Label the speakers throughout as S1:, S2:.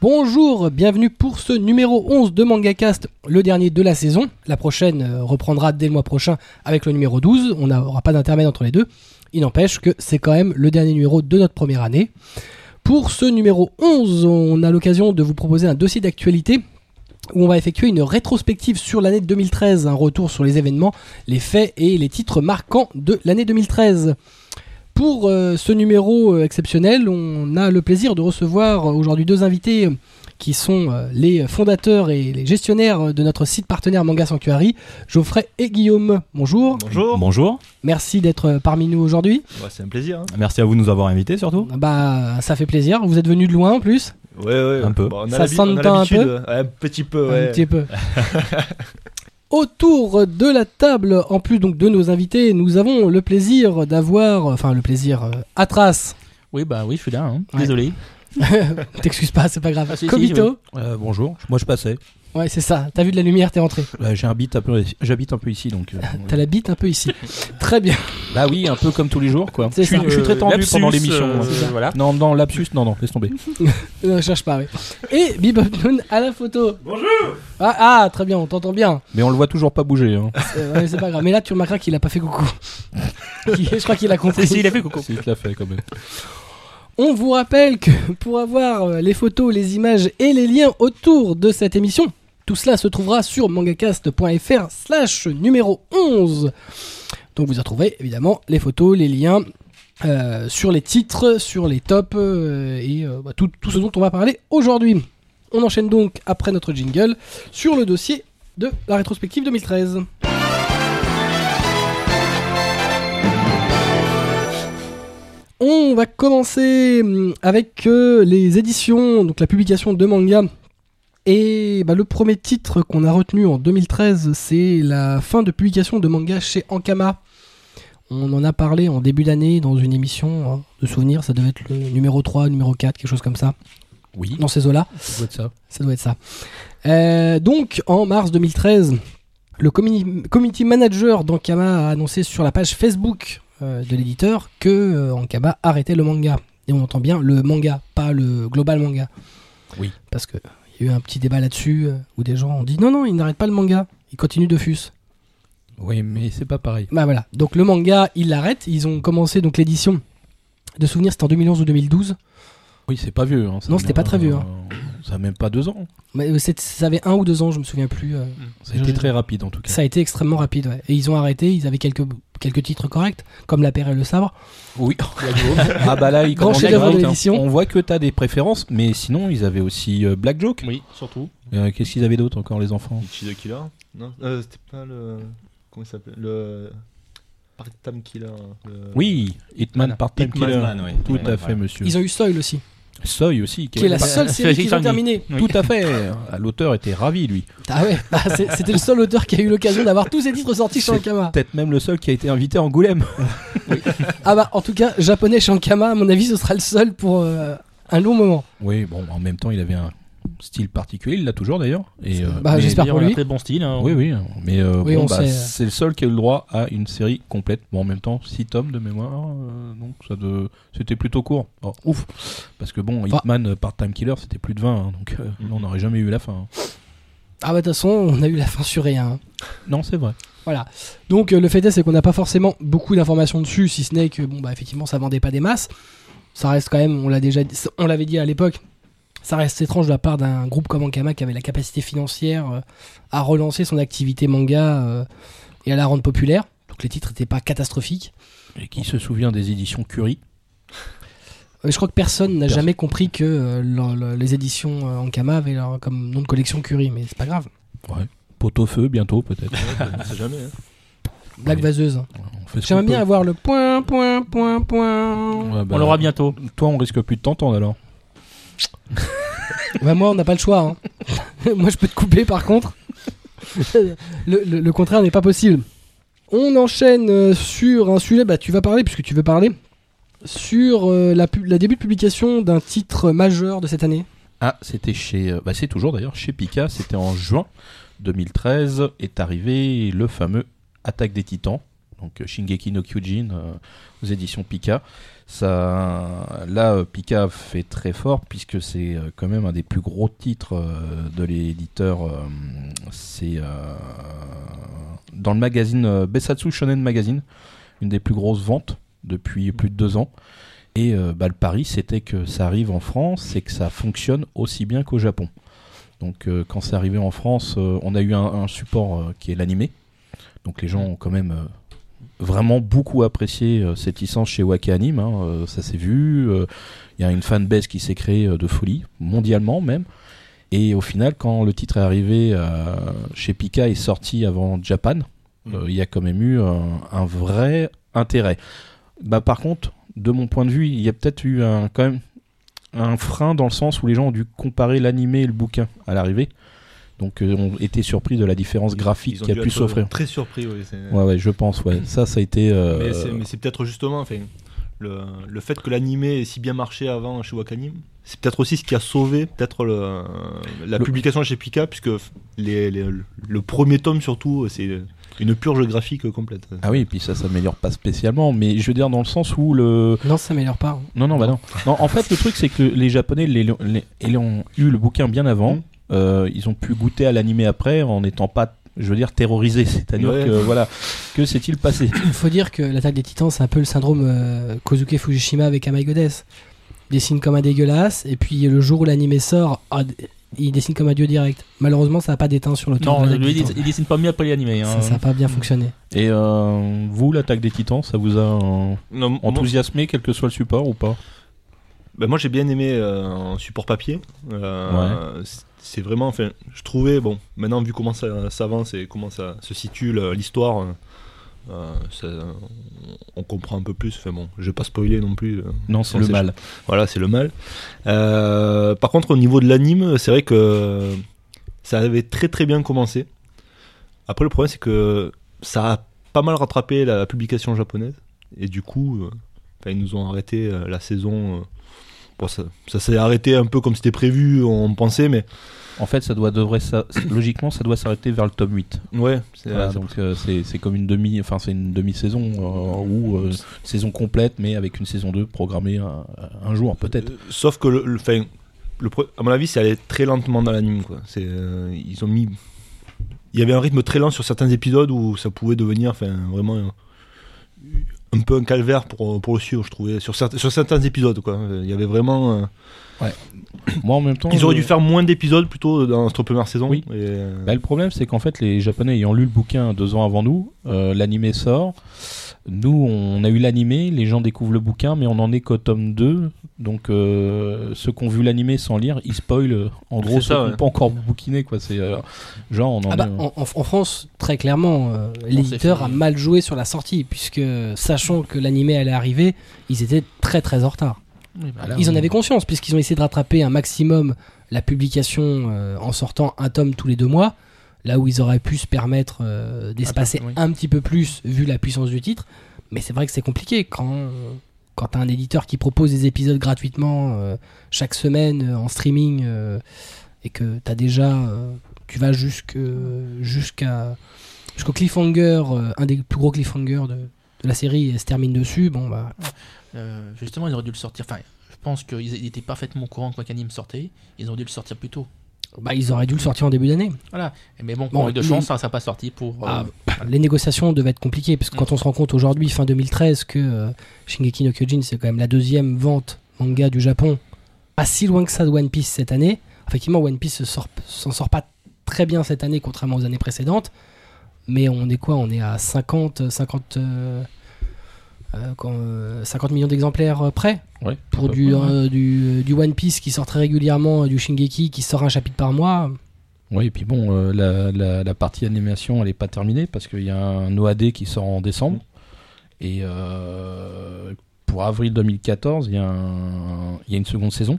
S1: Bonjour, bienvenue pour ce numéro 11 de MangaCast, le dernier de la saison. La prochaine euh, reprendra dès le mois prochain avec le numéro 12. On n'aura pas d'intermède entre les deux. Il n'empêche que c'est quand même le dernier numéro de notre première année. Pour ce numéro 11, on a l'occasion de vous proposer un dossier d'actualité où on va effectuer une rétrospective sur l'année 2013, un retour sur les événements, les faits et les titres marquants de l'année 2013. Pour euh, ce numéro euh, exceptionnel, on a le plaisir de recevoir euh, aujourd'hui deux invités euh, qui sont euh, les fondateurs et les gestionnaires euh, de notre site partenaire Manga Sanctuary, Geoffrey et Guillaume. Bonjour,
S2: Bonjour.
S3: Bonjour.
S1: merci d'être euh, parmi nous aujourd'hui.
S2: Bah, c'est un plaisir. Hein.
S3: Merci à vous de nous avoir invités surtout.
S1: Bah, ça fait plaisir, vous êtes venus de loin en plus,
S2: Ouais, ouais.
S3: Un peu.
S2: Bon, on a
S1: Ça
S2: l'habi-
S1: sent
S2: on
S1: le
S2: a
S1: temps un
S2: l'habitude,
S1: peu
S2: ouais, Un petit peu, ouais.
S1: un petit peu. Autour de la table, en plus donc de nos invités, nous avons le plaisir d'avoir, enfin le plaisir, euh, Atras,
S4: Oui, bah oui, je suis là, hein.
S1: Ouais.
S4: désolé.
S1: t'excuses pas, c'est pas grave,
S4: Ah, si, si,
S1: Kobito,
S5: Euh, bonjour, moi je passais.
S1: ouais c'est ça, t'as vu de la lumière, t'es rentré.
S5: Euh, J'habite un, peu- j'habite un peu ici donc. euh,
S1: T'as la bite un peu ici. Très bien.
S5: bah oui, un peu comme tous les jours quoi.
S1: C'est
S5: je, suis,
S1: ça.
S5: je suis très tendu
S4: Lapsus,
S5: pendant l'émission. hein.
S4: euh,
S3: hein.
S5: moi.
S4: c'est ça. voilà.
S5: Non, non, lapsus, non, non, laisse tomber.
S1: Non, je cherche pas, oui. Et Bibobnoun à la photo. Bonjour ah, ah, très bien, on t'entend bien.
S5: Mais on le voit toujours pas bouger. hein.
S1: Euh, ouais, c'est pas grave. Mais là, tu remarqueras qu'il a pas fait coucou. je crois qu'il a compris.
S4: Si, il a fait coucou.
S5: Si, il te l'a fait quand même.
S1: On vous rappelle que pour avoir euh, les photos, les images et les liens autour de cette émission, tout cela se trouvera sur mangacast.fr slash numéro 11. Donc vous y retrouverez évidemment les photos, les liens euh, sur les titres, sur les tops euh, et euh, bah, tout, tout ce dont on va parler aujourd'hui. On enchaîne donc après notre jingle sur le dossier de la rétrospective 2013. On va commencer hum, avec euh, les éditions, donc la publication de manga. Et bah, le premier titre qu'on a retenu en 2013, c'est la fin de publication de manga chez Ankama. On en a parlé en début d'année dans une émission hein, de souvenirs, ça devait être le numéro 3, numéro 4, quelque chose comme ça,
S5: Oui,
S1: dans ces eaux-là.
S5: ça doit être ça.
S1: Ça doit être ça. Euh, donc, en mars 2013, le communi- community manager d'Ankama a annoncé sur la page Facebook euh, de l'éditeur que euh, Ankama arrêtait le manga. Et on entend bien le manga, pas le global manga.
S5: Oui.
S1: Parce que il y a eu un petit débat là-dessus euh, où des gens ont dit non, non, il n'arrête pas le manga. Il continue de fus.
S5: Oui, mais c'est pas pareil.
S1: Bah voilà. Donc le manga, il l'arrête. Ils ont commencé donc l'édition de souvenirs, c'était en 2011 ou 2012.
S5: Oui, c'est pas vieux. hein, ça
S1: Non, c'était
S5: a-
S1: pas très vieux, hein.
S5: euh, Ça a même pas deux ans.
S1: Mais euh, c'est- ça avait un ou deux ans, je me souviens plus. euh,
S5: Ça a été très rapide en tout cas.
S1: Ça a été extrêmement rapide, ouais. Et ils ont arrêté, ils avaient quelques, quelques titres corrects, comme La paire et le sabre.
S5: Oui. ah bah là, il
S1: Grand
S5: commence
S1: chef-d'œuvre
S5: direct,
S1: de
S5: hein.
S1: l'édition.
S5: On voit que t'as des préférences, mais sinon ils avaient aussi euh, Black Joke.
S4: Oui, surtout.
S5: Euh, Qu'est-ce qu'ils avaient d'autre encore les enfants
S2: Ichi the Killer Non, euh, c'était pas le. Comment il s'appelait Le. Part-time Killer. hein, le-
S5: Oui, Hitman Part-Time
S3: Euh, Hitman
S5: Killer.
S3: Man, oui.
S5: Tout
S3: Ouais,
S5: à
S3: voilà.
S5: fait, monsieur.
S1: Ils ont eu Soil aussi,
S5: Soy aussi,
S1: qui est la
S5: pas-
S1: seule
S4: c'est
S1: série qu'ils ont
S4: Alexandre
S1: terminée.
S4: Oui.
S5: Tout à fait. Ah, L'auteur était ravi, lui.
S1: Ah ouais, bah, c'est- c'était le seul auteur qui a eu l'occasion d'avoir tous ses titres sortis sur
S5: C'est-
S1: Ankama.
S5: Peut-être même le seul qui a été invité à Angoulême.
S1: Ah bah, en tout cas, japonais chez Ankama, à mon avis, ce sera le seul pour euh, un long moment.
S5: Oui, bon, en même temps, il avait un style particulier. Il l'a toujours, d'ailleurs. Et, euh,
S1: Bah,
S5: mais-
S1: j'espère pour
S4: on a
S1: lui.
S4: un très bon style. hein.
S5: Oui, oui. Mais euh,
S1: Oui,
S5: bon,
S1: on
S5: bah,
S1: sait.
S5: c'est le seul qui a eu le droit à une série complète. Bon, en même temps, 6 tomes de mémoire. euh, donc, ça de... c'était plutôt court. Oh, ouf. Parce que, bon,
S1: Enfin-
S5: Hitman euh, Part-Time Killer, c'était plus de 20. hein, donc, euh,
S2: Mm.
S5: on n'aurait jamais eu la fin. hein.
S1: Ah bah, de toute façon, on a eu la fin sur rien. hein.
S5: Non, c'est vrai.
S1: Voilà. Donc euh, le fait est, c'est qu'on n'a pas forcément beaucoup d'informations dessus, si ce n'est que bon bah effectivement ça vendait pas des masses. Ça reste quand même, on l'a déjà, dit- on l'avait dit à l'époque, ça reste étrange de la part d'un groupe comme Ankama qui avait la capacité financière euh, à relancer son activité manga euh, et à la rendre populaire. Donc les titres n'étaient pas catastrophiques.
S5: Et qui se souvient des éditions Curie
S1: Euh, je crois que personne n'a
S5: Personne.
S1: jamais compris que euh, le- le- les éditions euh, Ankama avaient leur, comme nom de collection Curie, mais c'est pas grave.
S5: Pot-au-feu, bientôt, peut-être.
S2: On sait jamais. hein.
S1: Blague
S5: Oui.
S1: vaseuse. hein.
S5: On fait ce
S1: J'aimerais
S5: qu'on
S1: bien
S5: peut.
S1: avoir le point, point, point, point.
S5: Ouais, bah,
S4: on l'aura bientôt.
S5: Toi, on risque plus de t'entendre alors.
S1: Bah moi, on n'a pas le choix. hein. moi, je peux te couper par contre. le, le- le contraire n'est pas possible. On enchaîne euh, sur un sujet, bah tu vas parler puisque tu veux parler, sur euh, la, pu- la début de publication d'un titre majeur de cette année.
S5: Ah, c'était chez. euh, Bah, c'est toujours d'ailleurs chez Pika, c'était en juin 2013, est arrivé le fameux Attaque des Titans. donc euh, Shingeki no Kyojin euh, aux éditions Pika. Ça, là, euh, Pika fait très fort puisque c'est euh, quand même un des plus gros titres euh, de l'éditeur. euh, c'est euh, dans le magazine euh, Besatsu Shonen Magazine, une des plus grosses ventes depuis plus de deux ans. Et euh, bah, le pari, c'était que ça arrive en France et que ça fonctionne aussi bien qu'au Japon. Donc euh, quand c'est arrivé en France, euh, on a eu un, un support euh, qui est l'animé. Donc les gens ont quand même euh, vraiment beaucoup apprécié euh, cette licence chez Wake Anime. hein, euh, ça s'est vu. euh, Il y a une fanbase qui s'est créée euh, de folie, mondialement même. Et au final, quand le titre est arrivé euh, chez Pika et sorti avant Japan,
S2: Mm.
S5: euh, il y a quand même eu euh, un vrai intérêt. Bah, par contre, de mon point de vue, il y a peut-être eu un, quand même un frein dans le sens où les gens ont dû comparer l'animé et le bouquin à l'arrivée. Donc, euh, ont été surpris de la différence graphique
S2: Ils ont
S5: qui a
S2: dû
S5: pu
S2: être euh,
S5: s'offrir.
S2: Très surpris, oui. c'est-
S5: Ouais, ouais, je pense, ouais. Ça, ça a été. euh,
S2: Mais c'est- mais c'est peut-être justement, enfin, le, le fait que l'animé ait si bien marché avant chez Wakanim, c'est peut-être aussi ce qui a sauvé peut-être le- la
S5: Le-
S2: publication chez Pika, puisque les- les- le premier tome surtout, c'est une purge graphique complète.
S5: Ah oui, et puis ça s'améliore pas spécialement, mais je veux dire dans le sens où le.
S1: Non, ça s'améliore pas. hein.
S5: Non, non, bah non. Non, en fait, le truc, c'est que les Japonais les, les- ils ont eu le bouquin bien avant.
S2: Mm.
S5: Euh, ils ont pu goûter à l'animé après en n'étant pas, je veux dire, terrorisés. C'est-à-dire
S2: Ouais.
S5: que, voilà, que s'est-il passé
S1: Il faut dire que l'attaque des titans, c'est un peu le syndrome euh, Kozuke Fujishima avec Amai Goddess. Il dessine comme un dégueulasse, et puis le jour où l'animé sort, ah, d- il dessine comme un dieu direct. Malheureusement, ça n'a pas déteint sur le tour. de
S5: Non,
S1: l'attaque des
S5: lui,
S1: Titans.
S5: il dessine pas mieux après l'animé.
S1: ça
S3: hein.
S1: n'a pas bien fonctionné.
S5: Et euh, vous, l'attaque des titans, ça vous a euh,
S2: Non, moi,
S5: enthousiasmé, quel que soit le support ou pas
S2: bah, moi, j'ai bien aimé euh, en support papier. Euh, c'est- C'est vraiment, enfin, je trouvais, bon, maintenant vu comment ça s'avance et comment ça se situe le- l'histoire, euh, euh, ça- on comprend un peu plus. Enfin bon, je vais pas spoiler non plus. euh,
S5: Non, c'est
S2: Non,
S5: le
S2: c'est
S5: mal.
S2: Voilà, c'est le mal. Euh, par contre, au niveau de l'anime, c'est vrai que ça avait très très bien commencé. Après, le problème, c'est que ça a pas mal rattrapé la publication japonaise. Et du coup, euh, enfin, ils nous ont arrêté euh, la saison. euh, bon, ça, ça s'est arrêté un peu comme c'était prévu, on pensait, mais
S5: En fait, ça doit, devrait, ça, logiquement, ça doit s'arrêter vers le tome 8.
S2: ouais, c'est
S5: Voilà,
S2: c'est-
S5: donc euh, c'est c'est comme une demi, enfin c'est une demi-saison euh, ou euh, saison complète, mais avec une saison 2 programmée un, un jour peut-être.
S2: Euh, Sauf que le, le, fin, le pro- à mon avis, c'est allé très lentement dans l'anime. Quoi. C'est, euh, ils ont mis, il y avait un rythme très lent sur certains épisodes où ça pouvait devenir, enfin, vraiment un, un peu un calvaire pour, pour le suivre, je trouvais. Sur, certains- sur certains épisodes, quoi. Euh, Il y avait vraiment. euh,
S5: Moi en même temps,
S2: ils auraient
S5: je-
S2: dû faire moins d'épisodes plutôt dans cette première saison.
S5: Oui.
S2: Et, euh,
S5: Bah, le problème, c'est qu'en fait, les Japonais ayant lu le bouquin deux ans avant nous, euh, l'animé sort. Nous, on a eu l'animé, les gens découvrent le bouquin, mais on en est qu'au tome 2. Donc, euh, ceux qui ont vu l'animé sans lire, ils spoilent. euh, En gros,
S2: C'est ça,
S5: ceux qui n'ont
S2: ouais.
S5: pas encore bouquiné, quoi. C'est euh, genre, on en
S1: Ah bah,
S5: est-
S1: en, en- en France, très clairement, euh, l'éditeur a
S3: fini.
S1: mal joué sur la sortie, puisque sachant que l'animé allait arriver, ils étaient très très en retard.
S5: Voilà.
S1: Ils en avaient conscience, puisqu'ils ont essayé de rattraper un maximum la publication euh, en sortant un tome tous les deux mois, là où ils auraient pu se permettre euh, d'espacer
S5: oui.
S1: un petit peu plus vu la puissance du titre. Mais c'est vrai que c'est compliqué quand, quand t'as un éditeur qui propose des épisodes gratuitement euh, chaque semaine euh, en streaming euh, et que t'as déjà. euh, tu vas jusque- jusqu'à. Jusqu'au cliffhanger, euh, un des plus gros cliffhangers de, de la série, et se termine dessus. Bon, bah,
S3: Euh, justement, ils auraient dû le sortir. Enfin, je pense qu'ils étaient parfaitement au courant que Wakanim sortait. Ils ont dû le sortir plus tôt.
S1: bah, ils auraient dû le sortir en début d'année.
S3: Mais bon,
S1: Bon,
S3: pour eu de
S1: les-
S3: chance, ça n'a pas sorti pour. euh,
S1: Ah, les négociations devaient être compliquées parce que quand on se rend compte aujourd'hui, fin 2013, que euh, Shingeki no Kyojin c'est quand même la deuxième vente manga du Japon, pas si loin que ça de One Piece cette année. Effectivement, One Piece se sort- s'en sort pas très bien cette année contrairement aux années précédentes, mais on est quoi On est à 50, 50, euh, euh, quand, euh, 50 millions d'exemplaires euh, près
S5: Ouais,
S1: pour
S5: pas
S1: du,
S5: mal, ouais.
S1: euh, du, du One Piece qui sort très régulièrement, euh, du Shingeki qui sort un chapitre par mois.
S5: Oui, et puis bon, euh, la, la- la partie animation, elle n'est pas terminée parce qu'il y a un OAD qui sort en décembre. Et euh, pour avril 2014, il y, a un- il y a une seconde saison.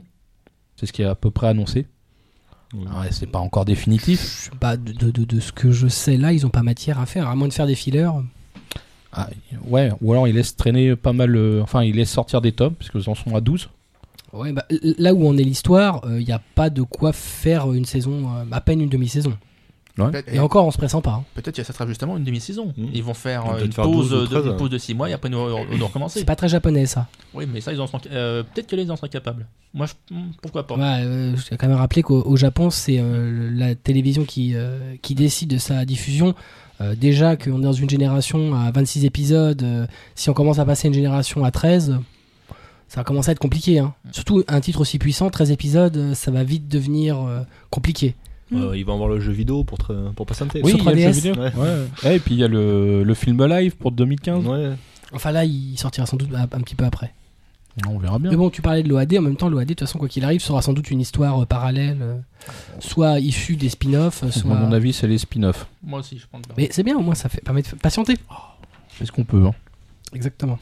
S5: C'est ce qui est à peu près annoncé.
S2: ouais.
S5: Ah ouais, c'est pas encore définitif.
S1: Je sais pas, bah, de, de- de- de ce que je sais là, ils ont pas matière à faire, à moins de faire des fillers.
S5: Ah, ouais, ou alors il laisse traîner pas mal. euh, enfin, il laisse sortir des tomes, parce qu'ils en sont à 12.
S1: Ouais, bah, euh, l- là où on est l'histoire, il n'y a pas de quoi faire une saison, euh, à peine une demi-saison.
S5: Ouais.
S3: Peut-être-
S1: Et encore, on se pressent pas. hein.
S3: Peut-être que ça sera justement une demi-saison.
S2: Mmh.
S3: Ils vont faire
S2: Ils vont
S3: euh,
S2: peut-être
S3: une,
S2: faire
S3: pause,
S2: 12 ou
S3: de-
S2: 13,
S3: une pause de 6 mois et après nous, nous, nous recommencer.
S1: C'est pas très japonais ça.
S3: Oui, mais ça, ils en seront- euh, peut-être que là, ils en seraient capables. Moi, je- hmm, pourquoi pas.
S1: Ouais, euh, je tiens quand même à rappeler qu'au au Japon, c'est euh, la télévision qui, euh, qui décide de sa diffusion. Euh, déjà qu'on est dans une génération à 26 épisodes, euh, si on commence à passer une génération à 13, euh, ça va commencer à être compliqué. hein. Surtout un titre aussi puissant, 13 épisodes, euh, ça va vite devenir euh, compliqué.
S2: Euh, il va avoir le jeu vidéo pour, tra- pour patienter.
S1: Oui,
S5: il y a le jeu
S1: 3DS.
S5: vidéo.
S2: Ouais.
S5: E Ouais. Ouais, Et puis il y a le, le film live pour 2015.
S2: Ouais.
S1: Enfin là, il sortira sans doute un, un petit peu après.
S5: On verra bien.
S1: Mais bon, tu parlais de l'OAD, en même temps, l'OAD, de toute façon, quoi qu'il arrive, sera sans doute une histoire euh, parallèle, euh, soit issue des spin-offs, euh, soit...
S5: À mon avis, c'est les spin-offs.
S3: Moi aussi, je pense que-
S1: Mais c'est bien, au moins, ça fait, permet de patienter.
S5: C'est ce qu'on peut. hein.
S1: Exactement.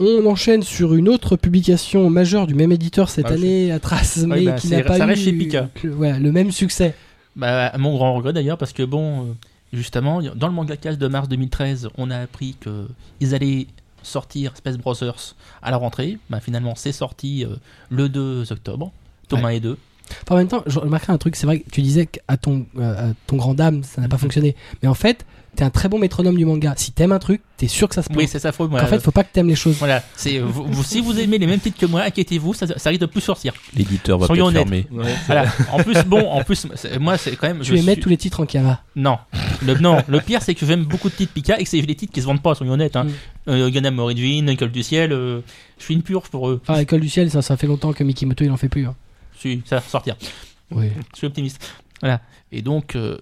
S1: On enchaîne sur une autre publication majeure du même éditeur cette
S3: Ah, je-
S1: année, Atras, mais
S3: bah,
S1: qui
S3: c'est-
S1: n'a pas
S3: ça
S1: eu
S3: reste chez Pika.
S1: le- ouais, le même succès.
S3: Bah, à mon grand regret d'ailleurs, parce que bon, euh, justement, dans le manga cast de mars 2013, on a appris que ils allaient sortir Space Brothers à la rentrée. Bah, finalement, c'est sorti euh, le 2 octobre, tome
S1: Ouais.
S3: 1 et 2.
S1: Enfin, en même temps, je remarquerai un truc, c'est vrai que tu disais qu'à ton, euh, à ton grand dame, ça n'a pas
S3: Mhm.
S1: fonctionné. Mais en fait, t'es un très bon métronome du manga. Si t'aimes un truc, t'es sûr que ça se plante.
S3: Oui, c'est ça, faut.
S1: en fait, faut pas que t'aimes les choses.
S3: Voilà, c'est vous- vous- si vous aimez les mêmes titres que moi, inquiétez-vous, ça, ça risque de plus sortir.
S5: L'éditeur va
S3: Soyons
S5: peut-être
S3: honnêtes.
S5: fermer.
S2: Ouais.
S3: Voilà. En plus, bon, en plus, c'est- moi, c'est quand même.
S1: tu
S3: je
S1: aimais
S3: suis-
S1: tous les titres en Kama.
S3: Non, le, non. le pire, c'est que j'aime beaucoup de titres Pika et que c'est des titres qui se vendent pas, soyons honnêtes. Hein.
S1: Mm.
S3: Euh, Gundam Origin, École du ciel, euh, je suis une purge pour eux.
S1: Enfin, École du ciel, ça, ça fait longtemps que Mikimoto il en fait plus. hein.
S3: Je suis- ça va sortir.
S1: Oui.
S3: Je suis optimiste. Voilà. Et donc, euh,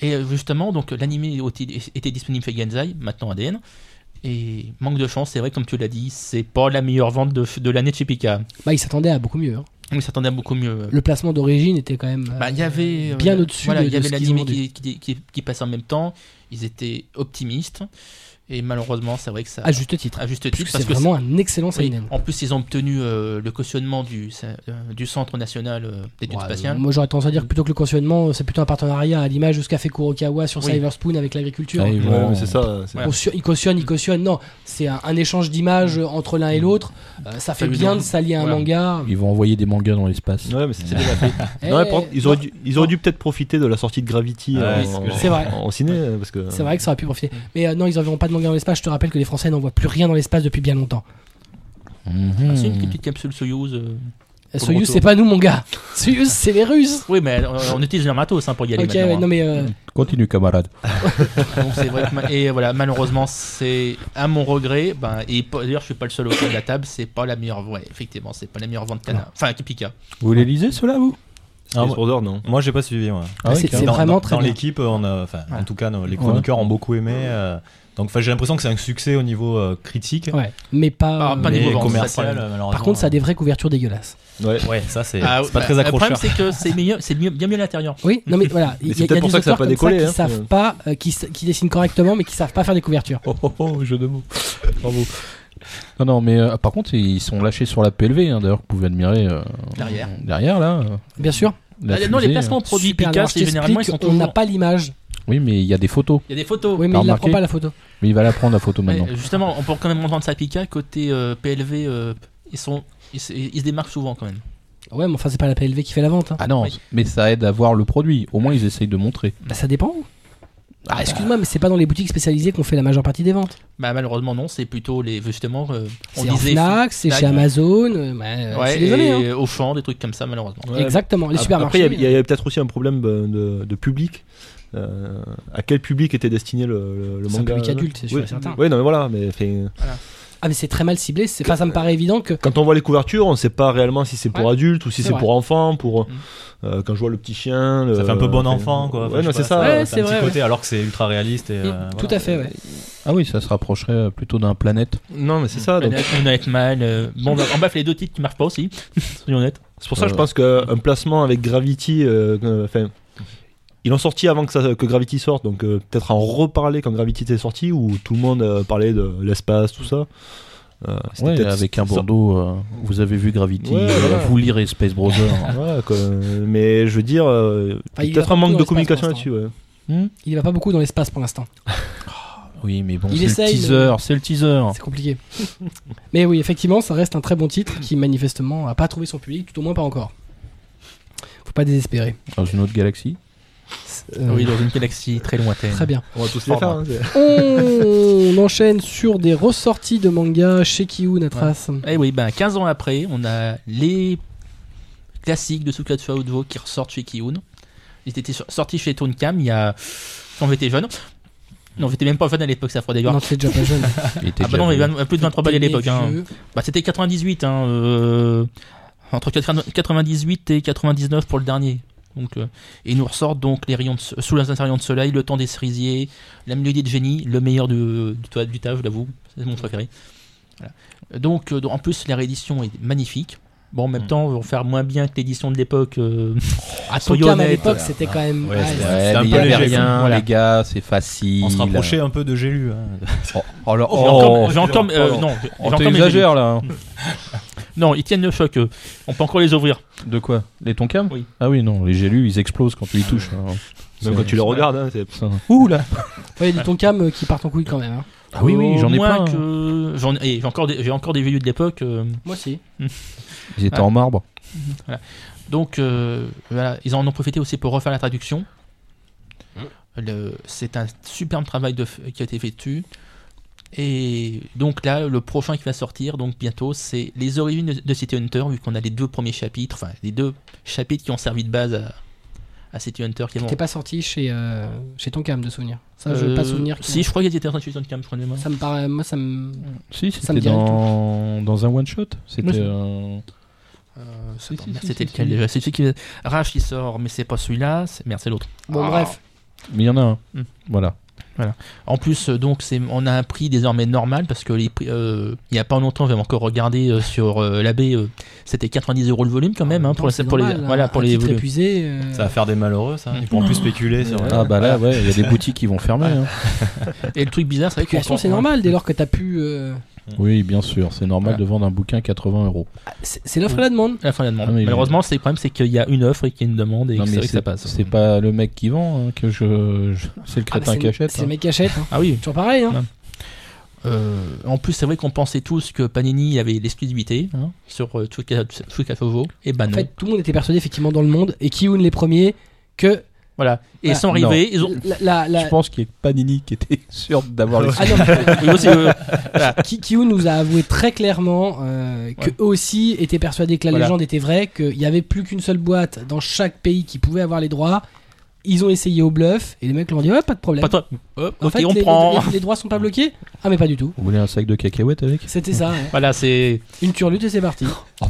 S3: et euh, justement, donc l'animé était était disponible chez Genzai, maintenant ADN. Et manque de chance, c'est vrai, comme tu l'as dit, c'est pas la meilleure vente de, de l'année de chez Pika.
S1: Bah, il s'attendait à beaucoup mieux. hein.
S3: On s'attendait à beaucoup mieux.
S1: Le placement d'origine était quand même.
S3: Bah, il y
S1: euh,
S3: avait euh,
S1: bien au-dessus
S3: Voilà,
S1: de-
S3: il y
S1: de
S3: avait
S1: ce qu'ils ont
S3: l'anime qui, qui, qui, qui passait en même temps. Ils étaient optimistes. Et malheureusement, c'est vrai que ça.
S1: à juste titre.
S3: à juste
S1: Puisque
S3: titre,
S1: c'est
S3: parce que
S1: vraiment un excellent
S3: Oui,
S1: seinen.
S3: en plus, ils ont obtenu euh, le cautionnement du, euh, du Centre national euh, d'études
S1: Ouais,
S3: spatiales.
S1: euh, moi j'aurais tendance à dire que plutôt que le cautionnement, c'est plutôt un partenariat à l'image de ce qu'a fait Kurokawa sur
S3: Oui.
S1: Cyberspoon avec l'agriculture.
S5: Ah, ils
S2: Ouais,
S5: vont-
S2: mais c'est ça. c'est-
S3: Ouais.
S1: On cautionne- Il cautionne, il cautionne. Non, c'est un, un échange d'images euh, entre l'un et l'autre. Euh, ça fait
S3: Mm. lui
S1: bien
S3: donne-
S1: de s'allier à un
S3: voilà.
S1: manga. Eh,
S5: Ils vont envoyer des mangas dans l'espace.
S2: Ouais, mais c'est c'est déjà fait. Non, mais par contre, ils auraient dû, ils auraient dû peut-être profiter de la sortie de Gravity
S5: Ouais,
S2: en-
S5: c'est ce que
S2: en,
S1: j'allais dire.
S2: en ciné parce que
S1: C'est vrai que ça aurait pu profiter.
S3: Mm.
S1: Mais euh, non, ils n'enverront pas de manga dans l'espace. Je te rappelle que les Français n'envoient plus rien dans l'espace depuis bien longtemps.
S5: Mhm.
S3: Ah,
S1: Hmm.
S3: c'est une petite capsule Soyuz. euh.
S1: Euh,
S3: Pour le
S1: Soyuz,
S3: retour.
S1: c'est pas nous, mon gars. Soyuz, c'est les Russes.
S3: Oui, mais on, on utilise leur matos hein, pour y aller.
S1: ok,
S3: maintenant,
S1: ouais,
S3: hein.
S1: non mais euh,
S5: Continue, camarade.
S3: Donc c'est vrai que ma- et voilà, malheureusement, c'est à mon regret. Ben, et pas- d'ailleurs, je suis pas le seul autour de la table. C'est pas la meilleure. Ouais, effectivement, c'est pas la meilleure vente Kana. Enfin, Kipika.
S5: Vous les lisez, ceux-là, vous
S2: Space
S4: Ah, moi-
S2: Brothers, non.
S4: Moi, j'ai pas suivi. moi.
S1: Ah, c'est-
S5: carrément.
S1: c'est
S4: Dans-
S1: vraiment
S4: dans-
S1: très
S4: Dans
S1: bien.
S4: l'équipe, on a- enfin,
S3: Ouais.
S4: en tout cas, nos- les chroniqueurs ont beaucoup aimé. euh, donc, enfin, j'ai l'impression que c'est un succès au niveau euh, critique,
S1: ouais, mais pas. euh,
S3: Ah, pas
S1: mais-
S4: mais
S3: niveau vente, ça, c'est
S4: commercial,
S3: le
S4: malheureusement.
S1: Par contre, ça a des vraies couvertures dégueulasses.
S2: Ouais.
S4: Ouais, ça c'est
S3: Ah,
S4: c'est pas
S3: bah,
S4: très accrocheur.
S3: Le problème, c'est que c'est mieux, c'est mieux, bien mieux à l'intérieur.
S1: Oui, non mais voilà. Il y a-
S2: c'est
S1: il y a
S2: peut-être pour
S1: des
S2: ça que ça a
S1: auteurs
S2: pas
S1: comme
S2: décollé,
S1: qui
S2: hein.
S1: savent pas, euh, qui, s- qui dessinent correctement, mais qui savent pas faire des couvertures.
S5: Oh, oh, oh, jeu de mots. Bravo. Non, non, mais euh, par contre, ils sont lâchés sur la PLV. hein, D'ailleurs, vous pouvez admirer euh,
S1: Mmh.
S3: Derrière.
S5: derrière là. euh,
S1: Bien sûr.
S5: la
S3: Ah, non, les
S5: fusée,
S3: placements de produits
S1: hein. Super,
S3: Pika,
S1: alors je
S3: c'est généralement, ils sont
S1: t'explique, On n'a
S3: toujours.
S1: pas l'image.
S5: euh. Oui, mais il y a des photos.
S3: Il y a des photos.
S1: Oui, mais
S5: T'as
S1: il la prend
S5: remarqué
S1: pas la photo.
S5: Mais il va la prendre la photo
S3: Mais,
S5: maintenant.
S3: euh, justement, on peut quand même entendre ça à Pika. Côté euh, PLV, euh, ils sont. Ils, se- ils se démarquent souvent quand même.
S1: Ouais, mais enfin, c'est pas la PLV qui fait la vente. hein.
S5: Ah non,
S3: Oui.
S5: mais ça aide à voir le produit. Au moins, ils essayent de montrer.
S1: Bah, ça dépend. Ah, excuse-moi, mais c'est pas dans les boutiques spécialisées qu'on fait la majeure partie des ventes.
S3: Bah, malheureusement, non, c'est plutôt les. Justement, euh, on
S1: C'est en
S3: disait.
S1: Fnac, c'est chez
S3: Fnac.
S1: Amazon. euh, bah, euh, je
S3: Ouais,
S1: suis désolé.
S3: et
S1: hein.
S3: au champ, des trucs comme ça, malheureusement.
S2: Ouais,
S1: Exactement, les
S2: Ap-
S1: supermarchés.
S2: Après, il y a- il y a, peut-être aussi un problème ben, de, de public. Euh, à quel public était destiné le, le, le
S1: C'est un
S2: manga
S1: public adulte, c'est sûr
S2: oui.
S1: et certain.
S2: Oui, non, mais voilà. Mais, enfin,
S1: Ah, mais c'est très mal ciblé. C'est pas, ça me paraît évident que.
S2: quand on voit les couvertures, on sait pas réellement si c'est pour
S1: Ouais.
S2: adultes ou si
S1: C'est
S2: c'est,
S1: vrai.
S2: pour enfants. Pour
S3: Mm.
S2: euh, quand je vois le petit chien, le-
S4: Ça fait un peu bon
S2: enfin,
S4: enfant, quoi. Enfin,
S2: Euh, ouais,
S4: je
S2: non,
S4: sais
S2: c'est ça.
S4: pas,
S1: Ouais,
S4: a
S1: c'est
S4: un
S1: vrai,
S4: petit côté, alors que c'est ultra réaliste. Et, euh,
S1: Tout
S4: voilà.
S1: à fait, ouais.
S5: Ah oui, ça se rapprocherait euh, plutôt d'un planète.
S2: Non, mais c'est ça. donc.
S3: On va être mal. euh, Bon, bah, en bref, les deux titres qui marchent pas aussi. Soyons honnêtes.
S2: C'est pour ça que je
S5: Euh.
S2: pense qu'un placement avec Gravity, euh, euh, enfin, ils l'ont sorti avant que, ça, que Gravity sorte, donc euh, peut-être en reparler quand Gravity était sorti, où tout le monde euh, parlait de l'espace, tout ça. Euh, c'était
S5: Ouais,
S2: peut-être-
S5: avec un bandeau. euh, vous avez vu Gravity.
S2: Ouais,
S5: euh,
S2: voilà.
S5: Vous lirez Space Brothers.
S2: Ouais, quoi. Mais je veux dire, euh,
S1: Enfin, Ah, il
S2: peut-être
S1: va
S2: un manque de
S1: plutôt dans l'espace
S2: communication
S1: pour
S2: là-dessus. Ouais.
S5: Hmm
S1: Il va pas beaucoup dans l'espace pour l'instant.
S5: oui, mais bon,
S1: Il
S5: c'est le
S1: essaye, le-
S5: teaser. C'est le teaser.
S1: C'est compliqué. Mais oui, effectivement, ça reste un très bon titre qui manifestement a pas trouvé son public, tout au moins pas encore. Faut pas désespérer.
S5: Dans une autre galaxie.
S1: Euh,
S3: Oui, dans une galaxie très lointaine.
S1: Très bien.
S2: On va tous les faire. hein, c'est-
S1: On enchaîne sur des ressorties de manga chez Kiyu, Natras.
S3: Eh oui, ben 15 ans après, on a les classiques de Tsukatsu Aodvo qui ressortent chez Kiyun. Ils étaient sur- sortis chez Tonkam il y a. Quand j'étais jeune. Non, j'étais même pas jeune à l'époque, ça froid d'ailleurs.
S1: Non, t'es déjà pas jeune.
S5: Il était
S3: Ah bah
S5: déjà
S3: non, mais
S5: venu.
S3: vingt- plus de 23 balles à
S1: T'es
S3: l'époque. hein.
S1: vieux.
S3: Bah, c'était 98, hein, euh, entre 80 98 et 99 pour le dernier. Donc, euh, et il nous ressort donc les rayons de, so- sous les rayons de soleil, le temps des cerisiers, la mélodie de génie, le meilleur du, du, toit- du taf, je l'avoue, c'est mon préféré. Voilà. Donc, euh, donc, en plus, la réédition est magnifique. Bon, en même
S4: Mm.
S3: temps, on va faire moins bien que l'édition de l'époque. euh,
S1: Ah,
S3: soyons
S1: Tokam à
S3: honnêtes.
S1: l'époque, c'était quand même. Ah,
S4: Ouais,
S1: ouais,
S4: c'était-
S1: c'est-
S5: Ouais,
S4: un
S5: mais
S4: peu
S5: il y avait
S4: léger,
S5: rien,
S3: voilà.
S5: les gars, c'est facile.
S4: On se rapprochait un peu de Gélu. hein.
S5: Oh, oh là,
S3: j'ai encore-
S5: oh,
S3: j'ai encore- euh,
S5: pardon.
S3: non, j'ai- j'ai
S5: oh,
S3: encore mes génies.
S5: t'exagères là.
S3: Non, ils tiennent le choc. eux. On peut encore les ouvrir.
S5: De quoi Les tonkams
S3: Oui.
S5: Ah oui, non, les gélus, ils explosent quand tu les touches. hein.
S2: Même quand tu les regardes, hein, c'est-
S5: Ça- Ouh là
S1: Ouais, dit Tonkam euh, qui part en couille quand même. hein.
S5: Ah oui, oui,
S3: Au
S5: j'en ai
S3: moins
S5: plein.
S3: que- j'en- et J'ai encore des, j'ai encore des vieux de l'époque. euh,
S1: Moi aussi.
S5: Ils étaient
S3: Ah.
S5: en marbre.
S3: Donc, euh, voilà, ils en ont profité aussi pour refaire la traduction. Le- C'est un superbe travail de f- qui a été fait dessus. Et donc là, le prochain qui va sortir, donc bientôt, c'est les origines de, de City Hunter, vu qu'on a les deux premiers chapitres, enfin les deux chapitres qui ont servi de base à, à City Hunter. Qui vont-
S1: T'es pas sorti chez, euh, chez Tonkam de souvenir. Ça, je veux
S3: Euh,
S1: pas souvenir. qu'il-
S3: Si, je crois qu'ils étaient en train de suivre Cam, je crois de mémoire.
S1: Ça me paraît. Moi, ça me.
S5: Si,
S1: me
S5: c'était
S1: dit rien du
S5: dans... dans un one shot.
S3: Moi,
S5: C'était.
S3: je-
S5: euh,
S3: Euh,
S5: Si,
S3: attends,
S5: si,
S3: merde,
S5: si,
S3: c'était
S5: si,
S3: lequel
S5: si.
S3: déjà C'est celui qui. euh, Rash, il sort, mais c'est pas celui-là. c'est- Merde, c'est l'autre.
S1: Bon,
S3: Ah.
S1: bref.
S5: Mais il y en a un.
S3: Hmm.
S5: Voilà.
S3: En plus, euh, donc, c'est, on a un prix désormais normal parce que les prix, euh, il n'y a pas longtemps, j'avais encore regardé euh, sur euh, la baie, euh, c'était 90 euros le volume quand même, hein, pour, les- pour les, voilà, pour les volumes.
S1: épuisés.
S4: Ça va faire des malheureux, ça. Ils pourront plus spéculer. sur- euh,
S5: Ah bah là, ouais, il y a des boutiques qui vont fermer. hein.
S3: Et le truc bizarre, c'est vrai qu'on-
S1: c'est normal dès lors que t'as pu. euh,
S5: Oui, bien sûr, c'est normal
S3: Voilà.
S5: de vendre un bouquin 80 euros.
S1: ah, C'est c'est l'offre et la demande.
S3: à La fin de la demande.
S5: Ah, mais-
S3: Malheureusement, c'est le problème, c'est qu'il y a une offre et qu'il y a une demande et
S5: Non,
S3: que c'est
S5: mais
S3: vrai que ça
S5: c'est
S3: passe. hein.
S5: c'est pas le mec qui vend, hein, que je, je- c'est le
S1: Ah, bah,
S5: crétin
S1: c'est-
S5: qui achète.
S1: C'est le
S5: hein.
S1: mec qui achète. hein.
S3: Ah oui.
S1: Toujours pareil. hein.
S3: Ouais. Euh, en plus, c'est vrai qu'on pensait tous que Panini avait l'exclusivité hein, sur euh, Tsuka- Tsukatovo. Et bah
S1: En
S3: non.
S1: fait, tout le monde était persuadé effectivement dans le monde et Kiun les premiers que
S3: voilà. Et ils
S1: Voilà.
S3: sont arrivés, ils ont.
S1: la, la- la-
S5: Je pense qu'il y a que Panini qui était sûr d'avoir les.
S1: Ah non, mais-
S3: Oui, aussi, euh,
S1: Ki- Kiun nous a avoué très clairement euh, que
S3: Ouais.
S1: eux aussi étaient persuadés que la
S3: Voilà.
S1: légende était vraie, qu'il n'y avait plus qu'une seule boîte dans chaque pays qui pouvait avoir les droits. Ils ont essayé au bluff et les mecs leur ont dit ouais pas de problème.
S3: pas toi. Hop,
S1: En
S3: ok,
S1: fait,
S3: on
S1: les,
S3: prend.
S1: les- les droits sont pas bloqués Ah mais pas du tout.
S5: Vous voulez un sac de cacahuètes avec
S1: C'était ça. ouais.
S3: Voilà, c'est.
S1: Une turlute et c'est parti.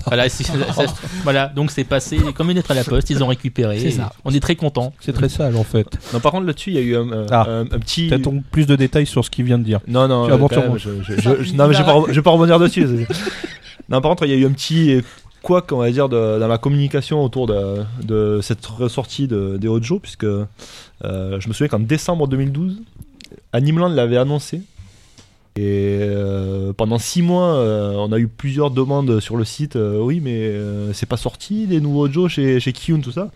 S3: Voilà, c'est- ça- ça- voilà, donc c'est passé comme une lettre à la poste, ils ont récupéré.
S1: C'est ça.
S3: On est très content.
S5: C'est très sale en fait.
S2: Non, par contre, là-dessus, il y a eu un, un-
S5: Ah.
S2: un- un petit.
S5: T'as donc plus de détails sur ce qu'il vient de dire.
S2: Non, non,
S5: Tu vas
S2: euh,
S5: voir
S2: quand
S5: sur
S2: même,
S5: moi.
S2: je- je- je- je- non, mais je vais pas re- je vais pas rebondir dessus. non, par contre, il y a eu un petit quoi on va dire de- dans la communication autour de, de cette ressortie de, des Hojo, puisque euh, je me souviens qu'en décembre 2012, Animeland l'avait annoncé. Et euh, pendant six mois, euh, on a eu plusieurs demandes sur le site. euh, oui, mais euh, c'est pas sorti des nouveaux Hojo chez, chez Kiyun, tout ça.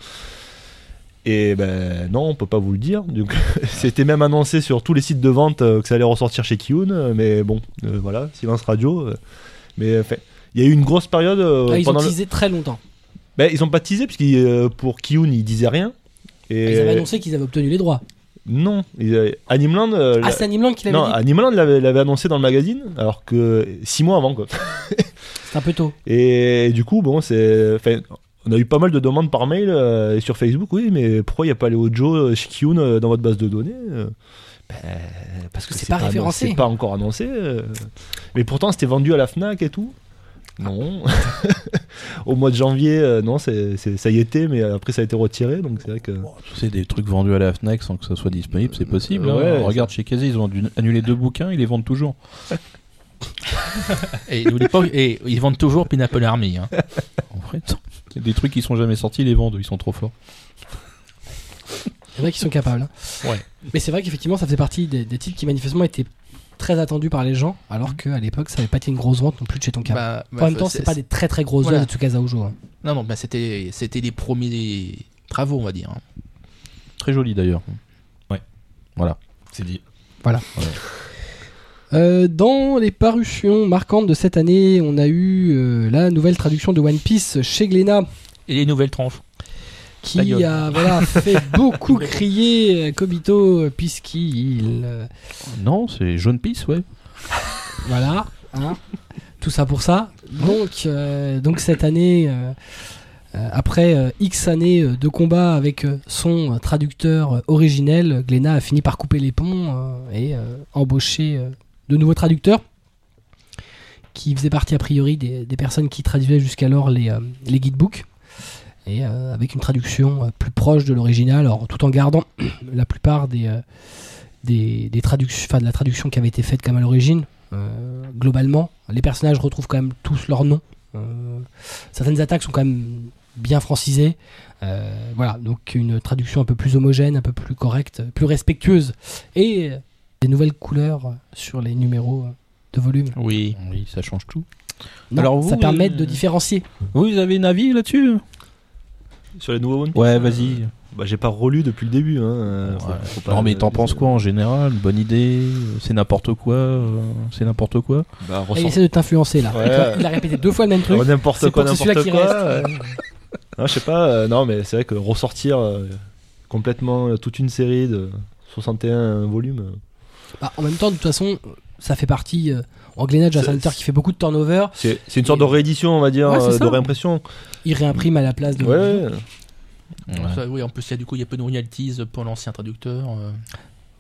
S2: Et ben non, on peut pas vous le dire. Donc, c'était même annoncé sur tous les sites de vente euh, que ça allait ressortir chez Kiyun, euh, mais bon, euh, voilà, silence radio. euh, mais enfin, il y a eu une grosse période euh,
S1: Ah, ils ont
S2: pendant. le-
S1: teasé très longtemps.
S2: Ben, ils ont pas teasé parce qu'ils, euh, pour Kiyun ils disaient rien. Et
S1: Ah, Ils avaient annoncé qu'ils avaient obtenu les droits.
S2: non, ils avaient- Animeland. euh,
S1: Ah
S2: la-
S1: c'est Animeland qui l'avait
S2: Non,
S1: dit.
S2: Animeland l'avait, l'avait annoncé dans le magazine, alors que six mois avant quoi.
S1: C'est un peu tôt.
S2: Et du coup, bon, c'est. enfin, On a eu pas mal de demandes par mail euh, et sur Facebook, oui, mais pourquoi il n'y a pas les Ojo chez Kiyun euh, dans votre base de données Euh, ben, Parce
S1: que c'est pas référencé.
S2: C'est pas encore annoncé. euh. Mais pourtant, c'était vendu à la Fnac et tout. Non. Au mois de janvier, euh, non, c'est, c'est- ça y était, mais après ça a été retiré, donc c'est vrai que.
S5: C'est des trucs vendus à la Fnac sans que ça soit disponible, c'est possible. hein.
S2: Ouais,
S5: Regarde chez Kazé, ils ont dû annuler deux bouquins, ils les vendent toujours.
S3: Et, n'oubliez pas- et ils vendent toujours Pineapple Army.
S1: Bah,
S3: hein.
S5: En vrai, c'est des trucs qui sont jamais sortis, ils les vendent, ils sont trop forts.
S1: Il y en a qui sont capables. hein.
S3: Ouais.
S1: Mais c'est vrai qu'effectivement, ça faisait partie des, des titres qui manifestement étaient très attendus par les gens, alors qu'à l'époque, ça n'avait pas été une grosse vente non plus de chez Tonka.
S3: Bah,
S1: en
S3: bah,
S1: même temps, c'est pas des très très grosses
S3: Voilà.
S1: œuvres de Tsukasa Ojo. hein.
S3: Non, non, bah, c'était, c'était les premiers travaux, on va dire. hein.
S5: Très joli d'ailleurs.
S4: C'est dit.
S1: Euh, dans les parutions marquantes de cette année, on a eu euh, la nouvelle traduction de One Piece chez Glénat,
S3: Et les nouvelles tranches.
S1: qui a voilà, fait beaucoup crier euh, Kobito euh, puisqu'il euh,
S5: Non, c'est Jaune Pisse, ouais.
S1: voilà hein. tout ça pour ça donc euh, donc cette année euh, euh, après euh, X années euh, de combat avec euh, son euh, traducteur euh, originel, euh, Glénat a fini par couper les ponts euh, et euh, embaucher euh, de nouveaux traducteurs qui faisaient partie a priori des, des personnes qui traduisaient jusqu'alors les, euh, les guidebooks et euh, avec une traduction euh, plus proche de l'original, alors, tout en gardant la plupart des, euh, des, des traductions, enfin de la traduction qui avait été faite comme à l'origine. Euh, globalement, les personnages retrouvent quand même tous leurs noms. Euh, certaines attaques sont quand même bien francisées. Euh, voilà, donc une traduction un peu plus homogène, un peu plus correcte, plus respectueuse et euh, des nouvelles couleurs sur les numéros euh, de volume.
S3: Oui.
S5: Oui, ça change tout.
S1: Non,
S5: Alors vous,
S1: ça permet
S5: euh,
S1: de différencier.
S5: Vous, vous avez un avis là-dessus
S2: Sur les nouveaux One Piece,
S5: Ouais,
S2: euh,
S5: vas-y.
S2: Bah, j'ai pas relu depuis le début. Hein. euh, faut-
S5: Ouais.
S2: faut pas-
S5: Non, mais t'en penses quoi en général Bonne idée euh, C'est n'importe quoi euh, C'est n'importe quoi
S2: Bah,
S1: Ah, Il
S2: ressent-
S1: essaie de t'influencer là.
S2: Ouais. Ah,
S1: Il a- Il a répété deux fois le même truc.
S2: Alors, Oh, n'importe
S1: C'est
S2: quoi,
S1: pour que
S2: n'importe
S1: celui-là
S2: quoi.
S1: qui
S2: euh, non, je sais pas. euh, non, mais c'est vrai que ressortir euh, complètement euh, toute une série de 61 volumes. euh,
S1: Bah, en même temps, de toute façon, ça fait partie. euh, en Glénat, j'ai un
S2: C'est-
S1: serviteur qui fait beaucoup de turnover.
S2: C'est c'est une sorte de réédition, on va dire,
S1: Ouais, c'est
S2: euh,
S1: ça.
S2: de réimpression.
S1: Il réimprime à la place de.
S2: Ouais, ouais.
S3: Ça, oui, en plus, il y a du coup, il y a peu de royalties pour l'ancien traducteur. euh.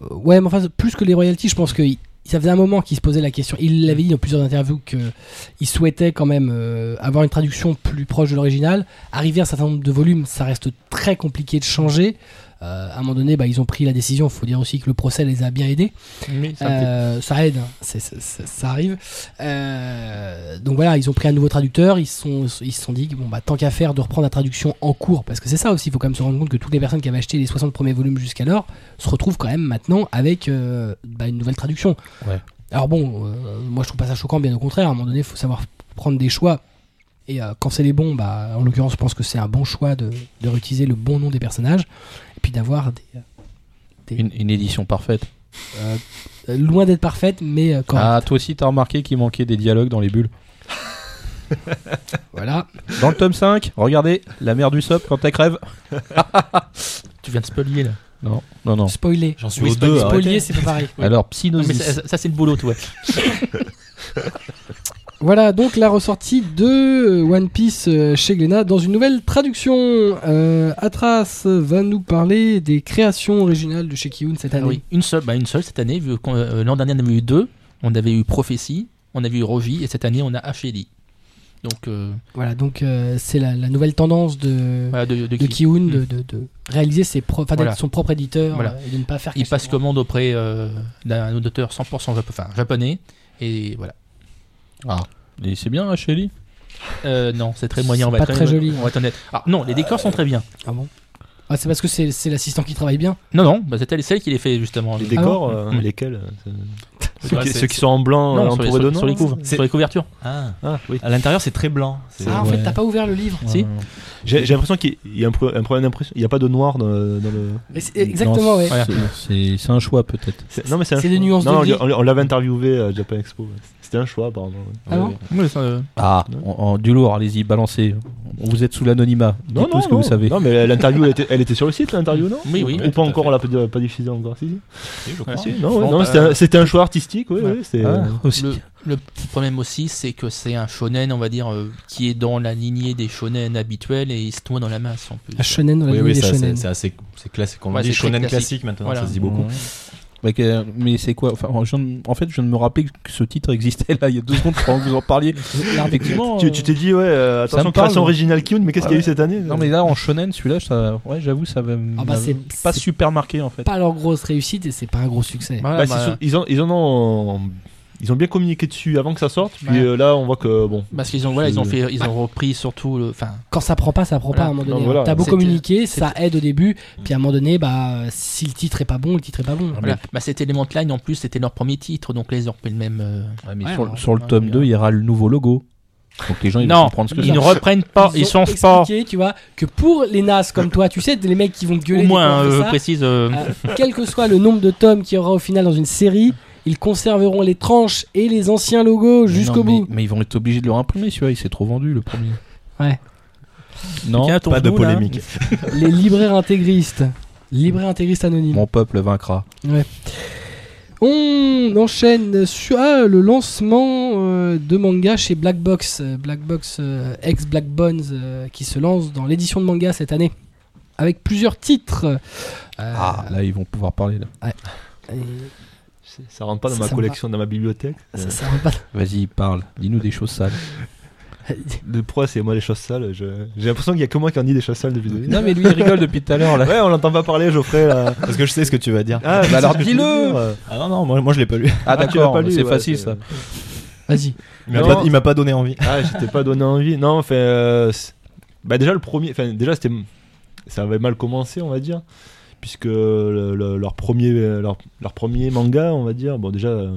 S1: Euh, ouais, mais enfin, plus que les royalties, je pense que il- ça faisait un moment qu'il se posait la question. Il l'avait dit dans plusieurs interviews qu'il souhaitait quand même euh, avoir une traduction plus proche de l'original. Arriver à un certain nombre de volumes, ça reste très compliqué de changer. Euh, à un moment donné, bah, ils ont pris la décision. Il faut dire aussi que le procès les a bien aidés.
S3: Mais ça me fait-
S1: Euh, ça aide, hein. C'est- c'est- c'est- ça arrive. Euh, donc voilà, ils ont pris un nouveau traducteur, ils se sont, ils se sont dit que bon, bah, tant qu'à faire de reprendre la traduction en cours, parce que c'est ça aussi, il faut quand même se rendre compte que toutes les personnes qui avaient acheté les 60 premiers volumes jusqu'alors se retrouvent quand même maintenant avec euh, bah, une nouvelle traduction.
S5: Ouais.
S1: Alors bon, euh, moi je trouve pas ça choquant, bien au contraire, à un moment donné, il faut savoir prendre des choix. Et euh, quand c'est les bons, bah, en l'occurrence, je pense que c'est un bon choix de, de réutiliser le bon nom des personnages, et puis d'avoir des,
S5: Une, une édition parfaite.
S1: euh, loin d'être parfaites, mais euh, correctes.
S5: Ah, toi aussi, t'as remarqué qu'il manquait des dialogues dans les bulles.
S1: Voilà.
S5: Dans le tome 5, regardez, la mer du sop quand elle crève.
S3: Tu viens de spoiler là.
S5: Non, non, non.
S1: Spoiler.
S4: J'en suis
S1: Oui,
S4: au
S1: spoil-
S4: deux, hein.
S1: Spoiler,
S4: arrêtez.
S1: c'est pas pareil.
S5: Alors,
S3: Non,
S5: Psynosis.
S3: mais ça, ça, c'est le boulot, toi.
S1: Voilà donc la ressortie de euh, One Piece euh, chez Glénat dans une nouvelle traduction. Euh, Atras va nous parler des créations originales de chez Kiyun cette
S3: Ah
S1: année.
S3: oui, une seule, bah, une seule cette année. Vu qu'on- euh, l'an dernier, on avait eu deux. On avait eu Prophétie, on avait eu Rogi, et cette année, on a Ashedi. Donc, euh,
S1: Voilà donc euh, c'est la, la nouvelle tendance de,
S3: voilà, de, de
S1: de
S3: qui-
S1: Kiyun
S3: Mm.
S1: de, de- de réaliser ses pro- enfin, d'être
S3: Voilà.
S1: son propre éditeur
S3: Voilà.
S1: euh, et de ne pas faire.
S3: Il passe
S1: comme
S3: commande auprès euh, d'un auteur 100% japo- enfin, japonais. Et voilà.
S5: Ah, et c'est bien, Shelly
S3: Euh, non, c'est très moyen.
S1: C'est
S3: on va
S1: pas
S3: être
S1: très joli.
S3: On va être honnête. Ah, non, les décors sont très bien.
S1: Ah bon. Ah, c'est parce que c'est c'est l'assistant qui travaille bien.
S3: Non, non, bah, c'était celle qui les fait justement.
S2: Les
S3: Euh,
S2: décors, euh,
S3: Mm.
S2: lesquels euh, c'est-
S3: Ouais,
S2: ceux, qui,
S3: c'est-
S2: ceux qui sont en blanc, euh,
S3: non, sur les,
S2: entourés de
S3: sur,
S2: noms.
S3: sur les couv-
S4: C'est-
S3: sur les couvertures.
S4: Ah.
S2: Ah, oui.
S4: À l'intérieur, c'est très blanc. C'est-
S1: Ah en
S5: ouais.
S1: fait t'as pas ouvert le livre.
S3: Si.
S2: J'ai j'ai l'impression qu'il y a un, pro- un problème d'impression. Il n'y a pas de noir dans, le- dans le.
S1: Mais c'est- Exactement
S5: Non,
S1: ouais.
S5: c'est- C'est c'est un choix, peut-être.
S2: c'est- Non, mais c'est un
S1: C'est
S2: choix.
S1: des nuances
S2: Non,
S1: de
S2: on
S1: gris.
S2: l'a- on l'a- on l'avait interviewé à Japan Expo. ouais. C'était un choix, apparemment. ouais.
S1: Ah bon
S3: Oui, ça, euh,
S5: Ah, en- en- du lourd, allez-y, balancez. Vous êtes sous l'anonymat. Dites tout ce que vous savez.
S2: Non, mais l'interview, elle était, elle était sur le site, l'interview, non
S3: Oui, oui.
S2: Ou pas encore, on l'a pas, pas diffusée encore. Si, si.
S4: je crois.
S2: Ah, si, non, ouais,
S3: Bon,
S2: non,
S3: bah,
S2: c'était un- c'était un, choix artistique, oui,
S3: ouais.
S2: oui. c'est-
S5: Ah, aussi.
S3: le, le petit problème aussi, c'est que c'est un shonen, on va dire, euh, qui est dans la lignée des shonen habituels et il se noie dans la masse en plus.
S1: La shonen dans la
S4: Oui,
S1: lignée
S4: oui,
S1: des
S4: ça,
S1: shonen.
S4: c'est c'est assez c'est classique. On
S3: Ouais,
S4: dit
S3: c'est très
S4: shonen classique,
S3: classique.
S4: maintenant,
S3: Voilà.
S4: ça se dit beaucoup.
S5: Ouais. Ouais, que- mais c'est quoi enfin, je ne- En fait, je ne me rappelais que ce titre existait là il y a deux secondes pendant que vous en parliez. Effectivement.
S2: Tu
S5: euh,
S2: tu t'es dit, ouais, euh,
S5: ça
S2: attention,
S5: me parle,
S2: création
S5: ouais.
S2: originale Kyun, mais qu'est-ce qu'il y a eu
S5: Ouais.
S2: cette année euh
S5: Non, mais là en shonen, celui-là, ça... ouais, j'avoue, ça va m-
S1: Ah bah, c'est-
S5: pas
S1: c'est-
S5: super marqué en fait.
S1: Pas leur grosse réussite et c'est pas un gros succès.
S3: Voilà,
S2: Bah,
S3: bah,
S2: c'est sûr, ils, en, ils en ont. Ils ont bien communiqué dessus avant que ça sorte, puis
S3: Ouais.
S2: euh, là on voit que bon.
S3: parce qu'ils ont, voilà, ils ont
S2: Je- Ah,
S3: fait, ils ont repris surtout le, enfin,
S1: quand ça prend pas, ça prend
S3: Voilà.
S1: pas à un moment
S2: Non,
S1: donné. hein.
S2: voilà.
S1: T'as beau
S3: C'était-
S1: communiquer, ça aide au début, puis à un moment donné, bah, si le titre est pas bon, le titre est pas bon.
S3: voilà. Bah, cet Element Line en plus, c'était leur premier titre, donc les ils ont repris le même. euh,
S5: Ouais, mais
S1: Ouais,
S5: sur,
S1: alors,
S5: sur le
S3: ouais,
S5: tome
S3: bien.
S5: 2, il y aura le nouveau logo. Donc les gens ils vont
S3: Non,
S5: comprendre ce que
S3: ils
S5: c'est.
S3: ne reprennent pas, ils,
S1: ont
S3: sont forts.
S1: expliqué, tu vois, que pour les nas comme toi, tu sais, les mecs qui vont gueuler,
S3: Au
S1: dès qu'on
S3: moins,
S1: fait
S3: euh,
S1: ça,
S3: précise. euh,
S1: euh, quel que soit le nombre de tomes qu'il y aura au final dans une série, ils conserveront les tranches et les anciens logos
S5: Mais non,
S1: jusqu'au
S5: mais-
S1: bout.
S5: Mais, ils vont être obligés de le réimprimer celui-là, il s'est trop vendu le premier.
S1: Ouais.
S5: Non,
S3: Tiens, ton
S4: pas de
S3: genou, là.
S4: polémique.
S1: Les libraires intégristes. Libraires intégristes anonymes.
S5: mon peuple vaincra.
S1: On enchaîne sur ah, le lancement euh, de manga chez Black Box. Euh, Black Box, euh, ex Black Bones, euh, qui se lance dans l'édition de manga cette année. Avec plusieurs titres. Euh,
S5: Ah, là, ils vont pouvoir parler. Là.
S1: et-
S2: C'est- Ça rentre pas dans
S1: Ça,
S2: ma
S1: ça me
S2: collection, dans ma bibliothèque.
S1: ça, ça va pas-
S5: Vas-y, parle. Dis-nous des choses sales.
S2: De pourquoi c'est moi les choses sales je- J'ai l'impression qu'il y a que moi qui en dis des choses sales depuis le début.
S5: non, mais lui, il rigole depuis tout à l'heure. Là.
S2: Ouais, on l'entend pas parler, Geoffrey. Là.
S4: Parce que je sais ce que tu vas dire.
S2: Ah,
S5: Bah
S2: c'est
S5: alors,
S2: ce que je
S5: dis-le.
S2: voulais dire.
S4: Ah non, non, moi, moi je l'ai pas lu.
S5: Ah,
S2: tu l'as
S5: d'accord,
S2: pas lu,
S5: c'est
S2: ouais,
S5: facile
S2: c'est-
S5: ça.
S1: Vas-y.
S4: Il m'a
S2: Non.
S4: pas- il m'a pas donné envie.
S2: Ah, j'étais pas donné envie. Non, enfin. euh, c'est- bah, déjà, le premier. Enfin, déjà, c'était. Ça avait mal commencé, on va dire. Puisque le- le- leur, premier, euh, leur, leur premier manga, on va dire. Bon, déjà, euh,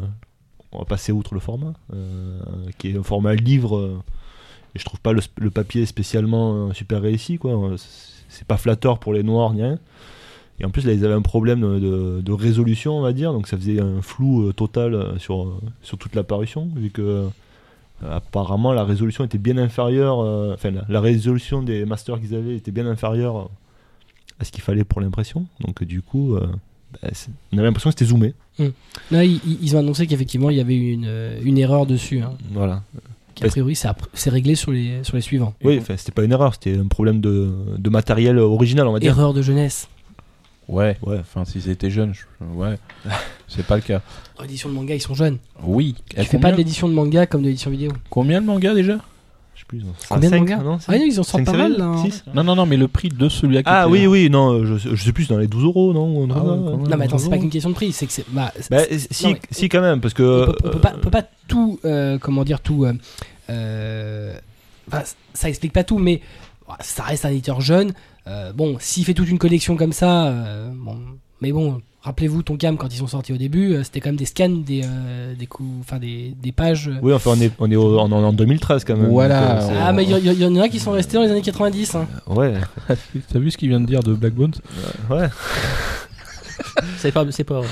S2: on va passer outre le format. euh, qui est un format livre. euh, et je trouve pas le, sp- le papier spécialement euh, super réussi, quoi. Euh, c'est- C'est pas flatteur pour les noirs, ni rien. Et en plus, là, ils avaient un problème de, de- de résolution, on va dire. Donc, ça faisait un flou euh, total euh, sur, euh, sur toute la parution. Vu que. Euh, apparemment la résolution était bien inférieure, euh, enfin la, la résolution des masters qu'ils avaient était bien inférieure euh, à ce qu'il fallait pour l'impression. Donc euh, du coup, euh, bah, c'est- on avait l'impression que c'était zoomé.
S1: Là, ils, ils- ils ont annoncé qu'effectivement, il y avait eu une, euh, une erreur dessus. hein,
S2: Voilà.
S1: qui, a priori, c'est après- c'est réglé sur les, sur les suivants.
S2: Oui, enfin c'était pas une erreur, c'était un problème de, de matériel original, on va dire.
S1: Erreur de jeunesse.
S5: Ouais.
S2: Ouais.
S5: Enfin, s'ils étaient jeunes, je- ouais. c'est pas le cas.
S1: Édition de manga, ils sont jeunes.
S5: Oui. Eh,
S1: Tu fais pas de l'édition de manga comme de l'édition vidéo.
S5: Combien le manga déjà
S2: Je sais plus. non,
S1: Combien de
S2: cinq,
S1: mangas
S2: non,
S1: Ah,
S2: cinq-
S1: non, ils en sortent
S2: cinq
S1: pas mal
S2: séries
S1: là. hein.
S2: Six
S5: Non, non, non, mais le prix de celui-là. qui
S2: Ah
S5: était-
S2: oui, oui, non, je, sais- je sais plus, dans les 12 euros, non ou un truc
S5: Ah
S2: comme
S5: ouais,
S2: ça,
S5: quand même.
S1: Non, mais attends, c'est pas
S2: Bonjour.
S1: qu'une question de prix, c'est que c'est. bah, c'est-
S2: Bah,
S1: c'est-
S2: si,
S1: non, mais-
S2: si quand même, parce que.
S1: on, peut, on peut pas,
S2: euh,
S1: on peut pas tout. euh, comment dire, tout. euh, euh, bah, ça explique pas tout, mais bah, ça reste un éditeur jeune. Euh, bon, s'il fait toute une collection comme ça, euh, bon, mais bon, rappelez-vous ton cam quand ils sont sortis au début, euh, c'était quand même des scans des, euh, des, coups, enfin, des, des pages. euh.
S2: Oui, enfin, on est, on est au- en, en 2013 quand même.
S5: Voilà.
S2: donc, euh,
S1: Ah, mais il y, y- y en a qui sont restés dans les années 90. hein.
S2: c'est- Ouais,
S5: T'as vu ce qu'il vient de dire de Black Bones
S2: ouais.
S3: C'est pas, c'est pas. euh,
S5: Euh,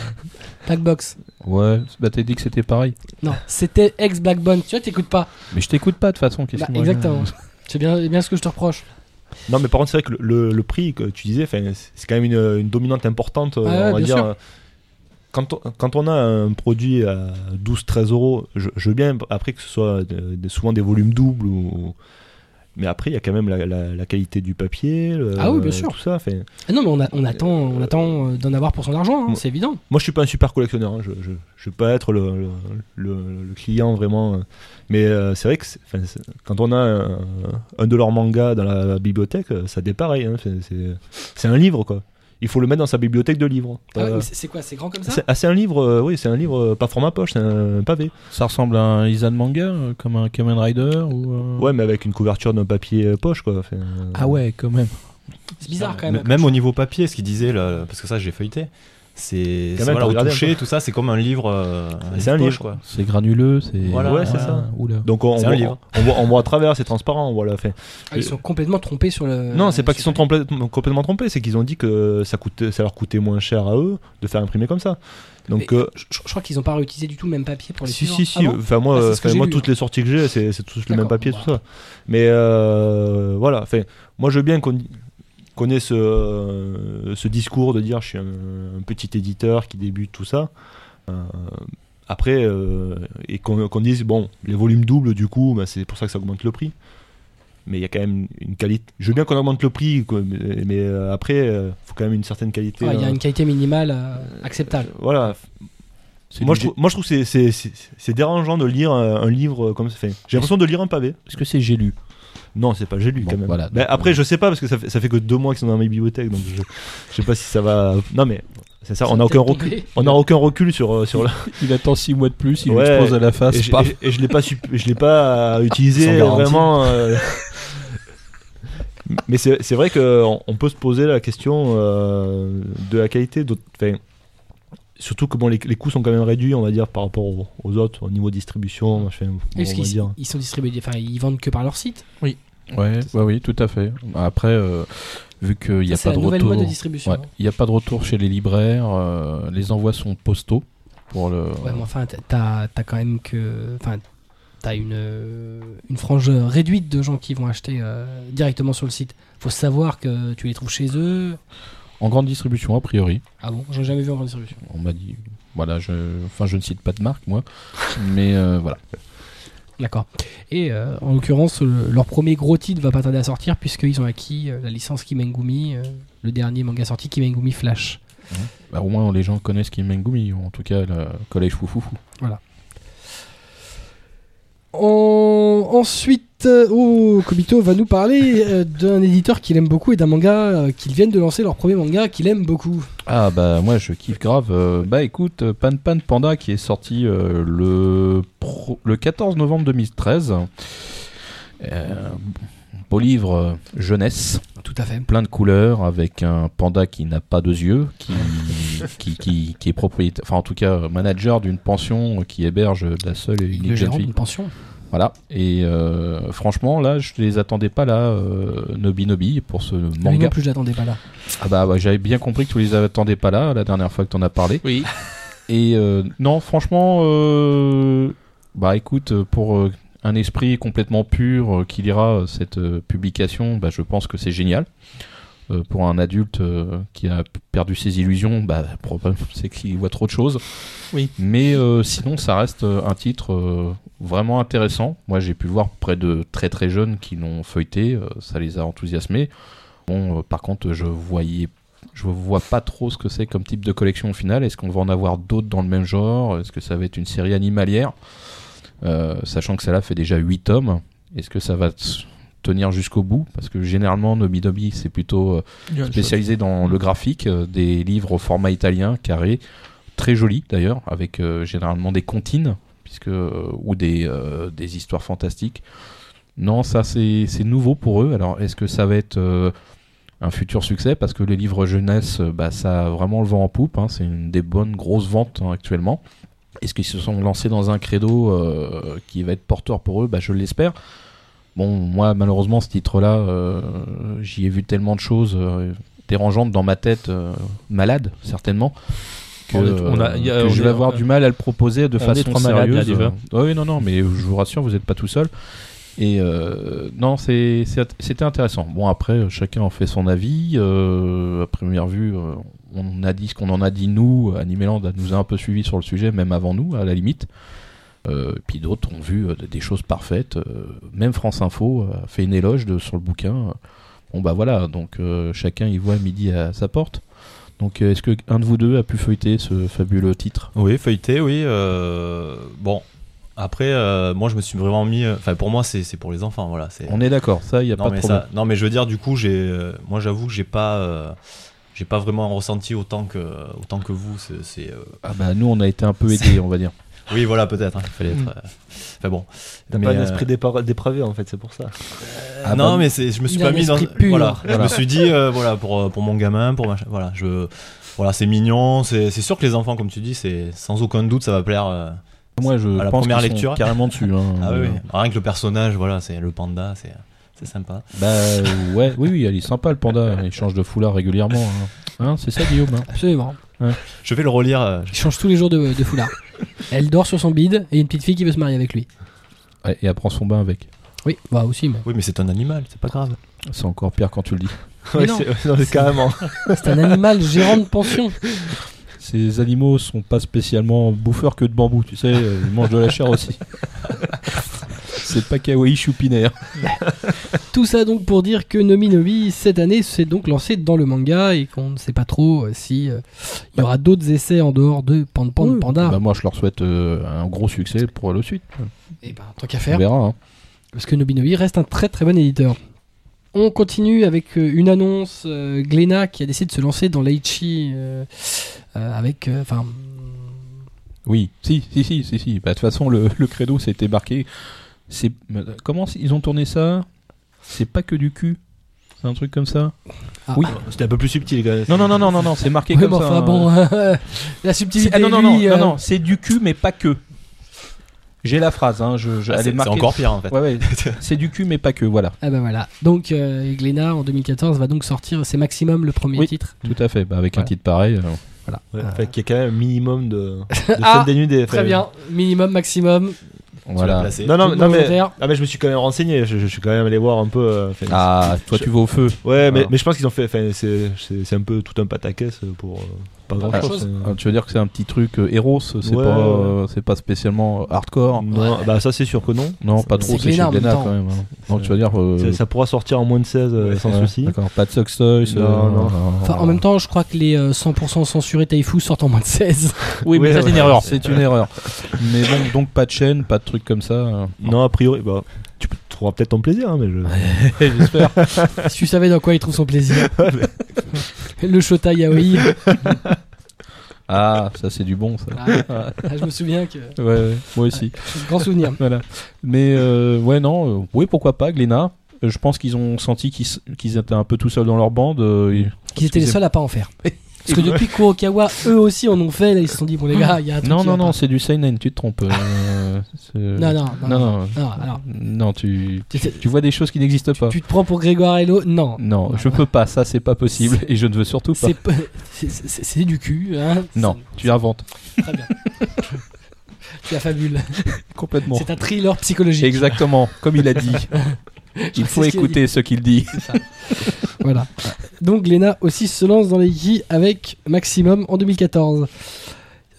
S1: Black Box.
S5: Ouais. Bah, t'as dit que c'était pareil.
S1: Non, c'était ex Black Bone. Tu vois, t'écoutes pas.
S5: Mais je t'écoute pas de toute façon. qu'est-ce
S1: Bah,
S5: que moi, je-
S1: exactement. C'est bien, bien ce que je te reproche.
S2: Non, mais par contre, c'est vrai que le, le- le prix que tu disais, 'fin, c'est c'est quand même une, une dominante importante, euh,
S1: Ah ouais,
S2: on va
S1: bien
S2: dire.
S1: sûr.
S2: euh, Quand on, quand on a un produit à 12-13 euros, je, je veux bien après que ce soit de- de- souvent des volumes doubles, ou... mais après il y a quand même la, la- la qualité du papier, le-
S1: Ah oui, bien sûr.
S2: tout ça. 'fin,
S1: Ah non, mais on, a- on attend, on attend euh, d'en avoir pour son argent, hein,
S2: Bon.
S1: c'est évident.
S2: Moi, je suis pas un super collectionneur. hein. Je, je, je veux pas être le, le, le- le client vraiment. euh. Mais euh, c'est vrai que c'est- 'fin, c'est- quand on a un, un de leurs mangas dans la bibliothèque, euh, ça dépareille. Hein. C'est- C'est c'est un livre, quoi. Il faut le mettre dans sa bibliothèque de livres.
S1: Ah ouais,
S2: Euh,
S1: mais c'est c'est quoi C'est grand comme ça
S2: c'est ah, c'est un livre, euh, oui, c'est un livre, euh, pas format poche, c'est un pavé.
S5: Ça ressemble à un Isan manga, euh, comme un Kamen Rider ou. euh,
S2: Ouais, mais avec une couverture d'un papier euh, poche, quoi. 'Fin, euh,
S5: Ah ouais, quand même.
S1: C'est bizarre quand même.
S4: M- Même au niveau papier, ce qu'il disait, là, parce que ça j'ai feuilleté, c'est
S2: Quand même,
S4: c'est, voilà,
S2: t'as
S4: au
S2: regardé un
S4: toucher,
S2: peu.
S4: tout ça, c'est comme un livre. euh,
S2: C'est un
S4: poche,
S2: livre.
S4: quoi.
S5: C'est granuleux, c'est.
S4: Voilà,
S2: Ouais, c'est
S5: Ah,
S2: ça.
S5: Oula.
S2: Donc on, on
S4: C'est un
S2: voit,
S4: livre.
S2: on, voit, on voit à travers, c'est transparent, voilà. 'Fin,
S1: Ah, ils sont complètement trompés sur le.
S2: Non, c'est pas qu'ils
S1: sur-
S2: sont trempla- complètement trompés, c'est qu'ils ont dit que ça, coûtait, ça leur coûtait moins cher à eux de faire imprimer comme ça. Donc,
S1: Mais
S2: euh,
S1: Je, je crois qu'ils ont pas réutilisé du tout le même papier pour les
S2: si,
S1: suivants.
S2: si,
S1: Ah
S2: euh, si,
S1: bon
S2: enfin, moi,
S1: Ah, c'est ce que
S2: enfin,
S1: j'ai
S2: moi
S1: lu,
S2: toutes les sorties que j'ai, c'est c'est tous le
S1: D'accord,
S2: même papier,
S1: bon,
S2: tout ça. Mais euh, voilà, enfin, moi je veux bien qu'on qu'on ait ce, euh, ce discours de dire je suis un, un petit éditeur qui débute tout ça. Euh, après, euh, et qu'on qu'on dise, bon, les volumes doubles, du coup, bah, c'est pour ça que ça augmente le prix. Mais il y a quand même une qualité. Je veux bien qu'on augmente le prix, quoi, mais, mais, euh, après, il faut quand même une certaine qualité.
S1: Ouais, Ah, Il y a
S2: euh,
S1: une qualité minimale euh, acceptable.
S2: Voilà,
S5: C'est
S2: moi
S5: du-
S2: je, trouve, moi je trouve que c'est- c'est- c'est c'est dérangeant de lire euh, un, un livre comme ça. Enfin, j'ai l'impression de lire un pavé.
S5: Est-ce que c'est j'ai lu
S2: Non, c'est pas j'ai lu
S5: Bon,
S2: quand même.
S5: voilà.
S2: Ben, après, je sais pas parce que ça fait, ça fait que deux mois qu'ils sont dans ma bibliothèque, donc je, je sais pas si ça va. Non mais c'est ça, on a aucun recul. On a aucun recul sur euh, sur la.
S5: Il attend 6 mois de plus, il
S2: Ouais.
S5: explose à la
S2: Et,
S5: face,
S2: je-
S5: paf.
S2: et je- et je l'ai Ah, pas su- je l'ai pas euh,
S4: Sans
S2: utilisé
S4: garantie.
S2: vraiment. euh, mais c'est c'est vrai qu'on on peut se poser la question euh, de la qualité. d'autres- enfin, Surtout que bon, les, les coûts sont quand même réduits, on va dire, par rapport aux, aux autres, au niveau distribution. machin, on
S1: Est-ce
S2: va
S1: qu'ils
S2: dire.
S1: ils sont distribués Enfin, ils vendent que par leur site.
S5: Ouais, ouais, oui, tout à fait. Après, euh, vu qu'il n'y
S1: Ça,
S5: a
S1: C'est
S5: pas
S1: la
S5: de
S1: nouvelle
S5: retour.
S1: mode de
S5: Ouais, Il
S1: distribution. hein.
S5: n'y a pas de retour chez les libraires, euh, les envois sont postaux pour le.
S1: Ouais, mais enfin, t'as- t'as t'as quand même que. Enfin, t'as- t'as une, euh, une frange réduite de gens qui vont acheter euh, directement sur le site. Faut savoir que tu les trouves chez eux.
S5: En grande distribution, a priori.
S1: Ah bon, j'en ai jamais vu en grande distribution.
S5: On m'a dit. Voilà, je, enfin, je ne cite pas de marque, moi. Mais euh, voilà.
S1: D'accord. Et euh, en l'occurrence, le- leur premier gros titre va pas tarder à sortir puisqu'ils ont acquis euh, la licence Kimengumi, euh, le dernier manga sorti, Kimengumi Flash.
S5: Bah, au moins, les gens connaissent Kim Mengumi, ou en tout cas, le collège Foufoufou.
S1: En- Ensuite, euh, oh, Kobito va nous parler euh, d'un éditeur qu'il aime beaucoup et d'un manga euh, qu'ils viennent de lancer, leur premier manga qu'il aime beaucoup.
S5: Ah bah moi je kiffe grave. Euh, bah écoute, euh, Pan Pan Panda qui est sorti euh, le, pro- le 14 novembre 2013. Euh, beau livre euh, jeunesse,
S1: Tout à fait.
S5: plein de couleurs, avec un panda qui n'a pas deux yeux, qui, qui, qui, qui est propriétaire, enfin en tout cas euh, manager d'une pension euh, qui héberge la seule et
S1: Le
S5: unique jeune
S1: gérant
S5: fille.
S1: d'une pension.
S5: Voilà. Et euh, franchement là je les attendais pas là, euh, Nobi Nobi, pour ce
S1: Lui
S5: manga.
S1: non plus, je l'attendais pas là.
S5: Ah bah ouais, j'avais bien compris que tu les attendais pas là la dernière fois que t'en as parlé.
S3: Oui.
S5: Et euh, non, franchement, euh, bah écoute, euh, pour euh, un esprit complètement pur euh, qui lira euh, cette euh, publication, bah, je pense que c'est génial. Euh, pour un adulte euh, qui a perdu ses illusions, bah, le problème, c'est qu'il voit trop de choses.
S3: Oui.
S5: Mais euh, sinon, ça reste euh, un titre euh, vraiment intéressant. Moi, j'ai pu voir près de très très jeunes qui l'ont feuilleté. euh, ça les a enthousiasmés. Bon, euh, par contre, je voyais je vois pas trop ce que c'est comme type de collection au final. Est-ce qu'on va en avoir d'autres dans le même genre Est-ce que ça va être une série animalière Euh, Sachant que celle-là fait déjà 8 tomes, est-ce que ça va t- tenir jusqu'au bout Parce que généralement, Nobi Nobi, c'est plutôt euh, spécialisé dans le graphique, euh, des livres au format italien, carré, très joli d'ailleurs, avec euh, généralement des comptines puisque, euh, ou des, euh, des histoires fantastiques. Non, ça c'est c'est nouveau pour eux. Alors est-ce que ça va être euh, un futur succès Parce que les livres jeunesse, euh, bah, ça a vraiment le vent en poupe. hein. C'est une des bonnes grosses ventes hein, actuellement. Est-ce qu'ils se sont lancés dans un credo euh, qui va être porteur pour eux bah, Je l'espère. Bon, moi malheureusement ce titre-là, euh, j'y ai vu tellement de choses euh, dérangeantes dans ma tête, euh, malade certainement, que,
S3: On est- on a- y a-
S5: que
S3: on
S5: je
S3: est-
S5: vais avoir
S3: on-
S5: du mal à le proposer de
S3: On est
S5: façon
S3: trois malades, là,
S5: sérieuse.
S3: déjà.
S5: Euh, oui, non, non, mais je vous rassure, vous n'êtes pas tout seul. Et euh, non, c'est- c'est- c'était intéressant. Bon, après, euh, chacun en fait son avis. Euh, à première vue, euh, on a dit ce qu'on en a dit nous. Animeland nous a un peu suivi sur le sujet, même avant nous, à la limite. Euh, puis d'autres ont vu euh, des- des choses parfaites. Euh, même France Info euh, a fait une éloge de- sur le bouquin. Bon, bah voilà, donc euh, chacun y voit midi à sa porte. Donc, euh, est-ce que un de vous deux a pu feuilleter ce fabuleux titre
S4: Oui, feuilleté, oui. euh, Bon, après, euh, moi, je me suis vraiment mis. euh, Enfin, pour moi, c'est c'est pour les enfants, voilà. c'est-
S5: On est d'accord, ça, il n'y a
S4: non,
S5: pas de
S4: mais
S5: problème.
S4: ça- non, mais je veux dire, du coup, j'ai. euh, Moi, j'avoue que j'ai pas. euh, J'ai pas vraiment ressenti autant que, autant que vous. c'est- C'est. euh,
S5: Ah bah nous on a été un peu aidés on va dire.
S4: Oui, voilà, peut-être. hein, il fallait être.
S3: Mm.
S4: euh, Enfin bon.
S2: T'as
S4: Mais,
S2: pas un
S4: euh,
S2: esprit dépar- dépravé en fait, c'est pour ça.
S5: Ah
S4: non,
S5: bah,
S4: mais c'est- je me suis
S1: Il y a
S4: pas
S1: un
S4: mis dans.
S1: esprit pur.
S4: Voilà, je
S5: Voilà.
S4: me suis dit, euh, voilà, pour, euh, pour mon gamin, pour machin. Voilà, je. Voilà, c'est mignon. C'est c'est sûr que les enfants, comme tu dis, c'est sans aucun doute, ça va plaire. euh,
S5: Moi je
S4: à la
S5: pense
S4: première
S5: qu'ils sont
S4: lecture.
S5: carrément dessus. hein.
S4: Ah oui,
S5: Euh,
S4: oui. Rien que le personnage, voilà, c'est le panda, c'est c'est sympa.
S5: Bah euh, ouais, oui oui, elle est sympa le panda, il change de foulard régulièrement. hein. Hein, c'est ça Guillaume hein
S1: Absolument.
S4: Je vais le relire. euh, je-
S1: Il change tous les jours de, de foulard. Elle dort sur son bide et il y a une petite fille qui veut se marier avec lui.
S5: Ouais, Et elle prend son bain avec.
S1: Oui, bah aussi, mais
S4: Oui, mais c'est un animal, c'est pas grave.
S5: C'est encore pire quand tu le dis.
S1: Mais
S2: Ouais,
S1: non.
S2: c'est- non, mais carrément.
S1: c'est un animal gérant de pension.
S5: Ces animaux sont pas spécialement bouffeurs que de bambou, tu sais, euh, ils mangent de la chair aussi. c'est pas kawaii hein. choupinaire.
S1: Tout ça donc pour dire que Nomi Nomi, cette année, s'est donc lancé dans le manga et qu'on ne sait pas trop euh, si euh, il y aura d'autres essais en dehors de Pan Pan
S5: Oui.
S1: Panda.
S5: Bah moi je leur souhaite euh, un gros succès pour la suite.
S1: Et ben, tant qu'à
S5: On
S1: faire,
S5: verra. hein.
S1: parce que Nomi Nomi reste un très très bon éditeur. On continue avec euh, une annonce euh, Glénat qui a décidé de se lancer dans l'Aichi euh, euh, avec. euh, Enfin.
S5: Oui, si, si, si, si, si. Bah, De toute façon, le, le credo, c'était marqué. C'est euh, comment c- ils ont tourné ça C'est pas que du cul. C'est un truc comme ça.
S1: ah,
S5: Oui.
S2: C'était un peu plus subtil, gars.
S5: Non, non, non, non, non, non. C'est marqué
S1: Ouais,
S5: comme
S1: mais
S5: ça.
S1: enfin,
S5: hein.
S1: bon, la
S5: C'est-
S1: subtilité.
S5: ah, non, non, non,
S1: lui,
S5: non,
S1: euh,
S5: non, C'est du cul, mais pas que. J'ai la phrase. Hein, je, je-
S4: Ah,
S5: elle est
S4: c'est c'est
S5: marquée.
S4: encore pire en fait.
S5: Ouais, ouais. c'est du cul, mais pas que. Voilà.
S1: Ah bah voilà. Donc euh, Glénat en 2014 va donc sortir c'est maximum le premier
S5: Oui.
S1: titre.
S5: Tout à fait. Bah, avec un
S1: Voilà.
S5: titre pareil. euh,
S1: Voilà.
S2: Ouais,
S1: Ah.
S2: fait qu'il y a quand même un minimum de, de
S1: Ah,
S2: scènes dénudées,
S1: Très
S2: enfin,
S1: bien, minimum maximum.
S4: Tu l'as
S5: Voilà.
S4: placé.
S2: Non, non,
S1: Tout le
S2: non,
S1: monde
S2: mais,
S1: volontaire.
S2: ah, mais je me suis quand même renseigné, je, je suis quand même allé voir un peu. euh, enfin,
S5: Ah, toi, tu vas au feu.
S2: Ouais, mais,
S5: Voilà.
S2: mais je pense qu'ils ont fait. enfin, C'est c'est- c'est un peu tout un pataquès pour euh, pas Euh, grand
S5: Ah,
S2: chose.
S5: ah, tu veux dire que c'est un petit truc euh, héros, c'est
S2: Ouais,
S5: pas,
S2: ouais.
S5: euh, c'est pas spécialement
S1: Ah,
S5: hardcore.
S2: Non, bah ça c'est sûr que non.
S5: Non, pas
S1: Mm. c'est
S5: trop, c'est chez
S1: Glénat en même
S5: Glénat
S1: temps.
S5: quand même. hein. Donc tu vas dire. euh,
S2: Ça, ça pourra sortir en moins de 16 euh,
S5: ouais,
S2: sans
S5: ouais,
S2: souci.
S5: D'accord, pas de Success.
S2: Non, non.
S1: Enfin,
S5: Oh.
S1: en même temps, je crois que les euh, 100% censurés Taifu sortent en moins de 16.
S3: Oui, mais
S2: Ouais,
S3: ça, c'est
S2: ouais.
S3: une erreur.
S5: C'est une erreur. Mais bon, donc pas de chaîne, pas de truc comme ça. euh.
S2: Non, a priori, bah, tu peux- trouveras peut-être ton plaisir, hein, mais je.
S5: J'espère.
S1: si tu savais dans quoi il trouve son plaisir. le Shota Yaoi.
S5: Ah, ça c'est du bon ça.
S1: Ah, ah, je me souviens que.
S5: Ouais, ouais, moi aussi.
S1: Grand souvenir.
S5: Voilà. Mais euh, ouais, non, euh, oui, pourquoi pas, Glénat. Euh, Je pense qu'ils ont senti qu'ils s- qu'ils étaient un peu tout seuls dans leur bande. euh, et-
S1: Qu'ils étaient les
S5: Excusez-moi.
S1: seuls à pas en faire. Parce que depuis que Kurokawa, eux aussi en ont fait, là, ils se sont dit, bon les gars, il y a un truc.
S5: Non,
S1: qui
S5: non,
S1: va
S5: non,
S1: pas.
S5: c'est du seinen, tu te trompes. euh, c'est-
S1: non, non, non, non.
S5: non, non.
S1: Non, alors,
S5: Non, tu,
S1: tu, tu-
S5: tu vois des choses qui n'existent pas.
S1: tu te prends pour Grégoire Hello Non.
S5: Non, je peux pas, ça c'est pas possible et je ne veux surtout pas.
S1: C'est pas- c'est- c'est c'est du cul. Hein.
S5: Non, tu inventes.
S1: C'est- Très bien. tu as fabule.
S5: Complètement.
S1: C'est un thriller psychologique.
S5: Exactement, comme il a dit.
S1: C'est
S5: Il faut
S1: ce qu'il a
S5: écouter ce qu'il dit.
S1: Voilà. Donc Glénat aussi se lance dans les Yi avec Maximum en 2014.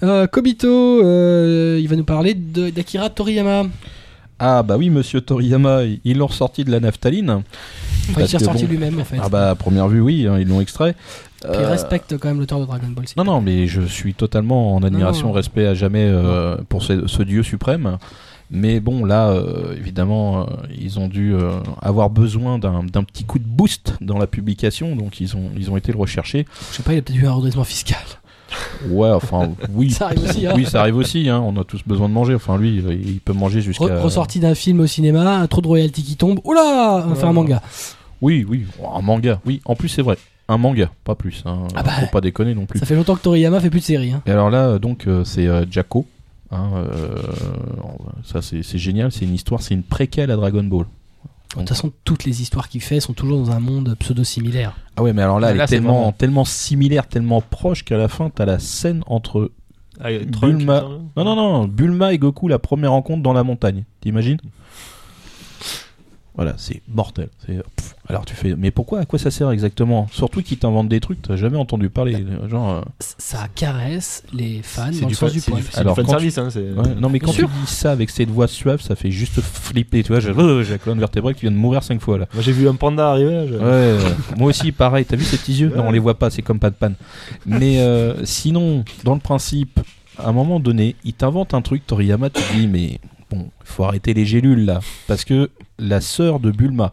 S1: Euh, Kobito, euh, il va nous parler de- d'Akira Toriyama.
S5: Ah bah oui, monsieur Toriyama, ils ils l'ont ressorti de la naphtaline.
S1: Enfin, il
S5: Parce
S1: s'est
S5: que
S1: ressorti
S5: bon.
S1: lui-même en fait.
S5: Ah bah à première vue, oui, hein, ils l'ont extrait.
S1: Puis il
S5: Euh,
S1: respecte quand même l'auteur de Dragon Ball. c'est
S5: Non,
S1: tout.
S5: non, mais je suis totalement en admiration,
S1: non.
S5: respect à jamais euh, pour ce, ce dieu suprême. Mais bon, là, euh, évidemment, euh, ils ont dû euh, avoir besoin d'un d'un petit coup de boost dans la publication, donc ils ont, ils ont été le rechercher.
S1: Je sais pas, il a peut-être eu un redressement fiscal.
S5: Ouais, enfin, oui.
S1: Ça arrive aussi, hein.
S5: Oui, ça arrive aussi, hein, on a tous besoin de manger. Enfin, lui, il- il peut manger jusqu'à.
S1: Re- ressorti d'un film au cinéma, trop de royalties qui tombent. Oula, on fait un
S5: Ouais.
S1: manga.
S5: Oui, oui, un manga, oui. En plus, c'est vrai, un manga, pas plus. Hein.
S1: Ah bah.
S5: Faut pas déconner non plus.
S1: Ça fait longtemps que Toriyama fait plus de séries. Hein.
S5: Et alors là, euh, donc, euh, c'est euh, Jacko. hein, euh, ça, c'est c'est génial. C'est une histoire, c'est une préquelle à Dragon Ball.
S1: De toute façon, toutes les histoires qu'il fait sont toujours dans un monde pseudo-similaire.
S5: Ah ouais, mais alors là,
S3: Ah,
S5: elle
S3: là,
S5: est
S3: c'est
S5: tellement,
S3: vraiment-
S5: tellement similaire, tellement proche qu'à la fin, t'as la scène entre.
S2: Ah, il y a Trunks,
S5: Bulma.
S2: putain, là.
S5: Non, non, non, Bulma et Goku, la première rencontre dans la montagne. T'imagines Voilà, c'est mortel. C'est- pff, Alors tu fais, mais pourquoi À quoi ça sert exactement Surtout qu'ils t'inventent des trucs, t'as jamais entendu parler.
S1: Bah,
S5: Genre. euh,
S1: C- Ça caresse les fans
S2: C'est
S1: Ah, dans le
S2: du
S1: sens
S2: fan
S1: du
S2: c'est
S1: poil.
S2: du- c'est du
S5: Alors,
S2: fan
S5: quand
S2: service. hein, c'est-
S5: Ouais, non mais
S1: Bien
S5: quand
S1: sûr.
S5: tu dis ça avec cette voix suave, ça fait juste flipper, tu vois, j'ai euh, j'ai la colonne vertébrale qui vient de mourir cinq fois là.
S2: Moi j'ai vu un panda arriver. je-
S5: Ouais, ouais. moi aussi pareil, t'as vu ces petits yeux Non, on les voit pas, c'est comme pas de panne. Mais euh, sinon, dans le principe, à un moment donné, il t'invente un truc, Toriyama, tu te dis mais bon, faut arrêter les gélules là, parce que la sœur de Bulma.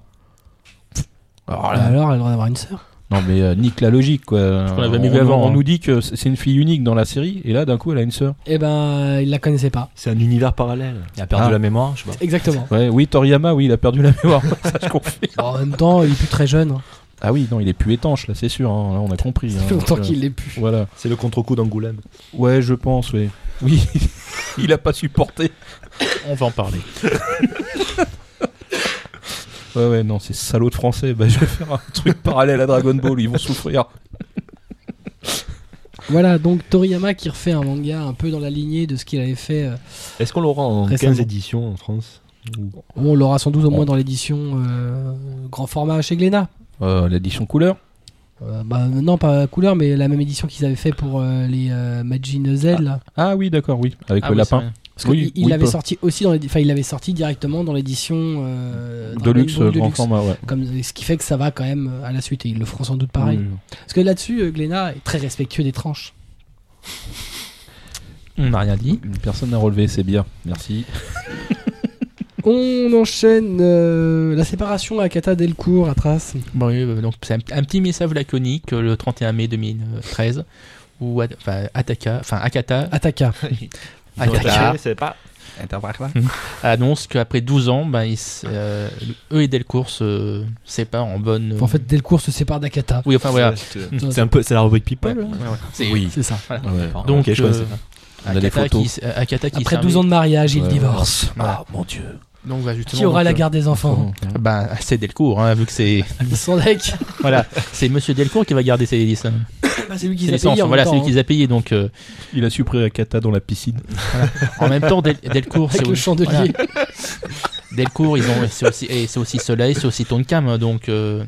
S5: Pff, Alors Oh là,
S1: Bah Alors, elle a le droit d'avoir une sœur.
S5: non mais euh, nique la logique quoi.
S3: qu'on l'avait
S5: on,
S3: mis avant,
S5: on
S3: hein.
S5: nous dit que c'est une fille unique dans la série, et là d'un coup elle a une sœur.
S1: Eh ben, il la connaissait pas.
S2: C'est un univers parallèle.
S4: Il a perdu
S5: Ah.
S4: la mémoire, je sais pas.
S1: Exactement.
S5: Ouais, oui Toriyama, oui, il a perdu la mémoire, ça je confirme.
S1: en même temps, il est plus très jeune. hein.
S5: Ah oui, non, il est plus étanche, là, c'est sûr. hein. Là, on a compris.
S1: Ça
S5: hein.
S1: fait longtemps
S5: Euh,
S1: qu'il l'est plus.
S5: Voilà.
S2: C'est le contre-coup d'Angoulême.
S5: Ouais, je pense, oui. Oui, il a pas supporté.
S3: On va en parler.
S5: Ouais, ouais, non, ces salauds de français, bah, je vais faire un truc parallèle à Dragon Ball, ils vont souffrir.
S1: Voilà, donc Toriyama qui refait un manga un peu dans la lignée de ce qu'il avait fait. euh,
S2: Est-ce qu'on l'aura en
S1: Récemment.
S2: 15 éditions en France Ou-
S1: bon, on l'aura sans doute au moins dans l'édition euh, grand format chez Glénat.
S5: Euh, L'édition couleur
S1: Euh, bah, non, pas couleur, mais la même édition qu'ils avaient fait pour euh, les euh, Majin Z. là.
S5: Ah oui, d'accord, oui. Avec
S3: Ah
S5: le
S3: oui,
S5: lapin.
S3: c'est
S1: Parce que
S5: Oui,
S1: il
S5: oui,
S1: l'avait
S5: pas.
S1: sorti aussi dans les, enfin, il l'avait sorti directement dans l'édition euh, Dragon
S5: Deluxe,
S1: Ball
S5: grand
S1: Deluxe.
S5: format, ouais.
S1: Comme ce qui fait que ça va quand même euh, à la suite et ils le feront sans doute pareil.
S5: Oui, oui.
S1: Parce que là-dessus, euh, Glénat est très respectueux des tranches.
S3: vrai. On n'a rien dit.
S5: Une personne à relever, c'est bien. Merci.
S1: On enchaîne euh, la séparation à Kata Delcourt à Trace.
S3: Bon, oui, euh, donc c'est un, un petit message laconique euh, le 31 mai 2013 où At- enfin, Ataka, enfin Akata,
S1: Ataka.
S3: Ataka
S2: Ouais, c'est pas.
S3: annonce qu'après 12 ans, ben, ils s- euh, eux et Delcourt se séparent en bonne. euh,
S1: En fait, Delcourt se sépare d'Akata.
S3: oui, enfin
S5: Ah.
S3: voilà.
S4: C'est un peu, c'est la rubrique People.
S3: Ouais, ouais, ouais. C'est-
S1: C'est ça.
S5: Ah Ouais.
S4: Enfin,
S3: Donc
S4: ok, je
S3: euh,
S4: connaissais pas.
S5: On a les
S3: Akata
S5: photos.
S3: qui s- euh, Akata qui
S1: Après
S3: s'est
S1: 12 ans de mariage, il
S5: Ouais.
S1: divorce.
S3: Voilà.
S5: Ah, mon dieu.
S3: Donc, va justement,
S1: Qui aura
S3: donc,
S1: la
S3: euh,
S1: garde des enfants
S3: ben, c'est Delcourt, hein, vu que c'est
S1: Son deck.
S3: voilà, c'est Monsieur Delcourt qui va garder ses hélices. hein.
S1: Ah, c'est lui qui
S3: C'est
S1: les a
S3: les
S1: payés.
S3: licences,
S1: en
S3: voilà,
S1: même
S3: c'est lui
S1: temps, hein.
S3: qui les a payés. Donc, euh,
S5: Il a su la cata dans la piscine.
S3: en même temps, Del- Delcourt,
S1: hein, Avec
S3: c'est
S1: le
S3: aussi-
S1: chandelier.
S3: voilà. Ah, Delcourt, ils ont, c'est aussi, et c'est aussi Soleil, c'est aussi Tonkam. hein, Donc, euh,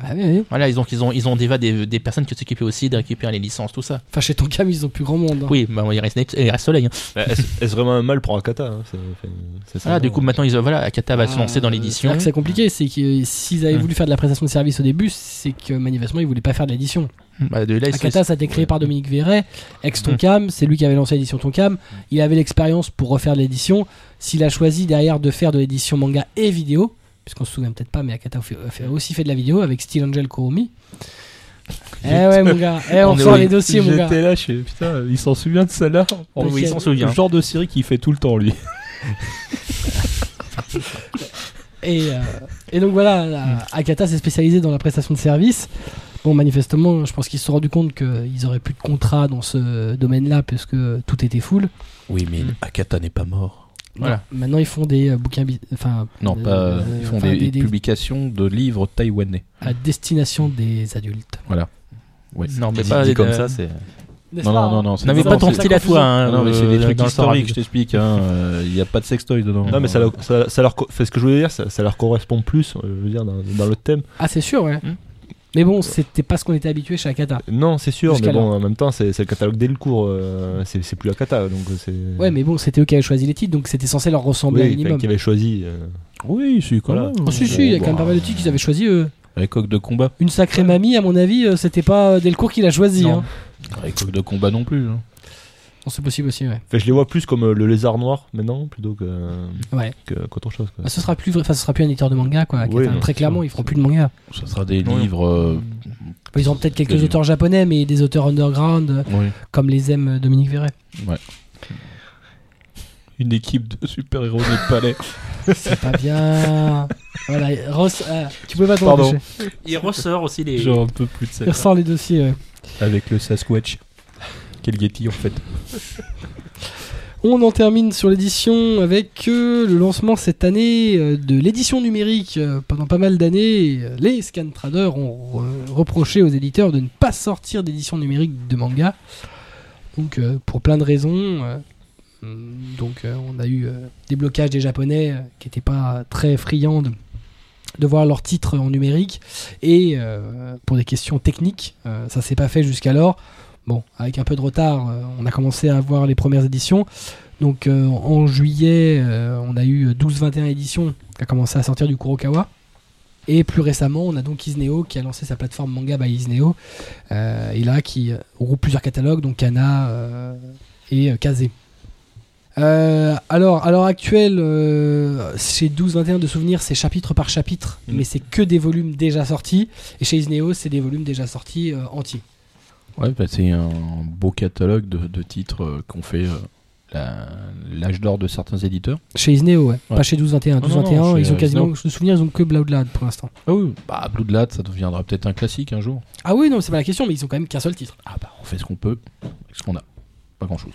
S1: Ah, oui, oui.
S3: voilà, ils ont, ils ont, ils ont déjà des, des personnes qui s'occupaient aussi de récupérer les licences, tout ça.
S1: Enfin, chez ton cam, ils ont plus grand monde. hein.
S3: Oui, bah, il, reste, Nept- il reste Soleil. hein.
S2: Bah, est-ce, est-ce vraiment un mal pour Akata hein C'est- c'est- c'est ça,
S3: Voilà,
S2: non
S3: du coup, maintenant, ils, ont- voilà, Akata va se lancer bah, dans
S1: Euh,
S3: l'édition.
S1: c'est-à-dire que Ah. C'est compliqué, c'est que euh, s'ils avaient
S3: Mm.
S1: voulu faire de la prestation de service au début, c'est que manifestement ils voulaient pas faire de l'édition.
S3: Bah, de là, ils se-
S1: Akata, ça a été créé par Dominique Véret, ex Tonkam, c'est lui qui avait lancé l'édition Tonkam. Il avait l'expérience pour refaire de l'édition. S'il a choisi derrière de faire de l'édition manga et vidéo, puisqu'on se souvient peut-être pas, mais Akata a fait- a fait- a aussi fait de la vidéo avec Steel Angel Koromi. Eh ouais, mon gars, eh, on
S3: On est
S1: sort
S3: au-
S1: les dossiers, mon gars.
S5: J'étais là, je fais, putain, il s'en souvient de celle-là.
S3: Oh, oui, ils s'en
S5: Le
S3: souviennent.
S5: genre de série qu'il fait tout le temps, lui.
S1: Et, euh, et donc voilà, la- Akata s'est spécialisé dans la prestation de service. Bon, manifestement, je pense qu'ils se sont rendus compte qu'ils auraient plus de contrat dans ce domaine-là, puisque tout était full.
S5: Oui, mais
S3: Mm.
S5: Akata n'est pas mort.
S3: Voilà.
S1: Non, maintenant, ils font des euh, bouquins. bi- Enfin,
S5: Non,
S1: euh,
S5: pas. ils font
S1: enfin,
S5: des, publications de livres taïwanais.
S1: à destination des adultes.
S5: Ouais.
S3: Non, mais
S4: Dit-
S3: pas
S4: dit comme
S3: euh,
S4: ça, c'est.
S5: Non, non, non, non. c'est-
S3: Non, mais
S1: Non,
S3: pas ton
S1: c'est-
S3: style à toi. hein,
S5: Ah non, mais c'est
S3: euh,
S5: des trucs
S3: dans le
S5: historiques, je
S3: Star
S5: t'explique. hein, euh, Il n'y a pas de sextoy dedans. Euh,
S2: Non, mais ça, leur- ça, ça leur, co- fait ce que je voulais dire, ça, ça leur correspond plus, euh, je veux dire, dans, dans le thème.
S1: Ah, c'est sûr, ouais.
S3: Hmm.
S1: Mais bon, c'était pas ce qu'on était habitué chez
S5: Hmm.
S1: Akata.
S2: Non, c'est sûr, mais
S1: Jusqu'alors.
S2: bon, en même temps, c'est, c'est le catalogue dès le cours, euh, c'est, c'est plus Akata, donc c'est.
S1: Ouais, mais bon, c'était eux qui avaient choisi les titres, donc c'était censé leur ressembler
S2: Oui,
S1: un
S2: enfin,
S1: minimum.
S2: qui avait choisi. euh,
S5: Oui, c'est quand
S2: Voilà.
S5: même.
S1: Oh, si, si, il y a
S5: Bon,
S1: quand même
S5: bah,
S1: pas mal de titres qu'ils avaient choisi eux.
S5: Les coques de combat.
S1: Une sacrée mamie, à mon avis, euh, c'était pas euh, Delcourt qui l'a choisi.
S3: Non.
S1: hein.
S5: Les coques de combat non plus. hein.
S1: Non, c'est possible aussi, ouais.
S2: Enfin, je les vois plus comme euh, le lézard noir maintenant, plutôt que,
S1: Ouais.
S2: que- qu'autre chose. quoi.
S1: Bah, ce sera plus, vrai- enfin, ce sera plus un éditeur de manga, quoi.
S2: Oui,
S1: Enfin,
S2: non,
S1: très
S2: c'est
S1: clairement,
S2: sûr.
S1: ils feront plus de manga.
S5: Ça sera des
S3: Ouais.
S5: livres. euh,
S1: Bah, Ils ont peut-être
S5: Des
S1: quelques
S5: livres.
S1: auteurs japonais, mais des auteurs underground, euh,
S5: oui.
S1: comme les aime euh, Dominique Véret.
S5: Une équipe de super-héros de palais.
S1: C'est pas bien. Voilà, Ross, ah, tu peux pas t'en
S5: Pardon.
S1: empêcher.
S3: Wars. Il ressort aussi les.
S5: J'en peux plus de ça.
S1: Il ressort les dossiers. ouais.
S5: Avec le Sasquatch. Quel Yeti en fait.
S2: Bah,
S1: On en termine sur l'édition avec euh, le lancement cette année euh, de l'édition numérique. Euh, Pendant pas mal d'années, euh, les scan traders ont re- reproché aux éditeurs de ne pas sortir d'édition numérique de manga. Donc, euh, pour plein de raisons. euh, mm, donc, euh, on a eu euh, des blocages des Japonais euh, qui n'étaient pas très friands de, de voir leurs titres en numérique. Et euh, pour des questions techniques, euh, ça s'est pas fait jusqu'alors. Bon, avec un peu de retard, euh, on a commencé à avoir les premières éditions. Donc euh, en juillet, euh, on a eu 12-21 éditions qui a commencé à sortir du Kurokawa. Et plus récemment, on a donc Isneo qui a lancé sa plateforme Manga by Isneo. Euh, et là, qui euh, regroupe plusieurs catalogues, donc Kana euh, et euh, Kaze. Euh, alors, à l'heure actuelle, euh, chez 12-21 de souvenirs, c'est chapitre par chapitre,
S2: Mm.
S1: mais c'est que des volumes déjà sortis. Et chez Isneo, c'est des volumes déjà sortis euh, entiers.
S5: Ouais, bah, c'est un beau catalogue de, de titres euh, qu'on fait euh, la- l'âge d'or de certains éditeurs.
S1: Chez Isneo, ouais.
S5: Ouais.
S1: Pas chez 12-21.
S5: Non, non, non,
S1: 12-21, ils
S5: chez
S1: ont quasiment,
S5: Isneo.
S1: je me souviens, ils ont que Blaudlad pour l'instant.
S5: Ah oui, bah Bloodlad, ça deviendra peut-être un classique un jour.
S1: Ah oui, non, c'est pas la question, mais ils ont quand même qu'un seul titre.
S5: Ah bah on fait ce qu'on peut, avec ce qu'on a. Pas grand chose.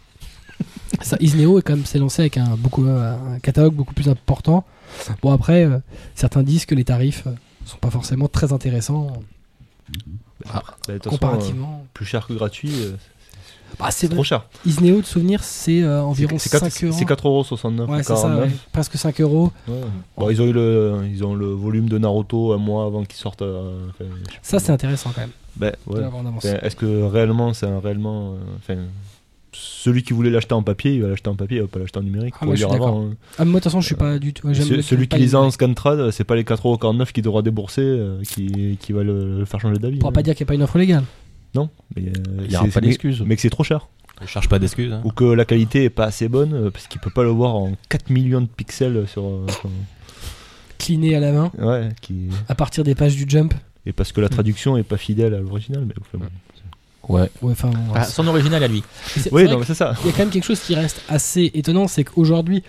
S1: Ça, Isneo est quand même s'est lancé avec un, beaucoup, euh, un catalogue beaucoup plus important. Bon, après, euh, certains disent que les tarifs euh, sont pas forcément très intéressants
S2: Bah, de toute façon, euh,
S1: comparativement.
S2: plus cher que gratuit, euh,
S1: Bah, c'est
S2: c'est
S1: vrai.
S2: trop cher.
S1: Isneo, de souvenir, c'est euh, environ
S2: c'est, c'est 4,
S1: 5 euros.
S2: c'est 4,69
S1: Ouais,
S2: ou
S1: c'est ça, ouais.
S2: 49.
S1: presque 5 euros.
S2: Ouais. Bon, ils ont eu le, ils ont le volume de Naruto un mois avant qu'ils sortent. euh, enfin, je sais
S1: Ça,
S2: pas.
S1: c'est intéressant quand même.
S2: Ben, ouais.
S1: de l'avoir en avance.
S2: Enfin, Est-ce que réellement, c'est un réellement. euh, Enfin, celui qui voulait l'acheter en papier, il va l'acheter en papier, il va pas l'acheter en numérique.
S1: Ah,
S2: faut
S1: moi,
S2: le
S1: je
S2: dire
S1: suis
S2: avant, hein.
S1: Ah, mais moi, de toute façon, je suis pas du tout. j'aime
S2: Ce-
S1: le-
S2: celui
S1: pas
S2: qui les
S1: les-
S2: a en scantrad, c'est pas les 4,49€ qui devra débourser euh, qui, qui va le, le faire changer d'avis.
S1: On pourra pas
S2: hein.
S1: dire qu'il n'y a pas une offre légale.
S2: Non, mais, euh,
S5: Il n'y aura
S2: c'est-
S5: pas
S2: mais-
S5: d'excuses.
S2: Mais que c'est trop cher.
S4: Je cherche pas d'excuses. hein.
S2: Ou que la qualité est pas assez bonne euh, parce qu'il peut pas le voir en 4 millions de pixels sur. euh, sur-
S1: Cliné à la main,
S2: Ouais, qui...
S1: à partir des pages du jump.
S2: et parce
S1: Hmm.
S2: que la traduction est pas fidèle à l'original. Mais... enfin, bon.
S5: Ouais.
S1: Ouais, enfin, bon,
S3: Ah, son original à lui.
S1: c'est- c'est
S2: Oui,
S1: vrai
S2: non, mais c'est ça.
S1: il y a quand même quelque chose qui reste assez étonnant, c'est qu'aujourd'hui,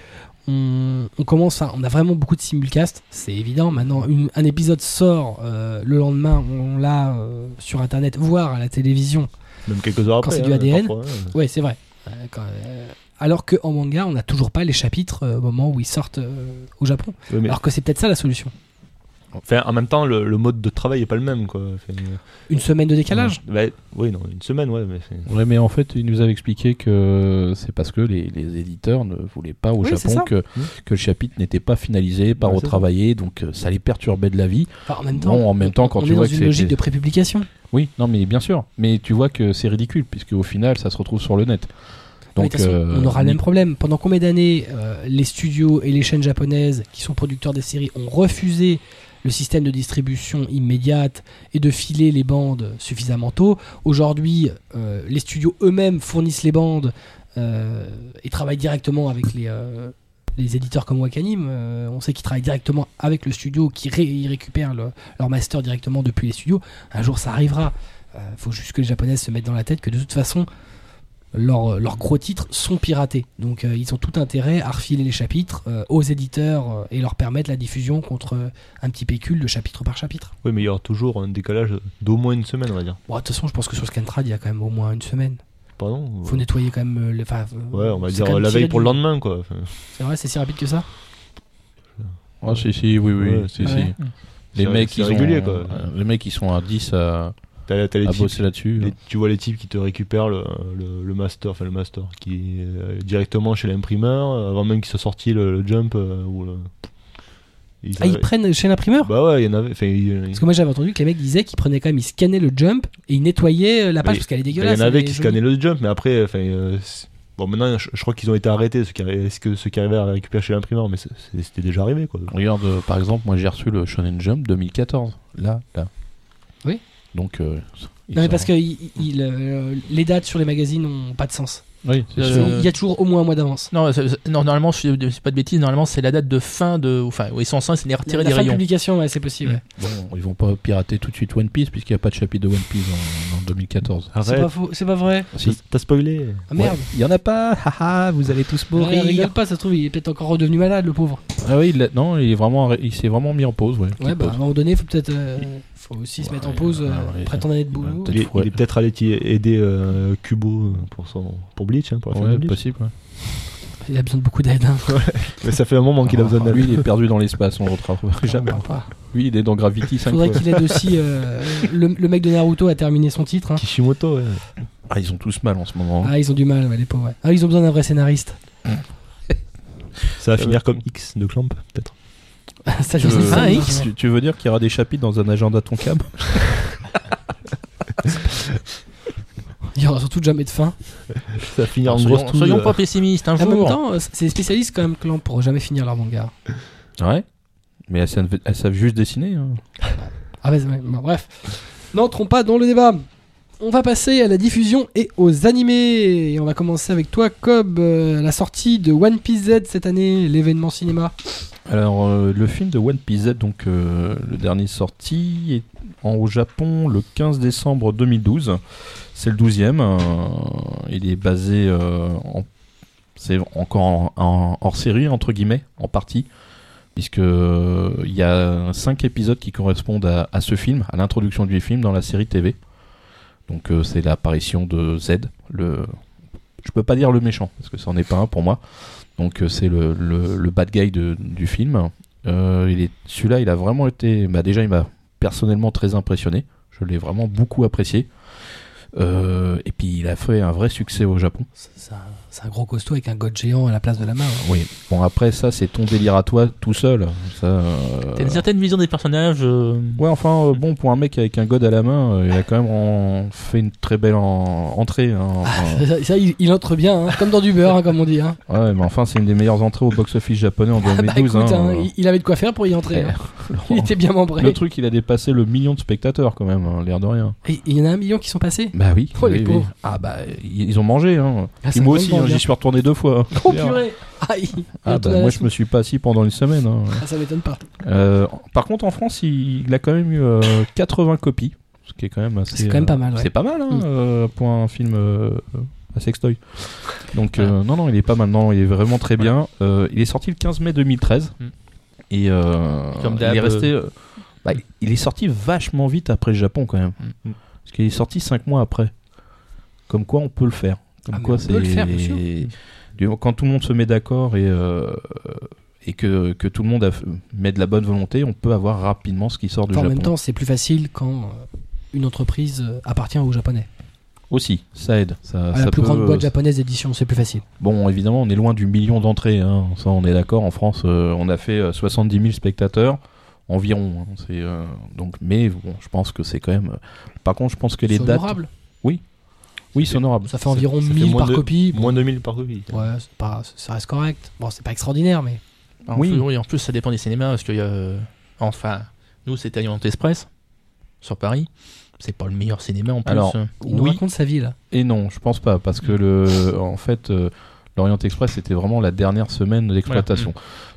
S1: on, on commence, à- on a vraiment beaucoup de simulcast, c'est évident. Maintenant, une- un épisode sort euh, le lendemain, on l'a euh, sur internet, voire à la télévision.
S2: Même quelques heures
S1: Quand
S2: après.
S1: c'est du ADN.
S2: parfois, hein.
S1: Ouais, c'est vrai. Euh, quand- euh, alors qu'en manga, on n'a toujours pas les chapitres euh, au moment où ils sortent euh, au Japon.
S2: Ouais, mais-
S1: Alors que c'est peut-être ça la solution.
S2: Enfin, en même temps, le, le mode de travail est pas le même, quoi. Enfin,
S1: Une semaine de décalage
S2: euh, bah, oui, non, une semaine, ouais. Mais c'est-
S5: Ouais, mais en fait, il nous avait expliqué que c'est parce que les, les éditeurs ne voulaient pas au
S1: Oui, c'est ça.
S5: Japon que, que le chapitre n'était pas finalisé, pas
S2: Ouais, c'est
S5: retravaillé, donc euh, ça les perturbait de la vie.
S1: Enfin, en même temps,
S5: Bon, en même temps, quand
S1: on
S5: tu
S1: est
S5: vois
S1: dans
S5: que
S1: une
S5: c'est-
S1: logique
S5: c'est-
S1: de prépublication.
S5: Oui, non, mais bien sûr. Mais tu vois que c'est ridicule, puisque au final, ça se retrouve sur le net.
S1: Ah, Mais
S5: Donc,
S1: de toute façon,
S5: euh,
S1: on aura le même problème. Pendant combien d'années, euh, les studios et les chaînes japonaises qui sont producteurs des séries ont refusé le système de distribution immédiate et de filer les bandes suffisamment tôt. Aujourd'hui, euh, les studios eux-mêmes fournissent les bandes euh, et travaillent directement avec les, euh, les éditeurs comme Wakanim. Euh, on sait qu'ils travaillent directement avec le studio, qui ré- ils récupèrent le- leur master directement depuis les studios. Un jour, ça arrivera. Euh, faut juste que les Japonaises se mettent dans la tête que de toute façon, leurs euh, leurs gros titres sont piratés. Donc euh, ils ont tout intérêt à refiler les chapitres euh, aux éditeurs euh, et leur permettre la diffusion contre euh, un petit pécule de chapitre par chapitre.
S2: Oui, mais il y aura toujours un décalage d'au moins une semaine, on va dire.
S1: Bon, de toute façon, je pense que sur Scantrad, il y a quand même au moins une semaine.
S2: Pardon
S1: Faut nettoyer quand même euh, les. enfin, euh,
S2: Ouais, on va
S1: c'est
S2: dire
S1: quand même
S2: la
S1: tiré
S2: veille pour
S1: du-
S2: le lendemain, quoi. Enfin,
S1: C'est vrai, c'est si rapide que ça
S5: Ah, si, si, oui, oui,
S2: Ouais,
S5: si,
S1: ouais.
S5: si.
S1: Ouais.
S5: Les
S2: C'est-
S5: mecs,
S2: c'est
S5: ils ont-
S2: régulier, quoi.
S5: euh, les mecs, ils sont à 10 à,
S2: t'as,
S1: Ah,
S2: t'as les
S5: à
S1: bah,
S2: types,
S5: bosser là-dessus. hein.
S2: les- tu vois les types qui te récupèrent le, le- le master, enfin le master, qui est euh, directement chez l'imprimeur, euh, avant même qu'il soit sorti le, le jump euh, ou le... Ils
S1: Ah, ils
S2: avaient-
S1: prennent chez l'imprimeur
S2: Bah ouais, il y en avait. Enfin, il- il-
S1: Parce que moi j'avais entendu que les mecs disaient qu'ils prenaient quand même, ils scannaient le jump et ils nettoyaient euh, la page
S2: Mais- bah,
S1: parce qu'elle est
S2: Il y
S1: dégueulasse.
S2: en avait
S1: elle est
S2: qui
S1: jolie.
S2: scannaient le jump, mais après, enfin, euh, c'est- bon, maintenant, je, je crois qu'ils ont été arrêtés, ceux qui, arri- ce que ceux qui arrivaient à récupérer chez l'imprimeur, mais c'est- c'est- c'était déjà arrivé, quoi.
S5: Regarde, euh, par exemple, moi j'ai reçu le Shonen Jump 2014. Là, là.
S1: Oui.
S5: Donc. euh, ils
S1: Non, mais
S5: ont-
S1: parce que il- il- euh, les dates sur les magazines n'ont pas de sens.
S5: Oui, c'est
S3: Euh,
S5: sûr.
S1: Il y a toujours au moins un mois d'avance.
S3: Non, c'est- c'est- non, normalement, je ne pas de bêtises, normalement, c'est la date de fin de. Enfin, ils sont censés les
S1: La, la
S3: retirer des
S1: fin de
S3: rayons.
S1: publication, ouais, c'est possible.
S3: Mm.
S1: ouais.
S5: Bon, ils vont pas pirater tout de suite One Piece, puisqu'il n'y a pas de chapitre de One Piece en, en 2014.
S1: C'est pas faux- c'est pas vrai.
S2: T'as- T'as spoilé
S1: Ah, merde. Ah,
S5: Ouais, Il y en a pas, haha, vous allez tous
S1: Bon,
S5: mourir.
S1: rigole pas, ça se trouve, il est peut-être encore redevenu malade, le pauvre.
S5: ah oui, il l'a- non, il est vraiment, arrêt- il s'est vraiment mis en pause, ouais.
S1: Ouais,
S5: petite
S1: bah, à un
S5: pause.
S1: moment donné, faut peut-être euh, faut aussi se
S5: Ouais,
S1: mettre en
S5: ouais,
S1: pause, euh,
S5: ouais, ouais.
S1: après ton année de
S5: Il va
S1: boulot.
S5: peut-être
S2: Il est,
S5: Ouais.
S2: il est peut-être allé t'y aider euh, Kubo pour, son, pour Bleach, hein, pour la fin de
S5: Ouais,
S2: Bleach.
S5: possible. ouais.
S1: Il a besoin de beaucoup d'aide. Hein.
S2: Mais ça fait un moment qu'il a besoin
S5: Ah, Lui,
S2: d'aller.
S5: il est perdu dans l'espace, on le retrouvera jamais.
S1: On parle Ah, bah, pas.
S5: Lui, il est dans Gravity 5
S1: Faudrait
S5: fois.
S1: qu'il aide aussi euh, le, le mec de Naruto à terminer son titre. hein.
S2: Kishimoto, ouais.
S5: Ah, ils ont tous mal en ce moment.
S1: Ah, ils ont du mal, ouais, les pauvres. ouais. Ah, ils ont besoin d'un vrai scénariste.
S2: Ça va finir comme X de Clamp, peut-être.
S1: Ça,
S5: Tu
S1: je sais
S5: veux,
S1: pas. hein.
S3: Ah,
S1: Ouais.
S3: X.
S5: tu- tu veux dire qu'il y aura des chapitres dans un agenda Tonkam
S1: Il y aura surtout jamais de fin.
S2: Ça va finir en
S3: Soyons,
S2: grosse touille,
S3: soyons
S2: euh,
S3: pas pessimistes, un
S1: En même
S3: jour.
S1: temps, euh, c'est les spécialistes quand même que l'on pour jamais finir leur manga.
S5: Ouais. Mais elles savent, elles savent juste dessiner. hein.
S1: Ah, bah, c'est vrai. Bon, bref. N'entrons pas dans le débat. On va passer à la diffusion et aux animés. Et on va commencer avec toi, Cobb, euh, la sortie de One Piece Z cette année, l'événement cinéma.
S5: Alors, euh, le film de One Piece Z, donc euh, le dernier sorti, est en, au Japon le 15 décembre 2012. C'est le 12e. euh, il est basé euh, en. C'est encore en, en- hors série, entre guillemets, en partie. Puisque euh, il y a cinq épisodes qui correspondent à, à ce film, à l'introduction du film dans la série TV. Donc, euh, c'est l'apparition de Z. Le... Je peux pas dire le méchant, parce que ça n'en est pas un pour moi. Donc euh, c'est le, le, le bad guy de- du film. Euh, il est- Celui-là, il a vraiment été... Bah, déjà, il m'a personnellement très impressionné. Je l'ai vraiment beaucoup apprécié. Euh, et puis il a fait un vrai succès au Japon.
S1: C'est un, c'est un gros costaud avec un god géant à la place de la main. hein. ouais.
S5: Oui. Bon après ça c'est ton délire à toi tout seul. Ça, euh,
S3: T'as une certaine vision des personnages. euh,
S5: Ouais enfin euh, bon pour un mec avec un god à la main, euh, il a quand même en- fait une très belle en- entrée. hein. Enfin,
S1: Ah, Ça, ça, il, il entre bien, hein, comme dans du beurre, hein, comme on dit. hein.
S5: ouais mais enfin c'est une des meilleures entrées au box-office japonais en
S1: Bah,
S5: 2012.
S1: écoute,
S5: hein. Eh,
S1: hein, il, il avait de quoi faire pour y entrer. hein. Il était bien membré.
S5: Le truc, il a dépassé le million de spectateurs quand même, hein, l'air de rien.
S1: Et Il y en a un million qui sont passés.
S5: Bah oui.
S1: Oh, les pauvres.
S5: Ah bah ils ils ont mangé. Hein.
S1: Ah,
S5: Et
S1: ça
S5: moi
S1: me
S5: aussi,
S1: tombe
S5: hein,
S1: bien.
S5: j'y suis retourné deux fois.
S1: Oh purée Aïe
S5: Ah bah moi je me suis pas assis pendant une semaine. hein.
S1: Ah, ça m'étonne pas.
S5: Euh, par contre en France, il, il a quand même eu euh, 80 copies, ce qui est quand même assez.
S1: C'est quand même
S5: euh,
S1: pas mal, ouais.
S5: C'est pas mal hein,
S1: Mm.
S5: euh, pour un film euh, à sextoy. Donc euh, non non, il est pas mal. Non, il est vraiment très bien. Euh, il est sorti le 15 mai 2013
S3: Mm.
S5: et euh,
S3: Et comme
S5: il est
S3: d'hab,
S5: resté. euh, bah, il est sorti vachement vite après le Japon quand même,
S2: Mm.
S5: parce qu'il est sorti 5 mois après. Comme quoi on peut le faire. Comme
S1: Ah, mais
S5: quoi
S1: on peut le faire, bien sûr.
S5: Du- Quand tout le monde se met d'accord et, euh, et que, que tout le monde a f- met de la bonne volonté, on peut avoir rapidement ce qui sort du
S1: Enfin, en
S5: Japon.
S1: même temps, c'est plus facile quand euh, une entreprise euh, appartient aux Japonais.
S5: Aussi, ça aide.
S1: à
S5: Ça,
S1: la
S5: ça
S1: plus
S5: peut,
S1: grande boîte
S5: euh,
S1: japonaise d'édition, c'est plus facile.
S5: Bon, évidemment, on est loin du million d'entrées. hein. Ça, on est d'accord. En France, euh, on a fait euh, 70 000 spectateurs environ. hein. C'est euh, donc, mais bon, je pense que c'est quand même. euh, Par contre, je pense que les
S1: C'est
S5: dates.
S1: honorable.
S5: Oui, c'est honorable.
S1: Ça fait environ
S2: ça fait
S1: 1000
S2: moins
S1: par
S2: de-
S1: copie.
S2: Moins de 1000 par copie.
S1: Ouais, c'est pas, ça reste correct. Bon, c'est pas extraordinaire, mais.
S3: En
S5: Oui.
S3: plus, oui, en plus, ça dépend des cinémas, parce que, euh, enfin, nous, c'était Orient Express, sur Paris. C'est pas le meilleur cinéma, en plus.
S5: Alors,
S1: Il nous
S5: Oui.
S1: raconte sa vie, là.
S5: Et non, je pense pas, parce que le, en fait, euh, l'Orient Express c'était vraiment la dernière semaine d'exploitation.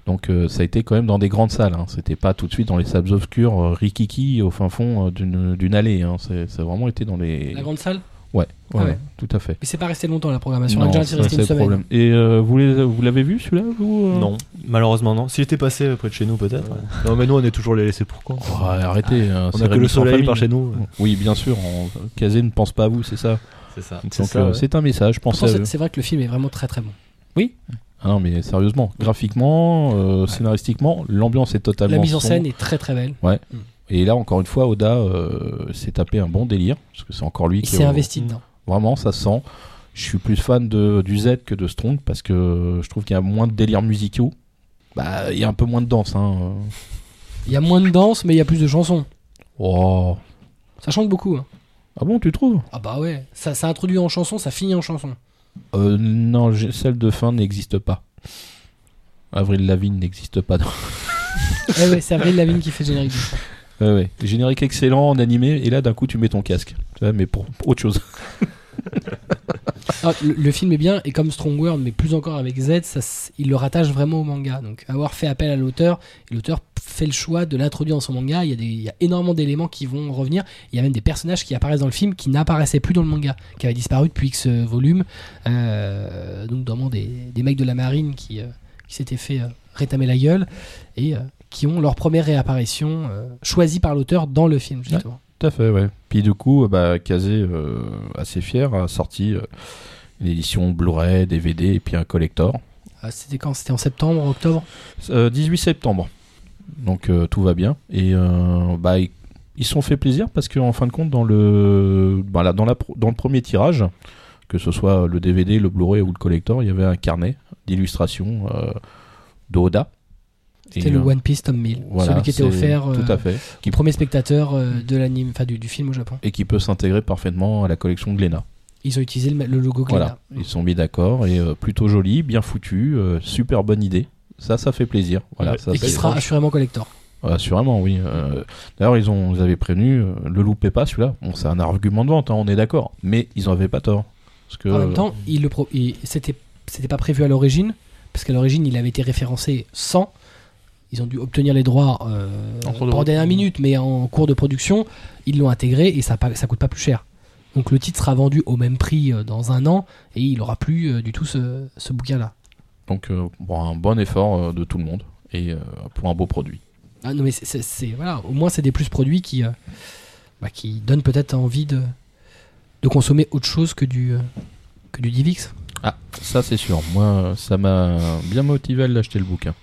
S5: Donc euh, ça a été quand même dans des grandes salles. hein. C'était pas tout de suite dans les salles obscures, euh, rikiki au fin fond euh, d'une d'une allée. hein. C'est- Ça a vraiment été dans les.
S1: La grande salle
S5: Ouais,
S1: Ah ouais. Ah,
S5: Tout à fait.
S1: Mais c'est pas resté longtemps, la programmation.
S5: Non,
S1: Elle a
S5: ça,
S1: déjà resté
S5: c'est
S1: une
S5: le
S1: semaine.
S5: problème. Et euh, vous les- vous l'avez vu celui-là vous,
S1: Mm.
S5: euh
S2: Non.
S4: Malheureusement, non. S'il était passé euh, près de chez nous, peut-être.
S2: Non, mais nous, on est toujours les laissés pour compte.
S5: Oh,
S1: Ah,
S5: arrêtez. euh,
S2: On
S5: c'est
S2: a que le
S5: Rémi sans
S2: soleil
S5: famille.
S2: par chez nous.
S5: Oui, bien sûr. on- Kazé ne pense pas à vous, c'est ça.
S4: C'est ça.
S5: Donc
S2: Ah, ça,
S5: euh,
S2: ouais.
S5: c'est un message. Pensez
S1: Pourtant,
S5: à
S1: c'est-
S5: eux.
S1: C'est vrai que le film est vraiment très très bon.
S5: Ah non, mais sérieusement, graphiquement, euh, scénaristiquement, l'ambiance est totalement.
S1: La mise en
S5: sombre.
S1: scène est très très belle.
S5: Et là, encore une fois, Oda euh, s'est tapé un bon délire, parce que c'est encore lui
S1: Il
S5: qui
S1: s'est
S5: euh,
S1: investi dedans.
S5: Vraiment, ça sent. Je suis plus fan de, du Z que de Strong, parce que je trouve qu'il y a moins de délires musicaux. Bah, il y a un peu moins de danse. Hein.
S1: Il y a moins de danse, mais il y a plus de chansons.
S5: Oh.
S1: Ça chante beaucoup. hein.
S5: Ah bon, tu trouves
S1: Ah bah ouais. Ça, ça introduit en chanson, ça finit en chanson.
S5: Euh, Non, j'ai- celle de fin n'existe pas. Avril Lavigne n'existe pas.
S1: Eh ouais, c'est Avril Lavigne qui fait le générique. du film.
S5: Ouais, ouais. Générique excellent en animé, et là, d'un coup, tu mets ton casque. Tu vois, mais pour, pour autre chose.
S1: Ah, le, le film est bien, et comme Strong World, mais plus encore avec Z, ça, s- il le rattache vraiment au manga. Donc avoir fait appel à l'auteur, et l'auteur fait le choix de l'introduire dans son manga, il y, a des- il y a énormément d'éléments qui vont revenir. Il y a même des personnages qui apparaissent dans le film qui n'apparaissaient plus dans le manga, qui avaient disparu depuis X euh, volume. Euh, donc notamment des, des mecs de la marine qui, euh, qui s'étaient fait euh, rétamer la gueule, et euh, qui ont leur première réapparition euh, choisie par l'auteur dans le film, justement.
S5: Tout à fait, ouais. Puis du coup, euh, bah, Kazé, euh, assez fier, a sorti euh, une édition Blu-ray, DVD et puis un collector.
S1: Ah, C'était quand C'était en septembre, octobre
S5: Euh, 18 septembre. Donc euh, tout va bien. Et euh, bah, ils ils se sont fait plaisir parce qu'en fin de compte, dans le, bah, là, dans, la, pro- dans le premier tirage, que ce soit le DVD, le Blu-ray ou le collector, il y avait un carnet d'illustrations euh, d'Oda. Et,
S1: C'était le
S5: euh,
S1: One Piece tome 1000,
S5: voilà,
S1: celui qui était
S5: c'est-
S1: offert. euh,
S5: Tout à fait. Qui,
S1: premier spectateur euh, de l'anime, enfin du, du film au Japon.
S5: et qui peut s'intégrer parfaitement à la collection Glénat.
S1: Ils ont utilisé le, le logo Glénat.
S5: Voilà, ils se sont mis d'accord et euh, plutôt joli, bien foutu, euh, super bonne idée. Ça, ça fait plaisir. Voilà,
S2: Ouais.
S5: ça,
S1: Et
S5: c'est-
S1: qui sera assurément collector.
S5: Ah, Assurément, oui. Euh, D'ailleurs, ils, ont- ils avaient prévenu, euh, le loupez pas celui-là. Bon, c'est un argument de vente, hein, on est d'accord. Mais ils n'en avaient pas tort. Parce que,
S1: En même temps, il le pro- il- c'était c'était pas prévu à l'origine, parce qu'à l'origine il avait été référencé sans. Ils ont dû obtenir les droits euh,
S3: En cours de
S1: pas en
S3: route.
S1: dernière minute, mais en cours de production, ils l'ont intégré et ça, pa- ça coûte pas plus cher. Donc le titre sera vendu au même prix euh, dans un an et il aura plus euh, du tout ce, ce bouquin-là.
S5: Donc, euh, bon, un bon effort euh, de tout le monde. Et euh, pour un beau produit.
S1: Ah non mais c'est- c'est c'est- voilà, au moins c'est des plus produits qui euh, bah, qui donnent peut-être envie de de consommer autre chose que du euh, que du Divix.
S5: Ça, c'est sûr. Moi, euh, ça m'a bien motivé à l'acheter le bouquin.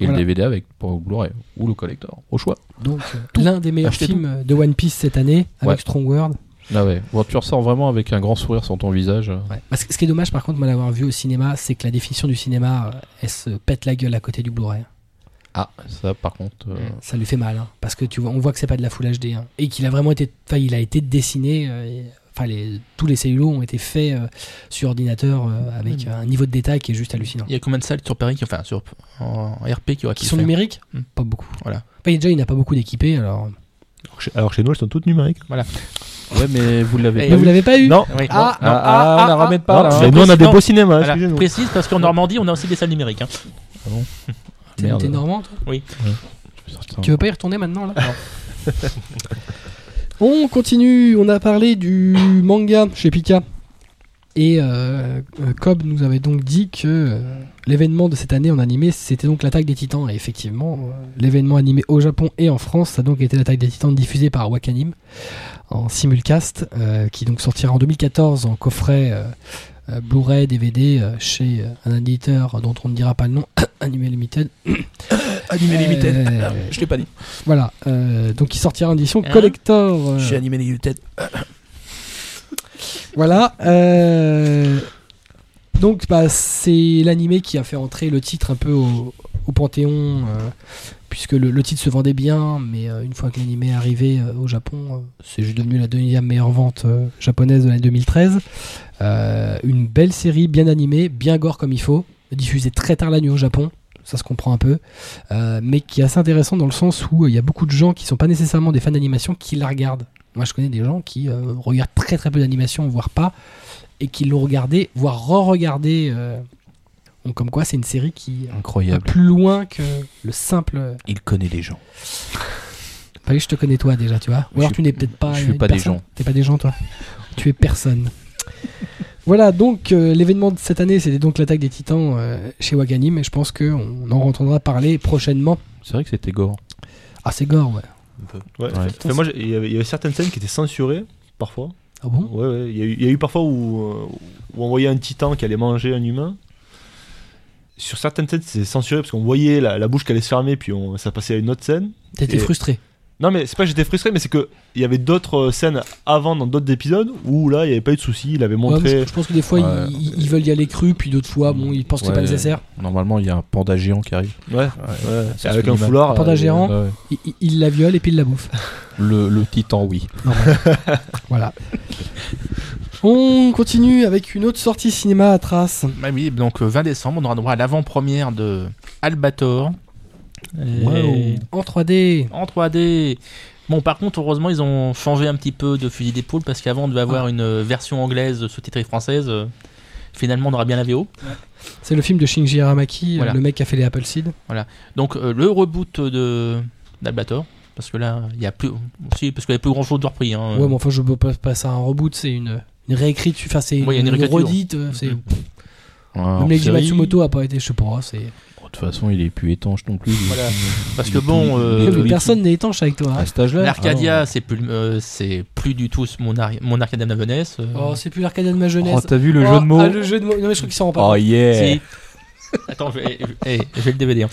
S5: Et
S1: Voilà.
S5: le DVD avec pour Blu-ray ou le collector, au choix.
S1: Donc euh, l'un des meilleurs
S5: Achetez
S1: films de One Piece cette année avec
S5: Ouais.
S1: Strong World.
S5: Ah ouais, Bon, tu ressors vraiment avec un grand sourire sur ton visage.
S1: Ouais. Parce que ce qui est dommage par contre moi l'avoir vu au cinéma, c'est que la définition du cinéma euh, elle se pète la gueule à côté du Blu-ray.
S5: Ah, ça, par contre. euh,
S1: Ça lui fait mal hein, parce que tu vois on voit que c'est pas de la Full HD hein, et qu'il a vraiment été enfin il a été dessiné euh, et- Enfin, les- tous les cellulos ont été faits euh, sur ordinateur euh, avec un niveau de détail qui est juste hallucinant.
S3: Il y a combien de salles sur Paris, qui, enfin, sur, en RP qui auraient
S1: qui
S3: pu
S1: sont
S3: le faire
S1: numériques
S3: Hmm.
S1: Pas beaucoup.
S3: Voilà.
S1: Enfin, déjà, il n'a pas beaucoup d'équipés, alors.
S2: Alors, chez- Alors, chez nous, elles sont toutes numériques.
S5: Ouais, mais vous l'avez
S3: Et-
S1: Mais
S5: pas
S1: vous
S5: vu.
S1: l'avez pas eu
S2: Non,
S3: Oui.
S1: Eh, Ah,
S5: Ah, ah, on la ramène pas là.
S2: Non,
S5: hein.
S2: mais nous, on a des
S3: Non.
S2: beaux cinémas,
S3: Voilà,
S2: excusez-nous.
S3: précise parce qu'en Normandie, on a aussi des salles numériques. hein.
S1: T'es
S5: Merde.
S1: t'es normand, toi
S5: Putain.
S1: Tu veux pas y retourner maintenant, là On continue, on a parlé du manga chez Pika. Et euh, euh, Cobb nous avait donc dit que euh, l'événement de cette année en animé, c'était donc l'attaque des titans. Et effectivement, euh, l'événement animé au Japon et en France, ça a donc été l'attaque des titans diffusée par Wakanim en simulcast, euh, qui donc sortira en 2014 en coffret euh, euh, Blu-ray, DVD euh, chez euh, un éditeur dont on ne dira pas le nom, Anime Limited.
S5: Animé
S1: Euh,
S5: Limited. Je l'ai pas dit.
S1: Voilà, euh, donc il sortira en édition
S3: Hein
S1: collector. euh,
S5: Je suis Animé Limited.
S1: Voilà. euh, Donc, bah, c'est l'animé qui a fait entrer le titre un peu au, au Panthéon, euh, puisque le, le titre se vendait bien, mais euh, une fois que l'animé est arrivé euh, au Japon, euh, c'est juste devenu la deuxième meilleure vente euh, japonaise de l'année 2013. Euh, une belle série, bien animée, bien gore comme il faut, diffusée très tard la nuit au Japon. Ça se comprend un peu, euh, mais qui est assez intéressant dans le sens où euh, il y a beaucoup de gens qui sont pas nécessairement des fans d'animation qui la regardent. Moi, je connais des gens qui euh, regardent très très peu d'animation, voire pas, et qui l'ont regardé, voire re-regardé. euh, donc, comme quoi, c'est une série qui va
S5: Incroyable.
S1: plus loin que le simple.
S5: Il connaît les gens.
S1: Pas je te connais toi déjà, tu vois. Ou
S5: Je
S1: alors
S5: suis-
S1: tu n'es peut-être pas.
S5: je
S1: euh,
S5: suis
S1: une
S5: pas des
S1: personne.
S5: gens.
S1: T'es pas des gens, toi. tu es personne. Voilà, donc euh, l'événement de cette année, c'était donc l'attaque des Titans euh, chez Waganim, et je pense qu'on en entendra parler prochainement.
S5: C'est vrai que c'était gore.
S1: Ah, c'est gore, ouais.
S2: Ouais.
S5: Ouais.
S2: Enfin, moi, j'ai- il y, avait, il y avait certaines scènes qui étaient censurées, parfois.
S1: Ah bon
S2: Ouais, ouais. Il y, a eu- il y a eu parfois où, euh, où on voyait un titan qui allait manger un humain. Sur certaines scènes, c'était censuré parce qu'on voyait la, la bouche qui allait se fermer, puis on, ça passait à une autre scène.
S1: T'étais
S2: Et-
S1: frustré.
S2: Non, mais c'est pas que j'étais frustré, mais c'est que il y avait d'autres euh, scènes avant dans d'autres épisodes où là, il n'y avait pas eu de soucis, il avait
S1: Ouais,
S2: montré.
S1: mais je pense que des fois,
S5: Ouais.
S1: ils, ils- ils veulent y aller cru, puis d'autres fois, bon, ils pensent que c'est pas
S5: Ouais.
S1: nécessaire.
S5: Normalement, il y a un panda géant qui arrive.
S2: Ouais, ouais.
S5: ça
S2: avec
S5: se
S2: un
S5: dit mal.
S2: foulard.
S1: Un panda
S2: euh,
S1: géant.
S5: Ah, Ouais.
S1: Ils, ils- ils la violent et puis ils la bouffent.
S5: Le, le titan, oui.
S1: Voilà. On continue avec une autre sortie cinéma à trace.
S3: Bah oui, donc euh, 20 décembre, on aura droit à l'avant-première de Albator. Et-
S1: En 3D.
S3: En 3D. Bon, par contre, heureusement, ils ont changé un petit peu de fusil d'épaule parce qu'avant, on devait
S1: Ah.
S3: avoir une euh, version anglaise sous-titrée française. Euh, Finalement, on aura bien la VO.
S1: C'est le film de Shinji Aramaki, euh,
S3: Voilà.
S1: le mec qui a fait les Apple Seed.
S3: Donc, euh, le reboot de d'Albator. Parce que là, il y a plus. si, parce qu'il n'y a plus grand chose de repris. hein.
S1: Ouais, mais enfin, je peux pas passer à un reboot, c'est une, une réécriture, enfin, c'est
S3: Ouais, il y a
S1: une,
S3: une réécriture.
S1: redite. euh, c'est-
S3: Mhm.
S1: Même l'ex
S5: série-
S1: Matsumoto a pas été, je sais pas. c'est-
S5: Bon, De toute façon, il est plus étanche non plus. lui.
S3: Voilà. Parce
S5: Il
S3: que
S5: est
S3: bon,
S5: tout- il est
S3: euh,
S5: tout
S1: Mais
S5: liquide.
S1: personne n'est étanche avec toi. hein.
S5: À cet âge-là.
S3: L'Arcadia,
S5: ah,
S3: c'est plus, euh, c'est plus du tout mon, Ar- mon Arcadia de la jeunesse. euh.
S1: Oh, c'est plus l'arcade de ma
S5: ouais.
S1: jeunesse.
S5: Oh, t'as vu le
S1: Oh,
S5: jeu de mots
S1: ah, le jeu de mots. Non, mais je crois qu'il s'en rend pas.
S5: Oh
S2: Ah,
S1: compte.
S5: yeah
S3: Si. Attends, je vais- je- hey, j'ai le DVD. hein.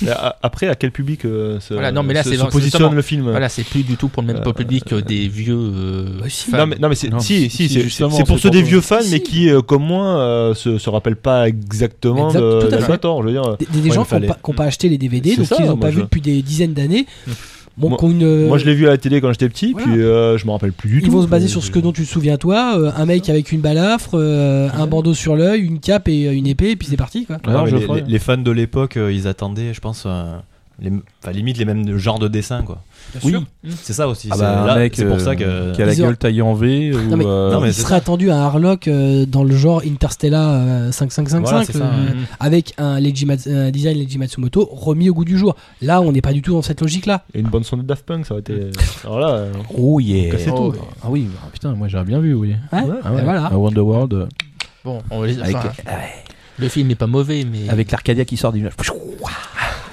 S2: Mais a- Après, à quel public euh, se,
S3: Voilà, non, mais là,
S2: se-
S3: c'est
S2: se
S3: vraiment-
S2: positionne
S3: justement.
S2: le film
S3: Voilà, c'est plus du tout pour le même
S2: Euh,
S3: public que des vieux. euh,
S1: Bah, si.
S3: fans.
S2: non mais, non, mais c'est
S5: Non,
S2: si, si,
S5: si,
S2: c'est- c'est
S5: justement,
S2: c'est pour
S5: c'est
S2: ceux
S5: pour
S2: des
S5: toi.
S2: vieux fans
S1: Si.
S2: mais qui euh, comme moi euh, se, se rappellent pas exactement
S1: Exact, tout à
S2: de
S1: fait. Euh,
S2: d'Albator je veux dire
S1: Des, des
S2: il
S1: gens qui n'ont
S2: fallait.
S1: pas, qui ont pas acheté les DVD,
S2: C'est
S1: donc
S2: ça,
S1: ils n'ont
S2: moi,
S1: pas
S2: je-
S1: vu depuis des dizaines d'années.
S3: Mm.
S1: Bon,
S2: Moi-
S1: qu'on une-
S2: moi je l'ai vu à la télé quand j'étais petit
S1: Voilà.
S2: puis euh, je me rappelle plus du tout
S1: Ils vont se baser sur ce que dont tu te souviens toi, euh, un mec avec une balafre, euh, un bandeau sur l'œil, une cape et euh, une épée, et puis c'est parti quoi.
S4: Ouais,
S5: Alors,
S4: mais
S5: Ah, je
S4: les,
S5: crois-
S4: les- les fans de l'époque, euh, ils attendaient, je pense, euh, les, enfin, limite les mêmes genres de dessins, quoi.
S1: Oui.
S4: C'est ça aussi.
S5: Ah
S4: c'est-
S5: bah,
S4: là,
S5: un mec
S4: c'est pour
S5: euh,
S4: ça que.
S5: qui a la
S1: Ils ont-
S5: gueule taillée en V ou
S1: mais-
S5: euh,
S4: Non, mais
S1: il
S4: c'est
S1: serait attendu à un Harlock euh, dans le genre Interstellar euh, 5555
S4: Voilà, c'est ça,
S1: euh,
S3: ouais.
S1: avec un, Leiji Mats- un design Leiji Matsumoto remis au goût du jour. Là, on n'est pas du tout dans cette logique là.
S2: Et une bonne sonde de Daft Punk ça aurait été alors là euh,
S5: Oh yeah
S2: Cassez
S5: Oh,
S2: tout.
S5: Ah oui, bah, putain, moi j'aurais bien vu, oui. Ah ouais,
S1: voilà.
S5: à Wonderworld euh,
S3: Bon, on va les-
S5: avec,
S2: euh,
S5: Ah,
S3: enfin, le film n'est pas mauvais, mais
S5: avec l'Arcadia qui sort du.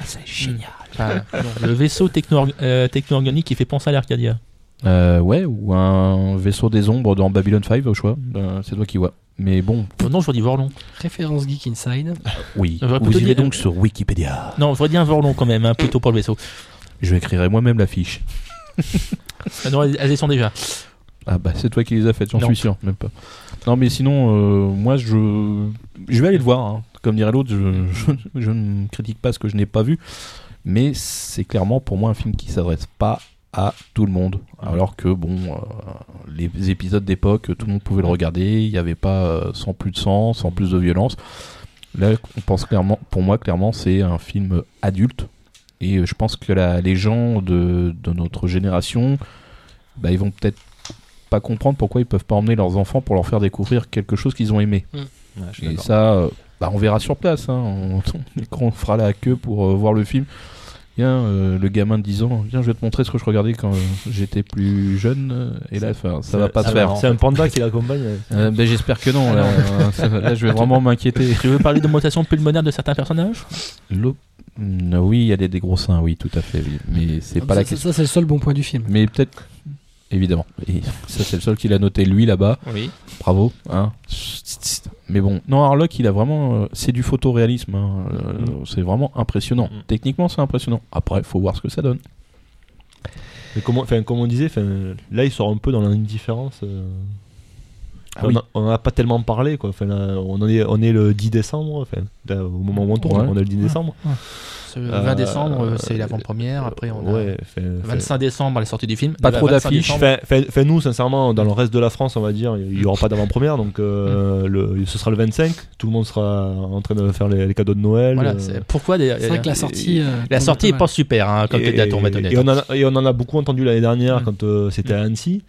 S5: C'est
S3: génial. enfin, bon, le vaisseau techno- euh, techno-organique qui fait penser à l'Arcadia.
S5: Euh, ouais, ou un vaisseau des ombres dans Babylon 5, au choix. Euh, c'est toi qui vois. Mais bon,
S3: Oh non, je dis Vorlon.
S1: Référence Geek Inside.
S5: oui.
S3: J'aurais
S5: Vous
S3: plutôt
S5: irez
S3: dit-
S5: donc sur Wikipédia.
S3: Non, je dis un Vorlon quand même, hein, plutôt pour le vaisseau.
S5: Je écrirai moi-même la fiche.
S3: Ah non, elles, elles y sont déjà.
S5: Ah bah c'est toi qui les as faites, j'en
S3: Non.
S5: suis sûr, même pas. Non mais sinon, euh, moi je je vais aller le voir. hein. Comme dirait l'autre, je, je- je ne critique pas ce que je n'ai pas vu, mais c'est clairement pour moi un film qui s'adresse pas à tout le monde. Alors que bon, euh, les épisodes d'époque, tout le monde pouvait le regarder, il n'y avait pas euh, sans plus de sang, sans plus de violence. Là, on pense clairement, pour moi clairement, c'est un film adulte. Et euh, je pense que la- les gens de, de notre génération, bah, ils vont peut-être pas comprendre pourquoi ils peuvent pas emmener leurs enfants pour leur faire découvrir quelque chose qu'ils ont aimé.
S4: Ouais, je suis
S5: Et
S4: d'accord.
S5: ça, euh, bah, on verra sur place. hein. On, quand on fera la queue pour euh, voir le film, viens, euh, le gamin de 10 ans, viens, je vais te montrer ce que je regardais quand euh, j'étais plus jeune. euh, Et là, enfin, ça va pas
S4: ça
S5: se
S4: va,
S5: faire.
S4: non.
S2: c'est un panda qui l'accompagne
S5: Euh, ben, J'espère que non. Là, euh, ça- là, je vais vraiment m'inquiéter.
S3: Tu veux parler de mutation pulmonaire de certains personnages
S5: L'eau- Mm, Oui, elle est des gros seins, oui, tout à fait. oui. Mais c'est pas la
S1: Ah, ça, ça,
S5: question.
S1: ça, c'est le seul bon point du film.
S5: Mais peut-être. Évidemment. Et ça, c'est le seul qui l'a noté, lui, là-bas.
S3: Oui.
S5: bravo. hein. Mais bon, non, Harlock, il a vraiment. euh, c'est du photoréalisme. hein, euh, C'est vraiment impressionnant.
S2: Mm.
S5: Techniquement, c'est impressionnant. Après, faut voir ce que ça donne.
S2: Mais comme, on- enfin, comme on disait, enfin, là, il sort un peu dans l'indifférence. euh.
S5: Ah
S2: on
S5: oui.
S2: a- on n'a pas tellement parlé, quoi. Enfin, là, on, en est, on est le 10 décembre, enfin, là, au moment où on tourne,
S5: Ouais.
S2: on est le 10 décembre.
S3: Ce 20
S2: Euh,
S3: décembre, euh, c'est l'avant-première. Après, on a
S2: Ouais, enfin, enfin,
S3: 25 décembre à la sortie du film.
S5: Pas
S3: Déjà,
S5: trop
S3: 25
S5: d'affiches.
S3: décembre.
S2: Enfin, enfin, enfin, nous, sincèrement, dans le reste de la France, on va dire, il n'y aura pas d'avant-première, donc euh, le, ce sera le 25. Tout le monde sera en train de faire les, les cadeaux de Noël.
S3: Voilà,
S2: euh,
S3: c'est- pourquoi des-
S1: C'est vrai que la sortie. euh,
S3: La
S1: tombe
S3: sortie est
S1: mal.
S3: pas super, hein, comme
S2: et-
S3: t'es date, on va être
S2: et,
S3: honnête.
S2: et on en a, et on en a beaucoup entendu l'année dernière
S3: Mm.
S2: quand euh, c'était à Annecy.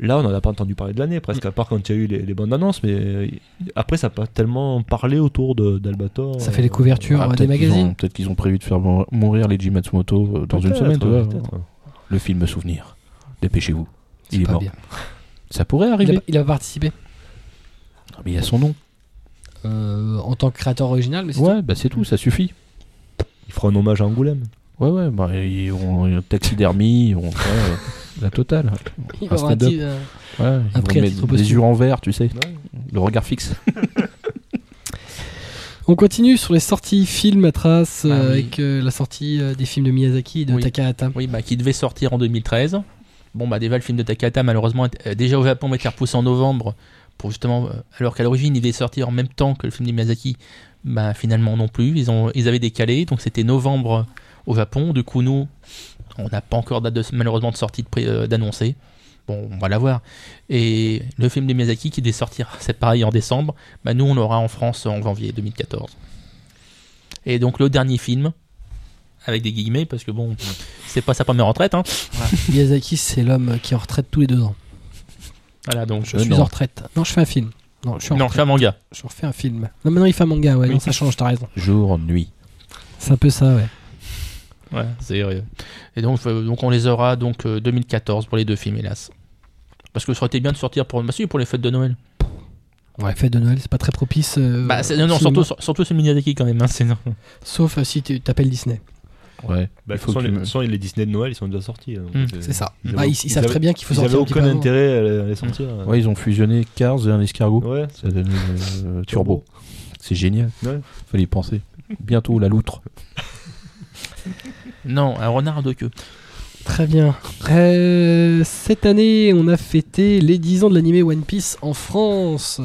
S2: Là, on n'en a pas entendu parler de l'année, presque, à part quand il y a eu les, les bonnes annonces, mais euh, après, ça n'a pas tellement parlé autour de- d'Albator.
S1: Ça fait les
S2: coups
S1: couvertures
S5: Ah,
S1: euh,
S5: peut-être
S1: des
S5: qu'ils
S1: magazines.
S5: ont- Peut-être qu'ils ont prévu de faire mou- mourir les Jim Matsumoto euh, dans une semaine. tu vois. Le film Souvenir. Dépêchez-vous. Il est
S1: Pas
S5: mort.
S1: bien.
S5: Ça pourrait
S1: Il
S5: arriver.
S1: a, il a participé
S5: Ah, Mais il y a son nom.
S1: euh, en tant que créateur original, mais c'est
S5: Ouais, bah c'est tout, ça suffit.
S2: Il fera un hommage à Angoulême.
S5: Ouais, ouais, bah, ils ont une taxidermie, ils vont faire euh, la totale.
S1: tout. Il va avoir un
S5: stand-up.
S1: petit, euh,
S5: Ouais, ils
S1: prix à
S5: vont
S1: titre
S5: mettre des
S1: posthume.
S5: yeux en verre, tu sais. Le regard fixe.
S1: On continue sur les sorties films à trace euh,
S3: Ah oui.
S1: avec euh, la sortie euh, des films de Miyazaki et de
S3: Oui.
S1: Takahata.
S3: Oui, bah, qui devait sortir en 2013. Bon, bah, déjà, le film de Takahata, malheureusement, est- euh, déjà au Japon, va être repoussé en novembre. Pour justement, euh, alors qu'à l'origine, il devait sortir en même temps que le film de Miyazaki. Bah, finalement, non plus. Ils, ont, ils avaient décalé. Donc, c'était novembre au Japon. Du coup, nous, on n'a pas encore date de, malheureusement de sortie de pré- euh, d'annoncer. Bon, on va la voir. Et le film de Miyazaki qui devait sortir, c'est pareil, en décembre. Bah, nous, on l'aura en France en janvier 2014. Et donc, le dernier film, avec des guillemets, parce que bon, c'est pas sa première retraite. Hein.
S1: Miyazaki, c'est l'homme qui est en retraite tous les deux ans.
S3: Voilà, donc
S1: Je
S2: Euh,
S1: suis en retraite. Non, je fais un film. Non, je suis en
S3: Euh, Non, je suis un
S1: retraite.
S3: manga.
S1: Je refais un film. Non, maintenant il fait un manga, ouais,
S3: Oui.
S1: non, ça change, t'as raison.
S5: Jour, nuit.
S1: C'est un peu ça, ouais.
S3: Ouais, c'est euh, Et donc, euh, donc on les aura donc euh, 2014 pour les deux films, hélas. Parce que ça aurait été bien de sortir pour, bah, si, pour les fêtes de Noël.
S1: Ouais, fête de Noël, c'est pas très propice. euh,
S3: bah, c'est- non, non,
S1: au
S3: surtout,
S1: cinéma.
S3: sur- surtout ce Miyazaki quand même. hein, c'est- non.
S1: Sauf euh, si tu t'appelles Disney.
S5: Ouais.
S2: Bah,
S5: Il
S2: de
S5: faut
S2: toute
S5: que
S2: façon,
S5: tu
S2: les,
S5: me-
S2: de toute façon, les Disney de Noël, ils sont déjà sortis. donc,
S3: Mm,
S2: euh,
S1: C'est ça.
S2: ils
S1: Bah,
S2: avaient-
S1: ils, ils savent
S2: avaient-
S1: très bien qu'il faut
S2: Ils avaient
S1: sortir un petit peu
S2: aucun
S1: avant.
S2: intérêt à les- à les sortir. euh.
S5: Ouais, ils ont fusionné Cars et un escargot.
S2: Ouais.
S5: Ça donne euh, Turbo. C'est génial.
S2: Ouais.
S5: Fallait y penser. Bientôt la loutre.
S3: Non, un renard de queue.
S1: Très bien. Euh, cette année, on a fêté les 10 ans de l'animé One Piece en France.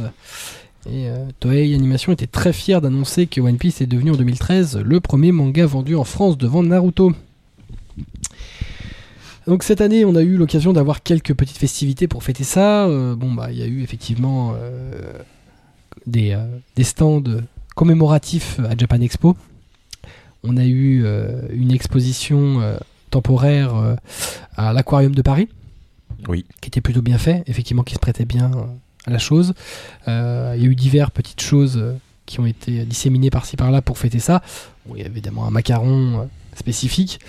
S1: Et euh, Toei Animation était très fier d'annoncer que One Piece est devenu en 2013 le premier manga vendu en France devant Naruto. Donc cette année, on a eu l'occasion d'avoir quelques petites festivités pour fêter ça. Euh, bon bah, il y a eu effectivement euh, des, euh, des stands commémoratifs à Japan Expo. On a eu euh, une exposition euh, temporaire euh, à l'aquarium de Paris.
S5: Oui.
S1: Qui était plutôt bien fait, effectivement, qui se prêtait bien euh, à la chose. Euh, il y a eu diverses petites choses euh, qui ont été disséminées par-ci par-là pour fêter ça. Bon, il y a évidemment un macaron euh, spécifique.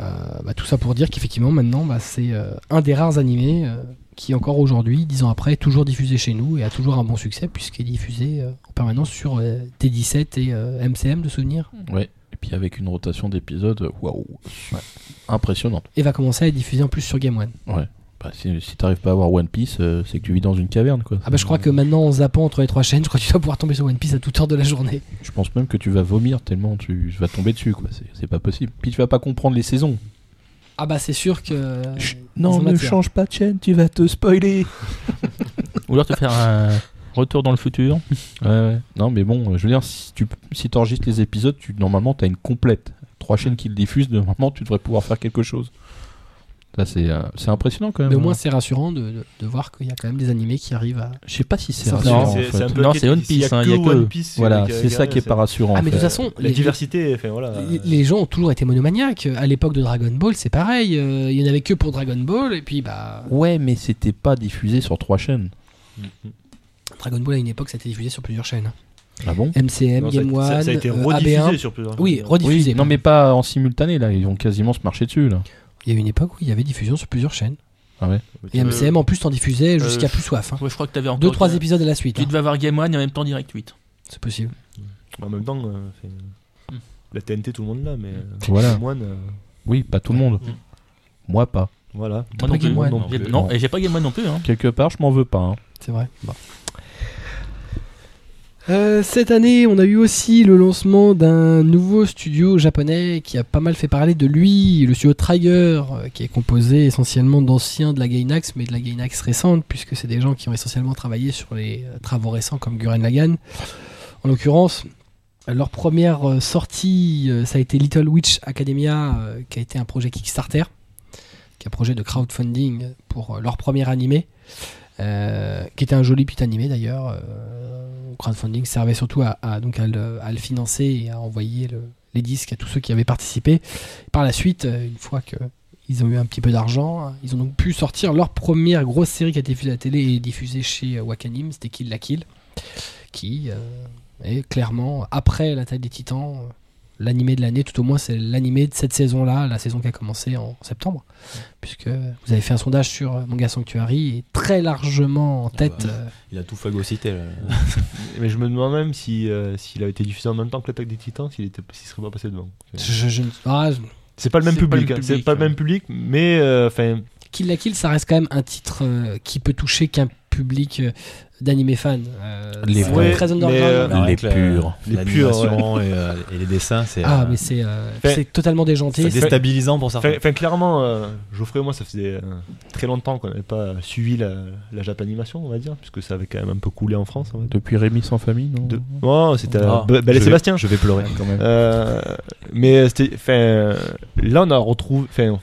S1: Euh, bah, tout ça pour dire qu'effectivement, maintenant, bah, c'est euh, un des rares animés euh, qui, encore aujourd'hui, dix ans après, est toujours diffusé chez nous et a toujours un bon succès puisqu'il est diffusé euh, en permanence sur euh, T17 et euh, MCM de souvenirs.
S5: Ouais. Et puis avec une rotation d'épisodes, waouh. Impressionnante.
S1: Et va commencer à être diffusé en plus sur Game One.
S5: Bah, si si t'arrives pas à voir One Piece, euh, c'est que tu vis dans une caverne, quoi.
S1: Ah bah je crois que maintenant en zappant entre les trois chaînes, je crois que tu dois pouvoir tomber sur One Piece à toute heure de la journée.
S5: Je pense même que tu vas vomir tellement tu vas tomber dessus, quoi. C'est- C'est pas possible. Puis tu vas pas comprendre les saisons.
S1: Ah bah c'est sûr que...
S5: Chut,
S1: en matière.
S5: pas de chaîne, tu vas te spoiler.
S3: Ou alors te faire un retour dans le futur.
S5: Ouais, ouais. Non, mais bon, euh, je veux dire, si tu si enregistres les épisodes, tu, normalement, t'as une complète. Trois chaînes qui le diffusent, de moment, tu devrais pouvoir faire quelque chose. Ça, c'est euh, c'est impressionnant quand même.
S1: Mais
S5: hein.
S1: au moins c'est rassurant de, de- de voir qu'il y a quand même des animés qui arrivent à...
S5: je sais pas si c'est
S1: Ça,
S5: rassurant.
S3: non,
S5: en fait.
S2: un peu
S3: Non,
S2: inquiétant.
S3: c'est One
S2: S'il y
S3: Piece, hein, il y a que-
S2: One Piece,
S5: Voilà,
S2: qui a
S5: c'est ça
S2: gardé,
S5: qui est
S2: c'est-
S5: pas rassurant.
S1: Ah
S5: en
S1: mais de toute
S5: fait.
S1: façon,
S2: La
S1: les,
S2: diversité, enfin voilà.
S5: euh,
S1: les- les gens ont toujours été monomaniaques. À l'époque de Dragon Ball c'est pareil, euh, il y en avait que pour Dragon Ball et puis bah...
S5: Ouais, mais c'était pas diffusé sur trois chaînes.
S1: Dragon Ball à une époque ça a été diffusé sur plusieurs chaînes.
S5: Ah bon
S1: MCM,
S2: Non, ça a-
S1: Game
S2: ça,
S1: One,
S2: ça a été
S1: euh,
S2: rediffusé
S1: AB1.
S2: sur plusieurs.
S1: Oui,
S5: Oui,
S1: rediffusé.
S5: non, mais pas en simultané, là. Ils vont quasiment se marcher dessus, là.
S1: Il y a eu une époque où il y avait diffusion sur plusieurs chaînes. Et
S2: Euh,
S1: MCM en plus t'en diffusait jusqu'à
S3: euh,
S1: plus soif. hein.
S3: Ouais, je crois que t'avais encore.
S1: Deux, trois épisodes à la suite.
S3: Tu
S1: hein.
S3: devais avoir Game One et en même temps Direct 8.
S1: C'est possible.
S2: En même temps, euh, fait, euh,
S3: Hmm.
S2: la TNT, tout le monde là, mais. euh,
S5: Voilà.
S2: Moine, euh,
S5: Oui, pas tout le monde. Moi, pas.
S2: Voilà.
S3: Moi
S1: pas
S3: non plus.
S1: Game
S3: Moi
S1: One.
S3: non
S5: Non.
S3: plus. Non, et j'ai pas Game One non plus. hein.
S5: Quelque part, je m'en veux pas. hein.
S1: C'est vrai. Euh, cette année, on a eu aussi le lancement d'un nouveau studio japonais qui a pas mal fait parler de lui, le studio Trigger, euh, qui est composé essentiellement d'anciens de la Gainax, mais de la Gainax récente, puisque c'est des gens qui ont essentiellement travaillé sur les euh, travaux récents comme Guren Lagan. En l'occurrence, euh, leur première euh, sortie, euh, ça a été Little Witch Academia, euh, qui a été un projet Kickstarter, qui est un projet de crowdfunding pour euh, leur premier animé euh, qui était un joli petit animé d'ailleurs. Euh, le crowdfunding servait surtout à, à- donc à, le, à le financer et à envoyer le- les disques à tous ceux qui avaient participé. Par la suite, euh, une fois que ils ont eu un petit peu d'argent, ils ont donc pu sortir leur première grosse série qui a été diffusée à la télé et diffusée chez euh, Wakanim, c'était Kill la Kill, qui euh, est clairement après l'attaque des Titans. euh, L'animé de l'année, tout au moins c'est l'animé de cette saison-là, la saison qui a commencé en septembre puisque vous avez fait un sondage sur euh, Manga Sanctuary et très largement en tête.
S4: bah.
S1: euh,
S4: Il a tout phagocyté. là.
S2: Mais je me demande même si euh, s'il avait été diffusé en même temps que l'attaque des Titans, s'il était, s'il serait pas passé devant.
S1: je, je ne- ah, je-
S2: C'est pas le même
S3: C'est pas le
S2: public. hein,
S3: public,
S2: C'est pas le
S3: ouais.
S2: même public, mais euh, enfin,
S1: Kill la Kill, ça reste quand même un titre euh, qui peut toucher qu'un public euh, d'animé fan. Euh,
S5: Les
S1: c'est
S5: vrais,
S1: très
S2: mais,
S1: underground.
S2: euh,
S4: Alors,
S5: Les
S4: avec la-
S5: purs.
S2: Les
S4: l'animation et, euh, et les dessins, c'est
S1: ah,
S4: euh,
S1: mais c'est euh,
S2: fait-
S1: c'est totalement déjanté.
S4: c'est déstabilisant pour certains.
S2: Enfin, enfin, clairement, euh, Geoffrey et moi, ça faisait euh, très longtemps qu'on n'avait pas suivi la, la Japanimation, on va dire, puisque ça avait quand même un peu coulé en France. hein. en fait.
S5: Depuis Rémi sans famille, non
S2: De- Oh, c'était euh,
S4: Ah,
S2: Be- Belle
S4: je
S2: et
S4: vais-
S2: Sébastien.
S4: Je vais pleurer.
S5: Ouais, quand même.
S2: Euh, mais c'était, enfin, euh, là, on a retrouvé, enfin,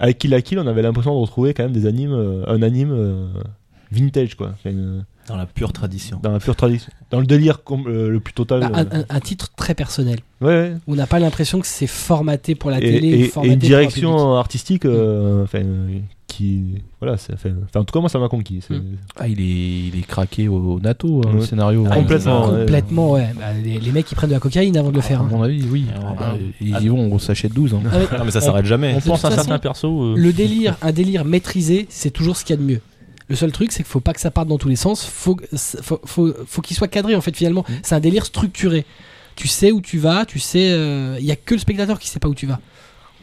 S2: avec Kill la Kill, on avait l'impression de retrouver quand même des animes, euh, un anime euh, vintage, quoi, Enfin, euh,
S4: Dans la pure tradition.
S2: dans la pure tradition, dans le délire com- euh, le plus total.
S1: Bah, un,
S2: euh.
S1: un- un titre très personnel.
S2: Ouais, ouais.
S1: On n'a pas l'impression que c'est formaté pour la
S2: et,
S1: télé.
S2: et-
S1: formaté
S2: et une
S1: pour un public.
S2: direction artistique, euh, enfin, euh, qui, voilà, ça fait- enfin, en tout cas, moi, ça m'a conquis. c'est-
S1: Mm.
S5: Ah, il est, il est craqué au, au NATO, hein, le
S2: Ouais.
S5: scénario.
S4: Ah,
S5: hein.
S2: euh, complètement, ouais.
S1: Complètement, ouais. Bah, les, les mecs, ils prennent de la cocaïne avant de le faire.
S5: À
S1: hein.
S5: mon avis, oui.
S4: Ah,
S5: Ah,
S4: bah,
S5: bah, ils y vont au sachet de 12. hein.
S1: Ah, mais-
S4: Non, mais ça
S1: on-
S4: s'arrête jamais.
S3: On pense à
S1: toute façon,
S3: certains persos. euh,
S1: le délire, un délire maîtrisé, c'est toujours ce qu'il y a de mieux. Le seul truc, c'est qu'il faut pas que ça parte dans tous les sens. Faut, que- faut, faut, faut qu'il soit cadré en fait finalement. C'est un délire structuré. Tu sais où tu vas, tu sais. euh, Il y a que le spectateur qui sait pas où tu vas.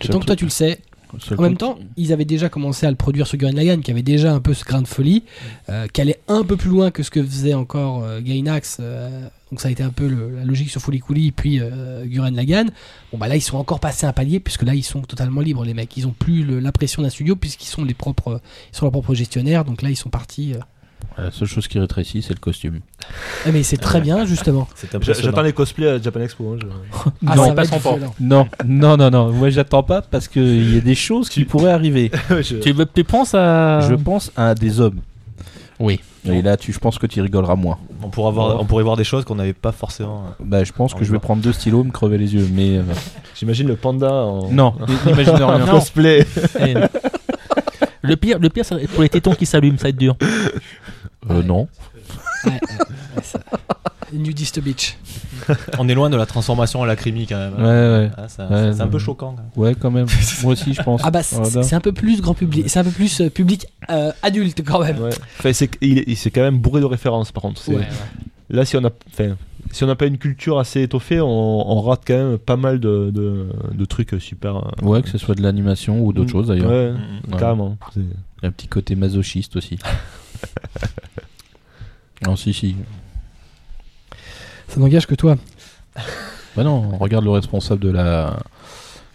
S5: Seul
S1: Tant que toi tu le sais.
S5: truc- seul
S1: En même
S5: truc-
S1: temps, ils avaient déjà commencé à le produire sur Gurren Lagann, qui avait déjà un peu ce grain de folie, euh, qui allait un peu plus loin que ce que faisait encore euh, Gainax. euh, donc ça a été un peu le- la logique sur Fooly Cooly, puis euh, Gurren Lagann. Bon bah là ils sont encore passés un palier puisque là ils sont totalement libres les mecs. Ils ont plus le- la pression d'un studio puisqu'ils sont les propres, euh, ils sont leurs propres gestionnaires. Donc là ils sont partis. euh.
S5: La seule chose qui rétrécit, c'est le costume.
S1: Ah, mais c'est très bien justement.
S4: C'est
S2: J'a- J'attends
S4: impressionnant.
S2: les cosplays à Japan Expo. hein, je-
S1: Ah,
S3: Non,
S1: ça
S3: ils
S1: va être
S3: passeront pas.
S1: violent.
S5: Non, non, non, non. Moi, j'attends pas parce qu'il y a des choses qui pourraient arriver.
S2: je-
S3: Tu, veux- tu penses à.
S5: Je pense à des hommes.
S3: Oui.
S5: Et là, tu, je pense que tu rigoleras moins.
S4: On, pourra voir, on pourrait voir des choses qu'on n'avait pas forcément. euh,
S5: Bah, je pense
S4: On
S5: que je
S4: va.
S5: vais prendre deux stylos, me crever les yeux. Mais euh,
S2: J'imagine le panda en
S5: non, n'imagine
S2: en
S5: rien.
S2: cosplay.
S3: Eh, Le pire, le pire, ça va être pour les tétons qui s'allument, ça va être dur.
S5: Euh, non.
S1: Ouais, ouais, ouais, ça- Nudist Beach.
S4: On est loin de la transformation à la crimi quand même.
S5: Ouais, ouais.
S4: Ah, ça-
S5: Ouais,
S4: c'est un
S5: non.
S4: peu choquant. quand même.
S5: Ouais, quand même. Moi aussi, je pense.
S1: Ah bah c'est
S5: Voilà.
S1: c'est un peu plus grand public, c'est un peu plus euh, public euh, adulte quand même.
S2: Ouais. Enfin, c'est il, il s'est quand même bourré de références par contre. C'est-
S1: Ouais, ouais.
S2: Là, si on a, enfin, si on n'a pas une culture assez étoffée, on, on rate quand même pas mal de, de, de trucs super. euh,
S5: Ouais, que ce soit de l'animation ou d'autres
S2: Mm.
S5: choses d'ailleurs.
S2: ouais,
S4: Mm,
S5: Ouais.
S2: carrément. C'est-
S5: Il y a un petit côté masochiste aussi. non, si, si.
S1: Ça n'engage que toi.
S5: Bah non, on regarde le responsable de la.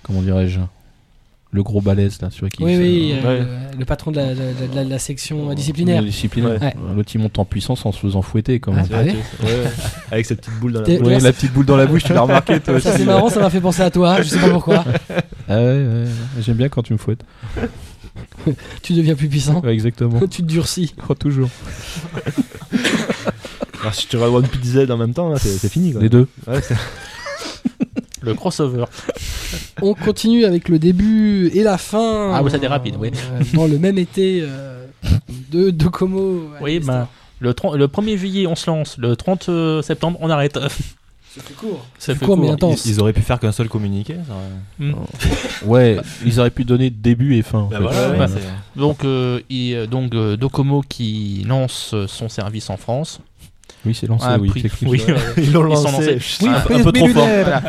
S5: Comment dirais-je Le gros balèze là, sur qui
S1: oui,
S5: se-
S1: oui, euh,
S2: ouais.
S1: le- le, patron de la, de la- de la- de la section euh,
S5: Le
S1: disciplinaire.
S5: Disciplinaire.
S1: Ouais.
S5: L'autre il monte en puissance en se faisant fouetter. Comme
S1: Ah,
S5: on
S2: c'est
S5: dit.
S1: bah
S2: vrai
S1: oui.
S2: que- ouais. Avec cette petite boule dans la.
S1: T'es- Ouais, la
S5: petite boule dans la bouche, tu l'as remarqué toi
S1: Ça c'est marrant, ça m'a fait penser à toi, je sais pas pourquoi.
S5: Ah ouais, ouais, ouais. j'aime bien quand tu me fouettes.
S1: Tu deviens plus puissant,
S5: Ouais, exactement.
S1: tu te durcis.
S5: Oh, toujours.
S2: Alors, Ah, si tu regardes One Piece Z en même temps, là, c'est c'est fini. Quoi.
S5: Les deux.
S2: Ouais, c'est-
S3: Le crossover.
S1: On continue avec le début et la fin.
S3: Ah oui, ça
S1: euh,
S3: c'est rapide, oui.
S1: euh, Dans le même été euh, de Docomo. Ouais,
S3: Oui,
S1: c'était-
S3: ben, le, 30 le 1er juillet, on se lance. Le 30 euh, septembre, on arrête.
S1: C'était court.
S3: Ça
S1: court, mais
S4: Ils,
S1: intense.
S4: ils auraient pu faire qu'un seul communiqué. ça aurait-
S5: Ouais, ils auraient pu donner début et fin. en
S4: Bah
S5: fait.
S3: voilà,
S5: Ouais.
S3: ouais.
S4: Ben c'est-
S3: Donc, euh, il- euh, donc euh, Docomo qui lance euh, son service en France.
S5: Oui, c'est lancé.
S3: à un
S5: oui,
S3: prix-
S5: c'est-
S3: oui,
S2: Ils l'ont
S3: Ils sont
S2: lancé.
S3: lancés.
S2: Chut.
S3: Oui,
S5: un peu trop fort.
S3: Voilà.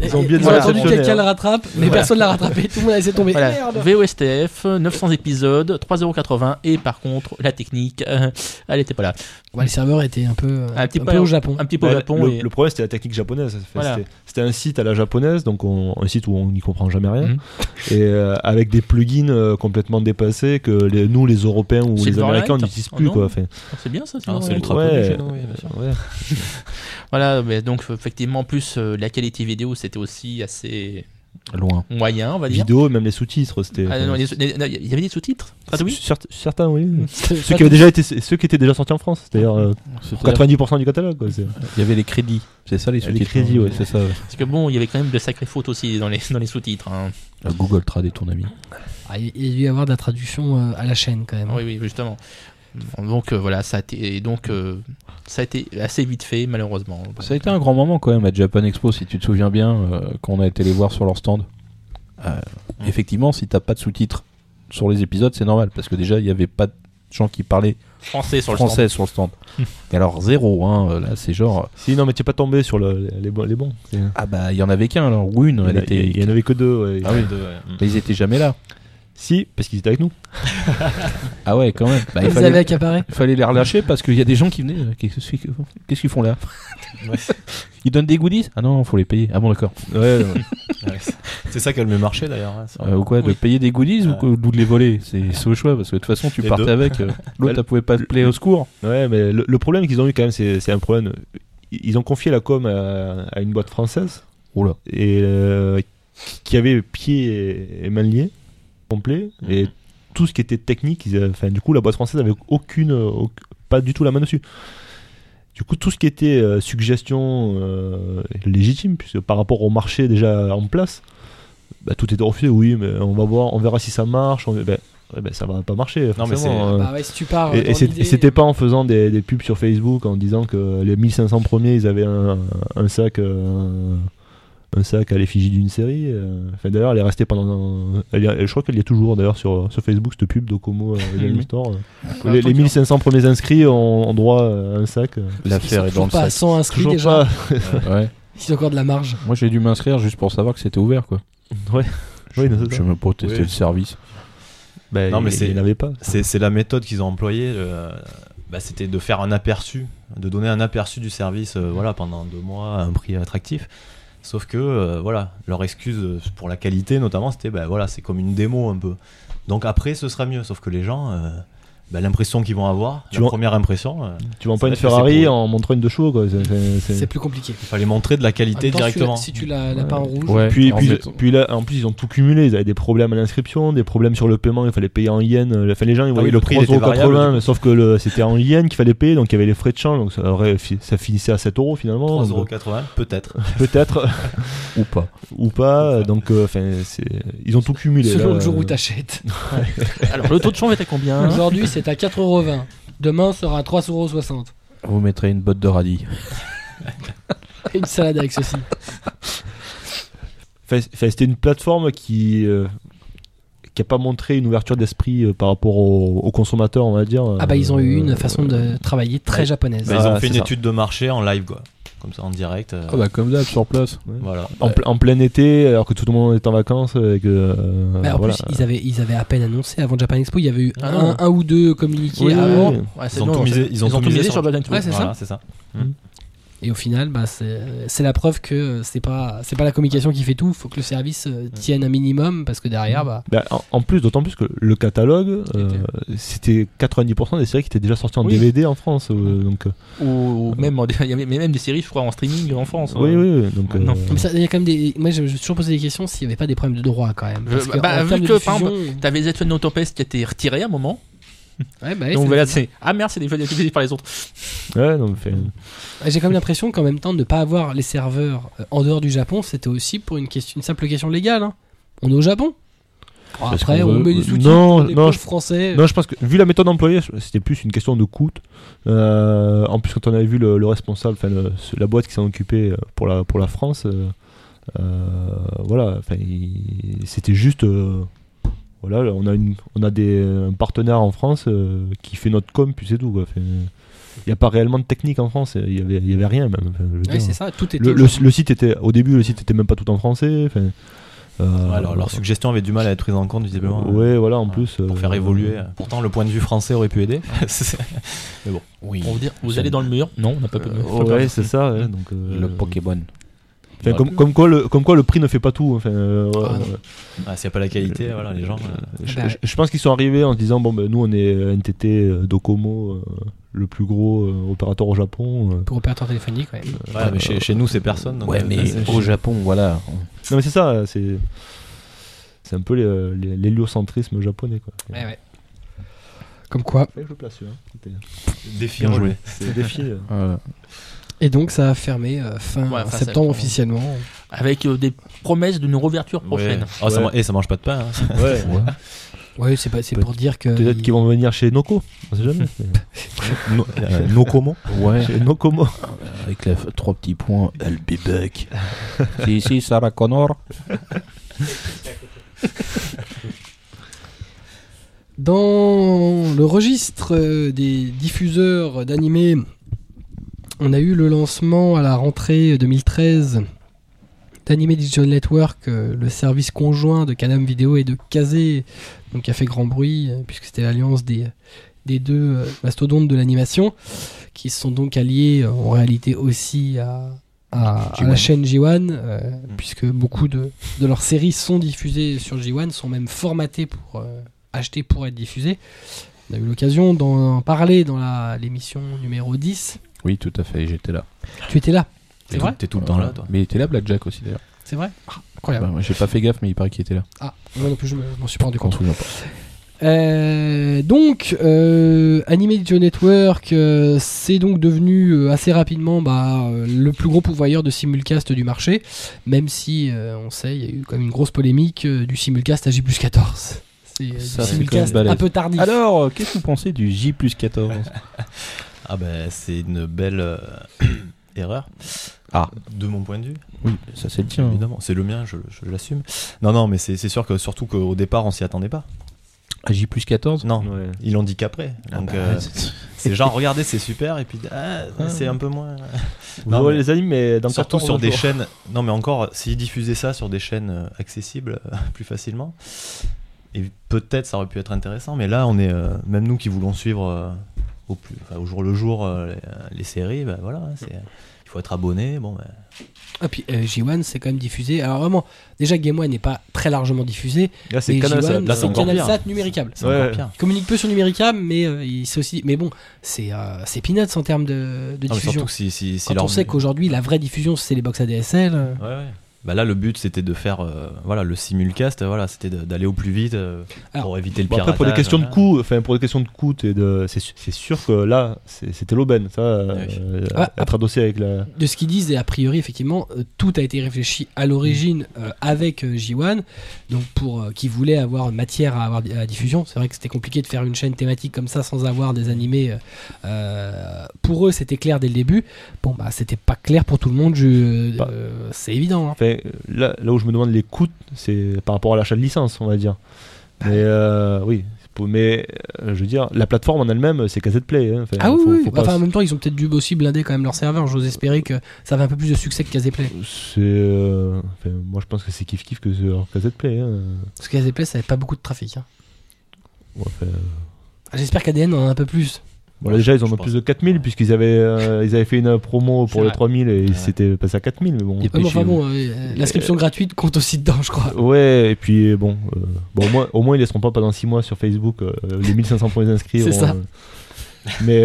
S2: Ils ont oublié de
S1: ont
S2: le
S1: attendu que
S2: réceptionner,
S1: quelqu'un
S2: hein.
S1: le rattrape, mais
S2: Voilà.
S1: personne l'a rattrapé, tout le monde a laissé tomber.
S3: Voilà.
S1: Merde.
S3: VOSTF, 900 épisodes, 3,80€. Et par contre, la technique, euh, elle était pas là.
S1: Ouais, le serveur était un peu, euh,
S3: Un petit
S1: peu
S3: peu-
S1: au Japon.
S3: Un petit peu au
S2: Bah,
S3: Japon.
S2: le,
S3: et-
S2: le problème, c'était la technique japonaise. Enfin,
S3: Voilà.
S2: c'était- C'était un site à la japonaise, donc on- un site où on n'y comprend jamais rien.
S3: Mhm.
S2: Et euh, avec des plugins euh, complètement dépassés que les- nous, les Européens ou les
S3: Silverlight
S2: Américains, on n'utilise
S3: Oh
S2: plus.
S3: non.
S2: quoi. Enfin,
S3: C'est bien ça, c'est
S4: Ah,
S3: bien,
S4: c'est
S3: ouais.
S4: ultra
S2: ouais.
S4: connu chez nous, oui, bien sûr.
S2: ouais.
S3: Voilà, mais donc effectivement, plus euh, la qualité vidéo, c'était aussi assez
S5: Loin.
S3: moyen, on va dire.
S2: Vidéo, même les sous-titres. c'était
S3: Ah, non, les- les- non, Il y avait des sous-titres traduits
S2: Cer- Certains, oui. Ceux
S1: Ceux
S2: qui, avaient déjà été, ceux qui étaient déjà sortis en France, c'est-à-dire euh, pour
S5: C'est-à-dire
S2: 90% du catalogue. Quoi. C'est-
S5: Il y avait les crédits. C'est ça les sous-titres.
S2: Les crédits, ouais,
S5: hein.
S2: c'est ça. ouais.
S3: Parce que bon, il y avait quand même de sacrées fautes aussi dans les, dans les sous-titres. hein.
S5: Euh, Google Trad est ton ami.
S1: Ah, il il y a dû y avoir de la traduction euh, à la chaîne quand même.
S3: Ah Oui, oui, justement. Donc euh, voilà, ça a été, et donc, euh, ça a été assez vite fait, malheureusement.
S5: Ça a été un grand moment quand même à Japan Expo, si tu te souviens bien, euh, quand on a été les voir sur leur stand. Euh, effectivement, si t'as pas de sous-titres sur les épisodes, c'est normal parce que déjà il y avait pas de gens qui parlaient
S3: Français sur le
S5: français sur le stand. Et alors zéro, hein, euh, là c'est genre euh,
S2: Si, non, mais t'es pas tombé sur le- les, bons- les bons. C'est-
S5: ah bah il y en avait qu'un alors ou
S2: Il
S5: une,
S2: y en a-
S5: elle était,
S2: il y en avait que deux. ouais.
S5: Ah oui. mais ils étaient jamais là.
S2: Si, parce qu'ils étaient avec nous.
S5: Ah ouais quand même. Bah, il
S1: Vous
S5: fallait,
S1: avez accaparé
S5: il fallait les relâcher parce qu'il y a des gens qui venaient. euh, Qu'est-ce qu'ils font- qu'est-ce qu'ils font là Ils donnent des goodies Ah non, faut les payer. Ah bon d'accord.
S2: Ouais,
S4: C'est ça qui a le mieux marché d'ailleurs. hein, ça.
S5: Euh, ou quoi, de
S3: Oui.
S5: payer des goodies
S4: Ouais.
S5: ou, que- ou de les voler C'est c'est au choix parce que de toute façon tu
S4: Les
S5: partais
S4: deux.
S5: avec. euh,
S2: Bah,
S5: L'autre, elle pouvait pas te plaire au secours.
S2: Ouais, mais le, le problème qu'ils ont eu quand même, c'est c'est un problème. Ils ont confié la com à, à une boîte française
S5: Oula.
S2: et euh, qui avait pied et, et main liés, complet, et
S4: Mhm.
S2: tout ce qui était technique. ils avaient- Enfin, du coup, la boîte française avait aucune, au- pas du tout la main dessus. Du coup, tout ce qui était euh, suggestion euh, légitime, puisque par rapport au marché déjà en place, bah, tout était refusé. Oui, mais on va voir, on verra si ça marche. On, ben, ouais, ben, ça va pas marcher.
S4: Non, mais
S2: forcément,
S4: c'est-
S2: euh.
S1: Bah ouais, si tu pars.
S2: Et, et c'est- et c'était pas en faisant des, des pubs sur Facebook en disant que les 1500 premiers ils avaient un, un sac euh, un sac à l'effigie d'une série. euh. Enfin, d'ailleurs, elle est restée pendant. un- elle est- je crois qu'elle y est toujours d'ailleurs sur, sur Facebook cette pub Docomo euh, Game
S3: Mhm.
S2: Store.
S3: Ah,
S2: les,
S3: attends,
S2: les 1500 premiers inscrits ont, ont droit à un sac. euh. Ah,
S5: L'affaire est dans le
S1: pas à
S5: sac.
S1: 100 inscrits
S2: Toujours
S1: déjà.
S2: pas.
S5: Ouais.
S1: Ils ont encore de la marge.
S5: Moi j'ai dû m'inscrire juste pour savoir que c'était ouvert quoi.
S2: Ouais.
S5: Je
S2: Oui, non, c'est
S5: je
S2: ça.
S5: me pas tester
S4: Oui.
S5: le service.
S2: Ben,
S4: Non, mais
S2: il-
S4: c'est-
S2: il n'y en avait pas.
S4: C'est c'est la méthode qu'ils ont employée. euh, bah, C'était de faire un aperçu, de donner un aperçu du service euh, voilà, pendant deux mois à un prix attractif. Sauf que euh, voilà, leur excuse euh, pour la qualité notamment, c'était bah, voilà, c'est comme une démo un peu. Donc après, ce sera mieux. Sauf que les gens, euh, bah, l'impression qu'ils vont avoir,
S2: Tu
S4: la
S2: vois-
S4: première impression, euh,
S2: Tu vends pas
S4: c'est
S2: une
S4: vrai que c'est
S2: Ferrari
S4: pour-
S2: en montrant une de chevaux. Quoi. C'est- c'est- c'est-
S1: C'est plus compliqué.
S4: il fallait montrer de la
S1: En
S4: qualité
S1: même temps, si tu
S4: directement.
S1: la- Si tu la la pas en rouge.
S5: Ouais.
S2: Puis,
S5: En
S2: puis,
S5: mettant-
S2: puis là, en plus, ils ont tout cumulé. Ils avaient des problèmes à l'inscription, des problèmes sur le paiement. Il fallait payer en yens. Euh, Enfin, les
S1: Ah
S2: gens, ils voyaient
S4: oui,
S2: le
S4: le prix, il était
S2: 3,80€,
S4: variable,
S2: mais sauf que le- c'était en yens qu'il fallait payer. Donc, il y avait les frais de change. Donc, ça, aurait fi- ça finissait à 7€ finalement. donc, euh,
S4: 3,80€ peut-être.
S2: Peut-être,
S5: Ou pas.
S2: ou pas. Donc, euh, enfin, c'est- ils ont tout cumulé.
S1: Selon
S2: là. euh, hein
S1: le jour où t'achètes.
S3: Alors, le taux de change était à combien
S1: Aujourd'hui, c'est à 4,20€. Demain sera à 3,60€.
S5: Vous mettrez une botte de radis.
S1: Une salade avec ceci.
S2: Enfin, c'est- enfin, c'était une plateforme qui. euh, qui a pas montré une ouverture d'esprit euh, par rapport aux, aux consommateurs, on va dire.
S1: Ah bah ils ont eu une
S2: Euh,
S1: façon de travailler très
S4: ouais.
S1: japonaise.
S4: Bah, ils ont
S2: Ah,
S4: fait une
S2: c'est ça.
S4: étude de marché en live, quoi. Comme ça, en direct. euh,
S5: Ah bah comme d'hab sur place.
S4: Voilà.
S1: euh,
S2: En, ple- en plein été, alors que tout le monde est en vacances. Et que, euh,
S1: Bah, en
S2: voilà.
S1: plus, ils avaient, ils avaient à peine annoncé avant Japan Expo, il y avait eu
S3: Ah
S1: un,
S3: non.
S1: un ou deux communiqués
S2: Oui, oui,
S1: avant,
S2: oui.
S3: Ah, Ouais, c'est
S4: Ils ont
S3: bon,
S4: tout
S3: c'est-
S4: misé- ils ont tout misé
S3: sur
S4: sur-
S3: Blood and Truth.
S1: Ouais, c'est ça.
S4: Voilà, c'est ça.
S1: et au final, bah, c'est c'est la preuve que euh, c'est pas, c'est pas la communication qui fait tout, faut que le service euh, tienne un minimum, parce que derrière, bah,
S2: Bah, en, en plus, d'autant plus que le catalogue, euh, c'était 90% des séries qui étaient déjà sorties en
S3: Oui.
S2: DVD en France. euh, donc, euh,
S3: Ou même, en- il y avait même des séries, je crois, en streaming en France.
S2: oui,
S3: Euh,
S2: oui, oui, donc,
S3: Non.
S2: euh,
S1: Mais ça, il y a quand même des. Moi, je me suis toujours posé des questions s'il n'y avait pas des problèmes de droit quand même. Parce
S3: Je-
S1: que
S3: bah,
S1: en
S3: vu
S1: termes de
S3: que, par
S1: diffusion,
S3: T'avais les Etounes No Tempest qui étaient retirés à un moment.
S1: ouais, bah, ouais,
S3: donc
S1: c'est-
S3: voilà, c'est. Ah merde, c'est des jeux utilisés par les autres.
S2: ouais, non, fait-
S1: j'ai quand même l'impression qu'en même temps, de ne pas avoir les serveurs euh, en dehors du Japon, c'était aussi pour une, question, une simple question légale. hein. On est au Japon. Bon,
S5: Parce
S1: après,
S5: qu'on
S1: on
S5: veut-
S1: met des sous-titres
S2: Non,
S1: pour des
S2: non,
S1: pauvres
S2: je-
S1: français.
S2: non, je pense que vu la méthode employée, c'était plus une question de coût. Euh, en plus, quand on avait vu le, le responsable, enfin le- ce- la boîte qui s'en occupait euh, pour la, pour la France, euh, euh, voilà, enfin, il- c'était juste. euh, voilà, là, on a, une, on a des, un partenaire en France euh, qui fait notre com, puis c'est tout. Quoi, Enfin, n'y a pas réellement de technique en France. Il n'y avait, il y avait rien même. Enfin, je veux
S1: Ouais,
S2: dire,
S1: c'est ça, tout est
S2: le, le- le site était, au début, le site était même pas tout en français. enfin, euh,
S4: Ouais, leur, leur suggestion avait du mal à être prise en compte, visiblement.
S2: Ouais, voilà, en plus. euh,
S4: hein. Pour faire évoluer. Pourtant, le point de vue français aurait pu aider. C'est-
S5: Oui.
S3: On va dire, vous
S5: Ça-
S3: allez dans le mur Non, on n'a pas pu.
S5: Euh,
S3: on peut pas.
S2: Ouais, c'est ça. ouais, donc, euh,
S5: Le Pokémon.
S2: enfin, comme, comme quoi le, comme quoi, le prix ne fait pas tout. Enfin, euh,
S1: Ah, non.
S2: euh,
S4: Ah, S'il n'y a pas la qualité, voilà, les gens. euh,
S2: je,
S1: Bah,
S2: je- je pense qu'ils sont arrivés en se disant bon, ben, nous, on est euh, NTT euh, Docomo, euh, le plus gros euh, opérateur au Japon. euh.
S1: pour opérateur téléphonique. ouais.
S4: ouais, mais chez, chez nous, c'est personne. donc,
S5: Ouais,
S4: euh,
S5: mais
S4: c'est-
S5: au Japon, voilà.
S2: Non, mais c'est ça. C'est c'est un peu les- les- l'héliocentrisme japonais. Quoi.
S1: Ouais, ouais. Comme quoi.
S2: Fallait que je le place, celui-là. C'était-
S4: Défi
S5: Bien joué.
S4: relevé.
S2: C'est un défi. euh.
S5: Voilà.
S1: Et donc ça a fermé euh, fin,
S3: Ouais, fin
S1: septembre,
S3: septembre.
S1: officiellement.
S3: Avec euh, des promesses d'une réouverture prochaine.
S4: Ouais. Oh, ça
S2: Ouais.
S4: man- eh, ça mange pas de pain. hein.
S2: Ouais.
S1: Oui, c'est pas- c'est pour dire que.
S2: Peut-être qu'ils vont venir chez Noco. On sait jamais.
S4: No, euh, no comment
S5: Ouais,
S2: chez Nocomo.
S5: avec les trois petits points, elle be back. c'est ici Sarah Connor.
S1: Dans le registre euh, des diffuseurs d'animés, on a eu le lancement à la rentrée 2013 d'Anime Digital Network, euh, le service conjoint de Canam Vidéo et de Kazé, donc qui a fait grand bruit, euh, puisque c'était l'alliance des, des deux euh, mastodontes de l'animation, qui se sont donc alliés euh, en réalité aussi à, à- à la
S5: J1.
S1: chaîne J1, euh, puisque beaucoup de, de leurs séries sont diffusées sur J1, sont même formatées pour... euh, achetées pour être diffusées. On a eu l'occasion d'en parler dans la- l'émission numéro 10.
S5: Oui, tout à fait, j'étais là.
S1: Tu étais là,
S4: T'es
S1: C'est
S4: tout-
S1: vrai
S4: T'es tout le temps là, toi.
S5: Mais il était là, Blackjack aussi d'ailleurs.
S1: c'est vrai Ah, Incroyable.
S5: Bah, moi, J'ai pas fait gaffe, mais il paraît qu'il était là.
S1: Ah, moi non plus, je me- je m'en suis pas rendu
S5: Je m'en
S1: compte.
S5: souviens pas.
S1: Euh, donc, euh, Anime Video Network, euh, c'est donc devenu euh, assez rapidement bah, euh, le plus gros pourvoyeur de simulcast du marché, même si euh, on sait, il y a eu quand même une grosse polémique euh, du simulcast à J14. C'est euh, du
S5: Ça, c'est quand même
S1: simulcast
S5: balèze.
S1: un peu tardif.
S5: Alors, euh, qu'est-ce que vous pensez du J plus 14
S4: Ah ben c'est une belle euh, erreur.
S5: Ah.
S4: De mon point de vue.
S5: Oui, ça c'est le tien.
S4: Évidemment, c'est le mien, je, je l'assume. Non, non, mais c'est c'est sûr que surtout qu'au départ on s'y attendait pas.
S5: Ah, J plus 14
S4: Non,
S2: Ouais.
S4: ils l'ont dit qu'après. Donc euh, c'est genre regardez c'est super et puis ah, c'est un peu moins. euh,
S2: Vous
S4: Non,
S2: aurez
S4: mais-
S2: les animes, mais dans
S4: surtout
S2: 14
S4: sur des
S2: jours.
S4: chaînes. Non mais encore, s'ils diffusaient ça sur des chaînes euh, accessibles euh, plus facilement. Et peut-être ça aurait pu être intéressant, mais là on est euh, même nous qui voulons suivre euh, au, plus, enfin, au jour le jour euh, les, les séries, bah, voilà, c'est- il faut être abonné. Bon, bah,
S1: Ah, puis euh, J1, c'est quand même diffusé. Alors vraiment, déjà Game One n'est pas très largement diffusé.
S2: Là, Ah, c'est
S1: mais
S2: Canal,
S1: J1,
S2: ça.
S4: là, c'est
S1: c'est
S4: encore
S1: Canal
S4: pire.
S1: Sat numéricable.
S4: c'est encore
S2: Ouais.
S4: pire.
S1: communique peu sur Numéricable, mais euh, il sait aussi. Mais bon, c'est euh, c'est peanuts en termes de, de
S4: Non, mais
S1: diffusion.
S4: surtout que si, si, si
S1: Quand
S4: leur-
S1: on sait qu'aujourd'hui, la vraie diffusion, c'est les box ADSL. euh,
S4: Ouais, ouais. Bah là, le but c'était de faire euh, voilà, le simulcast, euh, voilà, c'était de- d'aller au plus vite euh,
S1: Alors,
S4: pour éviter le
S2: Bon,
S4: piratage.
S2: après, pour des questions de
S4: voilà.
S2: coût, enfin, pour des questions de coût, et de, c'est, su- c'est sûr que là, c'est- c'était l'aubaine, ça, euh,
S4: Oui.
S2: euh,
S1: Ah,
S2: être adossé avec la.
S1: De ce qu'ils disent, et a priori, effectivement, euh, tout a été réfléchi à l'origine
S4: Mm.
S1: euh, avec euh, J1. Donc, pour euh, qui voulait avoir matière à avoir à diffusion, c'est vrai que c'était compliqué de faire une chaîne thématique comme ça sans avoir des animés. euh, euh, pour eux, c'était clair dès le début. Bon, bah, c'était pas clair pour tout le monde. je-
S2: Bah.
S1: euh, c'est évident. hein.
S2: Enfin, là, là où je me demande les coûts, c'est par rapport à l'achat de licence, on va dire.
S1: Bah
S2: Mais euh, oui, c'est pour- mais euh, je veux dire, la plateforme en elle-même, c'est casette play. hein. Enfin,
S1: Ah oui,
S2: faut-
S1: oui.
S2: faut pas-
S1: Enfin, en même temps, ils ont peut-être dû aussi blinder quand même leur serveur. J'ose espérer que ça avait un peu plus de succès que Caseplay.
S2: c'est, euh, enfin, moi, je pense que c'est kiff kiff que sur casette play. hein.
S1: Parce que Caseplay, ça avait pas beaucoup de trafic. hein.
S2: Ouais, enfin,
S1: Ah, J'espère qu'ADN en a un peu plus.
S2: Bon, là, déjà, ils en
S4: Je
S2: ont
S4: pense.
S2: plus de 4000 puisqu'ils avaient, euh, ils avaient fait une promo
S1: C'est
S2: pour les
S1: vrai.
S2: 3000 et
S4: Ouais.
S2: ils s'étaient passés à 4000. Mais bon.
S5: Et-
S1: Ouais, mais enfin
S5: Dépêchez-vous.
S1: bon, euh, euh, l'inscription gratuite compte aussi dedans, je crois.
S2: Ouais, et puis euh, bon, euh, bon au, moins, au moins ils laisseront pas pendant 6 mois sur Facebook euh, les 1500 premiers inscrits.
S1: C'est
S2: auront,
S1: ça.
S2: euh, mais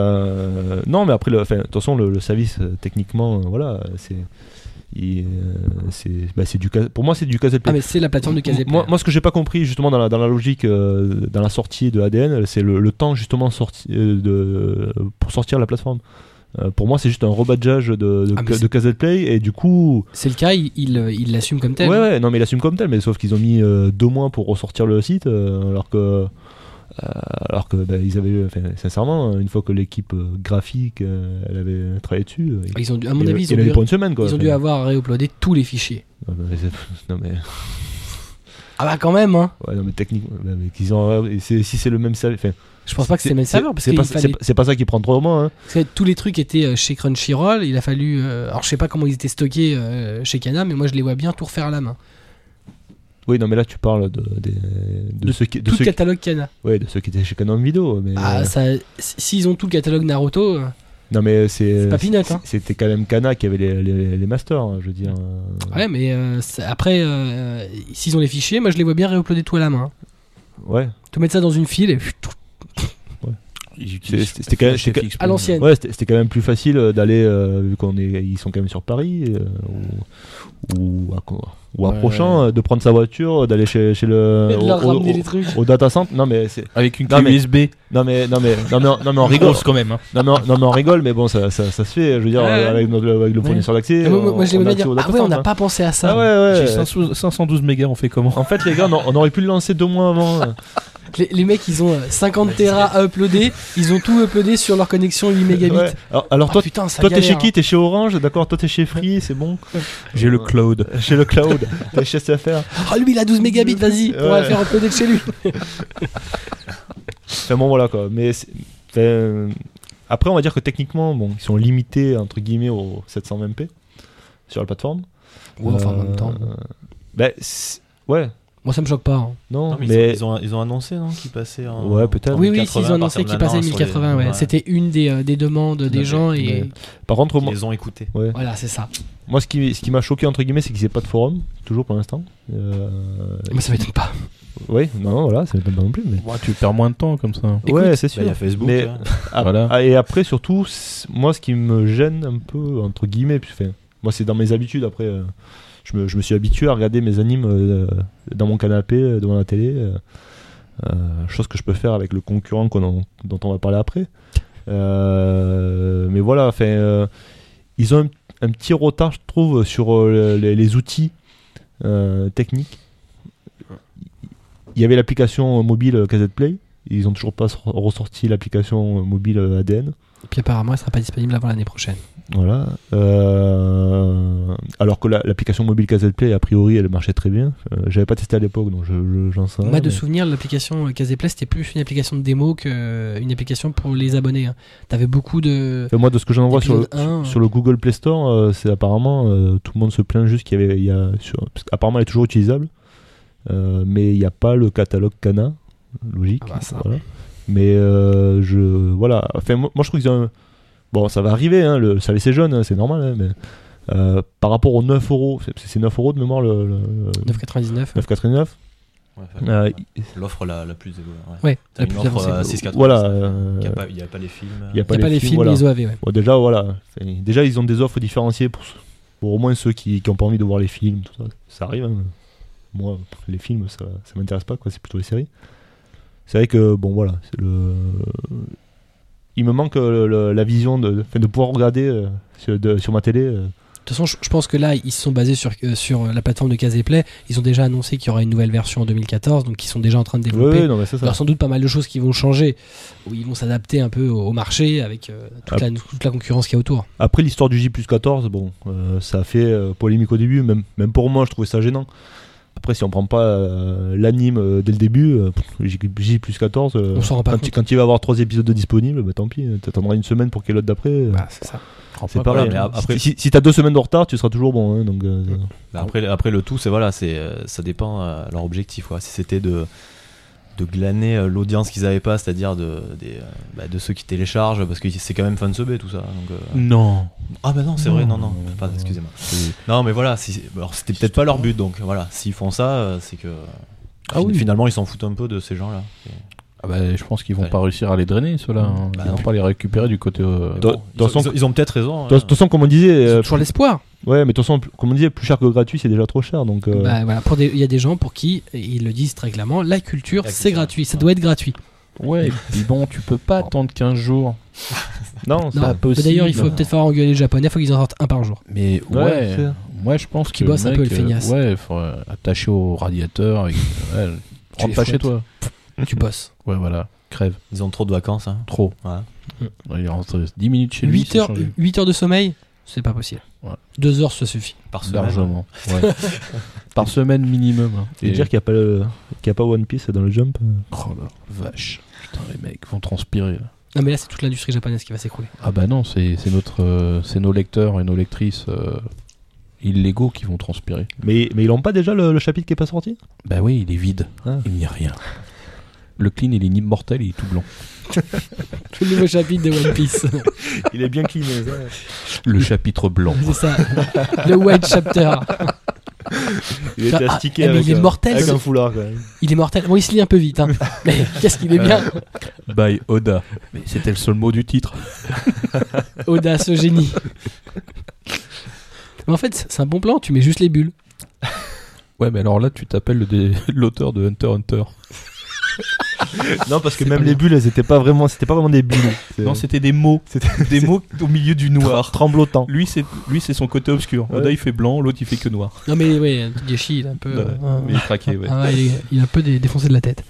S2: euh, non, mais après, le, enfin, de toute façon, le, le service euh, techniquement, euh, voilà, c'est. il, euh, c'est bah, c'est du cas- pour moi c'est du casse
S1: Ah, mais c'est la plateforme de Caseplay.
S2: moi, moi, ce que j'ai pas compris justement dans la, dans la logique, euh, dans la sortie de ADN, c'est le, le temps justement sorti, euh, de, pour sortir la plateforme. Euh, pour moi, c'est juste un rebadgeage de, de,
S1: Ah, mais c'est-
S2: de Casette Play et du coup,
S1: C'est le cas, il il, euh, il l'assume comme tel.
S2: Ouais, ouais, non, mais il assume comme tel, mais sauf qu'ils ont mis euh, deux mois pour ressortir le site, euh, alors que. euh, alors que bah, ils avaient. enfin, sincèrement, une fois que l'équipe euh, graphique euh, elle avait travaillé dessus. euh,
S1: Bah, Ils ont dû, à mon
S2: il-
S1: avis, ils
S2: il
S1: ont,
S2: avait
S1: dû,
S2: pour une semaine, quoi. euh,
S1: ils ont dû avoir à réuploader tous les fichiers.
S2: Non, mais c'est- non, mais-
S1: Ah bah quand même, hein.
S2: Ouais, non, mais techniquement, ouais, mais qu'ils ont- ouais, c'est- si c'est le même serveur. enfin,
S1: Je pense pas que c'est le même serveur parce
S2: c'est
S1: qu'il
S2: pas,
S1: fallait-
S2: c'est pas- c'est pas ça qui prend trois mois. hein.
S1: parce que tous les trucs étaient euh, chez Crunchyroll. Il a fallu. euh, alors je sais pas comment ils étaient stockés euh, chez Kana, mais moi je les vois bien tout refaire à la main.
S2: Oui, non, mais là, tu parles de, des- de,
S1: De
S2: ceux, qui, de,
S1: Tout le
S2: ceux, qui-
S1: catalogue Kana.
S2: ouais, de ceux qui étaient chez Canon Vidéo. Mais,
S1: Ah,
S2: euh,
S1: ça. si- S'ils ont tout le catalogue Naruto, euh,
S2: non, mais c'est.
S1: c'est pas peanut, hein.
S2: C'était quand même Kana qui avait les, les- les masters, hein, je veux dire.
S1: Ouais, mais euh, ça- après, euh, s'ils ont les fichiers, moi je les vois bien réuploader tout à la main.
S2: Ouais.
S1: Te mettre ça dans une file et pff, tout-
S2: C'est- c'était quand même- c'était-
S1: à l'ancienne.
S2: Ouais, c'était c'était quand même plus facile euh, d'aller, euh, vu qu'on est, ils sont quand même sur Paris, euh, ou, ou à, co- ou à
S5: Ouais,
S2: Prochain, euh, de prendre sa voiture, euh, d'aller chez, chez le.
S1: Et de
S2: au-
S1: leur
S2: au,
S1: ramener
S2: au-
S1: les trucs.
S2: au data center. Non, mais c'est.
S5: Avec une
S2: Non,
S5: clé
S2: mais-
S5: USB.
S2: Non, mais, non, mais, non, mais, non, mais on rigole.
S3: Grosse quand même. hein.
S2: Non mais, on- non, mais on rigole, mais bon, ça, ça, ça se fait, je veux dire,
S1: Ouais.
S2: avec, notre- avec le fournisseur d'accès.
S1: Et moi, moi,
S2: on-
S1: moi, je les
S2: on
S1: vois
S2: a
S1: bien
S2: accès
S1: dire.
S2: au
S1: Ah
S2: data
S1: ouais, on n'a
S2: center.
S1: pas pensé à ça.
S2: Ah ouais,
S5: J'ai
S2: ouais.
S5: 500 512 mégas, on fait comment
S2: En fait, les gars, non, on aurait pu le lancer deux mois avant. hein.
S1: Les, les mecs, ils ont euh, 50 Tera à uploader. Ils ont tout uploadé sur leur connexion 8 mégabits.
S2: Ouais. Alors, alors
S1: Ah,
S2: toi,
S1: putain, ça
S2: toi t'es
S1: galère.
S2: chez qui T'es chez Orange, d'accord Toi, t'es chez Free, c'est bon.
S5: J'ai le cloud.
S2: Chez le cloud, t'es chez SFR.
S1: Ah, lui, il a 12 mégabits, vas-y, on va
S2: Ouais.
S1: le faire uploader de chez lui.
S2: Enfin bon, voilà quoi. Mais c'est- enfin, euh, après, on va dire que techniquement, bon, ils sont limités entre guillemets au 720p sur la plateforme.
S1: Ouais, enfin, en
S2: Euh,
S1: même temps.
S2: ben, c'est- ouais,
S1: Moi, ça me choque pas. hein.
S2: non,
S4: Non, mais ils
S2: mais.
S4: ont- ils, ont, ils ont annoncé non qu'ils passaient en.
S2: Ouais, peut-être.
S1: Oui, oui,
S4: 1080,
S1: s'ils ont annoncé qu'ils
S4: à
S1: passaient
S4: partir de maintenant,
S1: 1080,
S4: sur
S1: ouais.
S4: les-
S1: C'était une des, euh, des demandes des
S4: Ouais,
S1: gens et.
S2: ouais. Par contre,
S4: Ils
S2: moi,
S4: les ont écoutés.
S2: ouais.
S1: Voilà, c'est ça.
S2: Moi, ce qui, ce qui m'a choqué, entre guillemets, c'est qu'ils aient pas de forum, toujours pour l'instant. Euh,
S1: Moi, ça m'étonne pas.
S2: oui, non, non, voilà, ça m'étonne pas non plus. Mais...
S5: Ouais, tu perds moins de temps comme ça.
S2: ouais, c'est
S4: Bah,
S2: sûr.
S4: Il y a Facebook.
S2: Mais-
S4: hein.
S2: Ah,
S5: Voilà.
S2: ah, Et après, surtout, c- moi, ce qui me gêne un peu, entre guillemets, puis, enfin, moi, c'est dans mes habitudes. Après, euh, je, me, je me suis habitué à regarder mes animes euh, dans mon canapé, euh, devant la télé. euh, euh, chose que je peux faire avec le concurrent qu'on en- dont on va parler après. Euh, mais voilà, enfin, euh, ils ont un, un petit retard, je trouve, sur euh, les, les outils euh, techniques. Il y avait l'application mobile KZ Play. Ils ont toujours pas sor- ressorti l'application euh, mobile ADN.
S1: Et puis, apparemment, elle sera pas disponible avant l'année prochaine.
S2: Voilà. Euh, alors que la- l'application mobile KZ Play, a priori, elle marchait très bien. Euh, J'avais pas testé à l'époque, donc je- je- j'en sais rien.
S1: Moi, Bah, de
S2: mais-
S1: souvenir, l'application euh, Caseplay, c'était plus une application de démo qu'une application pour les abonnés. hein. T'avais beaucoup de.
S2: Enfin, moi, de ce que j'en vois sur, le-
S1: Épisode un,
S2: sur- sur le Google Play Store, euh, c'est apparemment euh, tout le monde se plaint juste qu'il y avait, il y a, sur- parce qu'apparemment, elle est toujours utilisable, Euh, mais il n'y a pas le catalogue Cana, logique.
S1: Ah bah, ça.
S2: voilà. Mais euh, je, voilà. Enfin, moi, moi, je trouve qu'ils ont. un- Bon, ça va arriver. Hein, le service est jeune, hein, c'est normal. hein, mais euh, par rapport aux 9 euros, c'est- c'est 9 euros de mémoire le, le- le
S1: 9,99.
S2: 9,99.
S4: Ouais, enfin,
S2: Euh,
S4: L'offre la, la plus évoluée. Ah ouais.
S1: Ouais,
S4: T'as
S1: la
S4: une
S1: plus
S4: offre
S1: avancée.
S4: à 6,99.
S2: Voilà. euh,
S4: Il n'y a, pas- il y a pas les films.
S2: il y a
S1: Il n'y a pas les films,
S2: voilà.
S1: les OAV, ouais.
S2: Bon, déjà, voilà. C'est- Déjà, ils ont des offres différenciées pour, ce- pour au moins ceux qui n'ont pas envie de voir les films. Tout ça. ça arrive. hein. Moi, pff, les films, ça, ça m'intéresse pas. quoi. C'est plutôt les séries. C'est vrai que, bon, voilà. c'est Le... Il me manque euh, le- la vision de, de, enfin, de pouvoir regarder euh, sur, de- sur ma télé. euh.
S1: De toute façon, je, je pense que là, ils se sont basés sur, euh, sur la plateforme de Caseplay. Ils ont déjà annoncé qu'il y aura une nouvelle version en 2014, donc ils sont déjà en train de développer.
S2: Ouais, ouais, non, mais c'est
S1: Il y
S2: ça.
S1: aura sans doute pas mal de choses qui vont changer, où ils vont s'adapter un peu au au marché avec euh, toute,
S2: Ah.
S1: la, toute la concurrence qu'il y a autour.
S2: Après l'histoire du J plus 14, bon, euh, ça a fait euh, polémique au début, même, même pour moi je trouvais ça gênant. Après si on prend pas euh, l'anime euh, dès le début, euh, pff, J, J plus 14, euh,
S1: On s'en rend pas
S2: quand,
S1: compte.
S2: il- quand il va y avoir trois épisodes de disponibles, bah tant pis, euh, t'attendras une semaine pour qu'il y ait l'autre d'après. euh,
S5: Bah,
S1: c'est ça.
S2: c'est
S4: voilà,
S2: pareil.
S4: mais
S2: hein.
S4: a- après-
S2: Si, si- si t'as deux semaines de retard, tu seras toujours bon. hein, donc, euh,
S4: Bah, après, après le tout, c'est voilà, c'est euh, ça dépend euh, leur objectif. Quoi. Si c'était de de glaner euh, l'audience qu'ils avaient pas, c'est-à-dire de des, euh, bah, de ceux qui téléchargent, parce que c'est quand même fan B tout ça. donc, euh,
S5: Non.
S4: Ah bah non, c'est vrai, non non, pas- excusez-moi. Non mais voilà, si, alors c'était peut-être pas leur but donc voilà, s'ils font ça, euh, c'est que
S5: Ah
S4: fin-
S5: oui.
S4: finalement ils s'en foutent un peu de ces gens-là. Et-
S5: Ah bah, je pense qu'ils vont
S4: Ouais.
S5: pas réussir à les drainer, ceux-là. hein.
S4: Bah
S5: ils vont
S4: non.
S5: pas les récupérer du côté. euh,
S4: mais
S2: Dans-
S4: bon, ils
S2: dans
S4: ont-
S2: son-
S4: ils ont- ils ont peut-être raison.
S2: De
S4: hein.
S2: toute façon, comme on disait, euh,
S1: toujours l'espoir.
S2: ouais, mais de toute façon, plus- comme on disait, plus cher que gratuit, c'est déjà trop cher. Donc, euh,
S1: Bah, voilà, pour des- Il y a des gens pour qui, et ils le disent très clairement, la culture,
S4: La
S1: c'est
S4: culture,
S1: gratuit, ça
S4: ouais.
S1: doit être gratuit.
S5: Ouais, et puis bon, tu peux pas attendre 15 jours.
S2: non, c'est-
S1: Non,
S5: pas
S1: mais D'ailleurs, il faut
S5: possible.
S1: peut-être faire engueuler les Japonais, il faut qu'ils en sortent un par jour.
S5: Mais
S2: Ouais,
S5: ouais,
S2: c'est-
S5: moi je pense
S1: Qui
S5: qu'il
S1: bosse un peu, le feignasse.
S5: Ouais, faut, euh, attaché au radiateur. Avec, ouais, rentre
S1: les
S5: pas
S1: fouettes.
S5: chez toi.
S1: Tu bosses.
S5: Ouais, voilà, crève,
S4: Ils ont trop de vacances. hein.
S5: trop.
S4: Voilà.
S5: Ouais, il rentre 10 minutes chez lui.
S1: 8
S5: c'est
S1: heures,
S5: changé.
S1: 8 heures de sommeil C'est pas possible.
S5: Ouais.
S1: Deux heures, ça suffit.
S4: Par semaine.
S5: Largement. ouais. Par semaine minimum. hein.
S2: Et dire qu'il n'y a, pas le- qu'il y a pas One Piece dans le jump. euh,
S5: Oh la vache. Putain, les mecs vont transpirer. là.
S1: Non, mais là, c'est toute l'industrie japonaise qui va s'écrouler.
S5: Ah bah non, c'est c'est notre, euh, c'est nos lecteurs et nos lectrices euh, illégaux qui vont transpirer.
S2: Mais, mais ils n'ont pas déjà le, le chapitre qui est pas sorti
S5: Bah oui, il est vide.
S2: Ah.
S5: Il n'y a rien. Le clean, il est ni mortel, il est tout blanc.
S1: Le nouveau chapitre de One Piece.
S2: Il est bien clean. hein.
S5: Le chapitre blanc.
S1: c'est ça. Le White Chapter.
S2: Il était
S1: Ah,
S2: astiqué
S1: eh, mais
S2: avec,
S1: il est
S2: un-
S1: mortel,
S2: avec
S1: ce-
S2: un foulard quand même.
S1: Il est mortel. Bon, il se lit un peu vite. hein. Mais qu'est-ce qu'il est bien.
S5: By Oda. Mais c'était le seul mot du titre.
S1: Oda, ce génie. Mais en fait, c'est un bon plan. Tu mets juste les bulles.
S5: Ouais, mais alors là, tu t'appelles le dé- l'auteur de Hunter x Hunter.
S2: Non, parce que
S1: C'est
S2: même
S1: pas
S2: les
S1: bien.
S2: bulles, elles étaient pas vraiment, c'était pas vraiment des bulles. C'est-
S5: Non, c'était des mots.
S2: c'était
S5: Des mots au milieu du noir.
S2: tremblotant.
S5: Lui, c'est lui, c'est son côté obscur.
S2: Ouais.
S5: Oda, il fait blanc, l'autre, il fait que noir.
S1: Non, mais ouais, Geshi, il est un peu.
S5: Ouais,
S1: euh,
S5: Mais il craquait, ouais.
S1: Ah ouais, il, est, il est un peu dé- défoncé de la tête.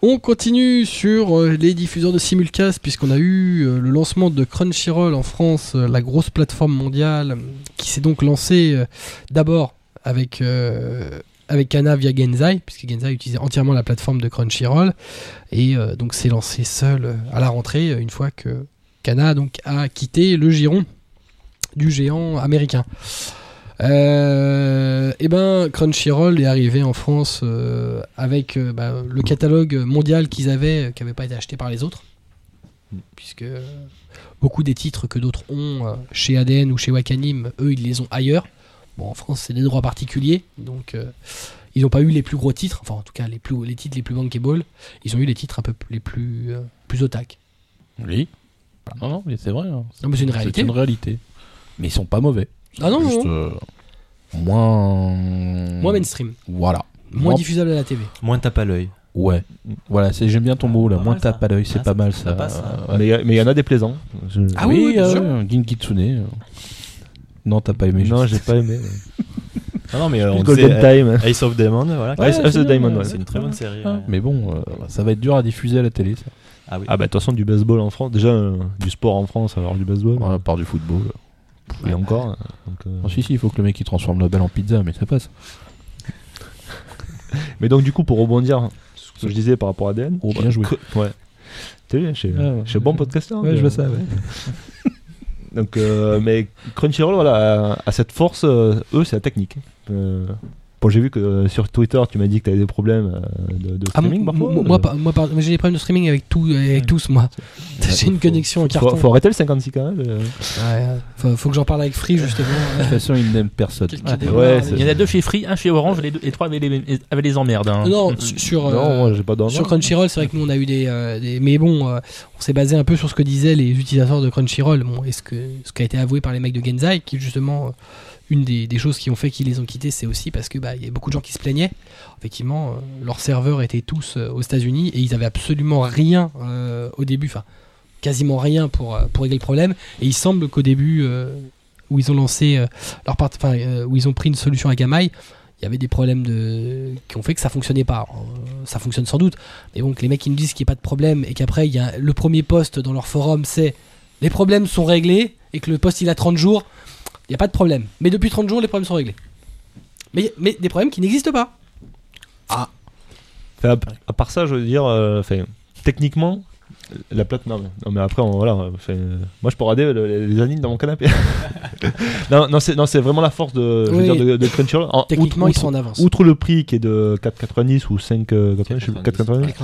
S1: On continue sur euh, les diffuseurs de simulcast puisqu'on a eu euh, le lancement de Crunchyroll en France, euh, la grosse plateforme mondiale euh, qui s'est donc lancée euh, d'abord avec euh, avec Kana via Genzai puisque Genzai utilisait entièrement la plateforme de Crunchyroll et euh, donc s'est lancé seul euh, à la rentrée euh, une fois que Kana donc a quitté le giron du géant américain. Euh, et ben Crunchyroll est arrivé en France euh, avec euh, bah, le catalogue mondial qu'ils avaient, euh, qui n'avait pas été acheté par les autres, puisque euh, beaucoup des titres que d'autres ont euh, chez ADN ou chez Wakanim, eux ils les ont ailleurs. Bon, en France c'est des droits particuliers, donc euh, ils n'ont pas eu les plus gros titres, enfin en tout cas les plus les titres les plus bankable, ils ont eu les titres un peu p- les plus euh, plus otac.
S5: Oui. Non, non, mais c'est vrai. hein.
S1: Non, mais c'est une réalité.
S5: une réalité. Mais ils sont pas mauvais.
S1: Ah non, non.
S5: Juste, euh, moins. Hmm.
S1: moins mainstream,
S5: Voilà.
S1: moins diffusable à la TV.
S4: Moins tape à l'œil.
S5: Ouais. Voilà, c'est j'aime bien ton mot là.
S4: Pas
S5: Moins
S4: mal, ça.
S5: tape à l'œil, c'est
S4: Ah,
S5: pas
S4: ça-
S5: mal
S4: ça
S5: ça.
S4: passe,
S3: hein.
S4: ça.
S5: Ouais.
S2: Mais il y a- mais il y en a des plaisants. Je-
S1: Ah oui, oui, bien
S5: euh,
S1: sûr.
S5: Ginkitsune. euh. Non, t'as pas aimé.
S2: non,
S5: je-
S2: j'ai pas aimé. ouais.
S4: Non, non, mais euh,
S2: Plus
S4: on
S2: Golden
S4: disait,
S2: Time.
S4: euh, Ace of Diamond, voilà.
S2: Ouais, Ace of
S5: c'est
S2: the
S5: bien,
S2: Diamond,
S5: ouais.
S2: ouais.
S4: C'est une très bonne série.
S5: Ah,
S4: ouais.
S5: Mais bon, euh, ça va être dur à diffuser à la télé. Ça.
S4: Ah oui.
S2: Ah bah de toute façon du baseball en France, déjà euh, du sport en France, alors du baseball
S5: Ouais, à part du football.
S2: et encore. euh, donc, euh,
S5: Oh, si, si, il faut que le mec il transforme la balle en pizza, mais ça passe.
S2: Mais donc du coup pour rebondir, sur ce que je disais par rapport à ADN,
S5: Oh, bien joué.
S2: ouais. T'as vu, je suis-
S5: Ah ouais.
S2: je suis un bon podcasteur. mais- euh,
S5: ouais.
S2: Donc, euh, mais Crunchyroll, voilà, a, a cette force, euh, eux, c'est la technique. Euh, bon, j'ai vu que euh, sur Twitter, tu m'as dit que tu avais des problèmes euh, de, de
S1: Ah,
S2: streaming
S1: mon-
S2: parfois. euh.
S1: mon- moi, par- moi, par- moi, j'ai des problèmes de streaming avec, tout, avec tous, moi. j'ai une connexion en
S2: Faut-
S1: carton.
S2: Faut, arrêter le 56 canal. euh.
S1: Ouais, faut, faut que j'en parle avec Free, justement.
S5: De toute façon, il n'aime personne.
S1: Quelques
S5: Ah,
S1: débats
S2: ouais,
S1: avec-
S2: c'est-
S3: Il y en a deux chez Free, un chez Orange, les, deux, les trois avaient les, avaient les emmerdes. hein.
S1: Non, su- sur, euh,
S2: non, moi, j'ai pas d'ordre.
S1: sur Crunchyroll, c'est vrai que nous, on a eu des. euh, des- mais bon, euh, on s'est basé un peu sur ce que disaient les utilisateurs de Crunchyroll. Bon, et ce, que, ce qui a été avoué par les mecs de Genzai, qui justement. euh, Une des, des choses qui ont fait qu'ils les ont quittés, c'est aussi parce que bah, il y avait beaucoup de gens qui se plaignaient. Effectivement, euh, leurs serveurs étaient tous euh, aux États-Unis et ils avaient absolument rien euh, au début. Enfin, quasiment rien pour, euh, pour régler le problème. Et il semble qu'au début, euh, où ils ont lancé euh, leur part, enfin, euh, où ils ont pris une solution à Gamai, il y avait des problèmes de... qui ont fait que ça fonctionnait pas. Alors, euh, ça fonctionne sans doute, mais bon, que les mecs ils nous disent qu'il n'y a pas de problème et qu'après, il y a le premier post dans leur forum, c'est les problèmes sont réglés et que le post il a 30 jours, il n'y a pas de problème. Mais depuis 30 jours, les problèmes sont réglés. Mais, mais des problèmes qui n'existent pas.
S2: Enfin, à, à part ça, je veux dire, euh, enfin, techniquement, la plate, non, mais, non, mais après, on- voilà, enfin, euh, moi je peux regarder le- les, les animes dans mon canapé. non, non, c'est, non, c'est vraiment la force de, je veux
S1: Oui.
S2: dire, de, de Crunchyroll. En-
S1: Techniquement,
S2: outre-
S1: ils sont en avance.
S2: Outre le prix qui est de 4,90 ou 5,90, je sais plus, 4,90,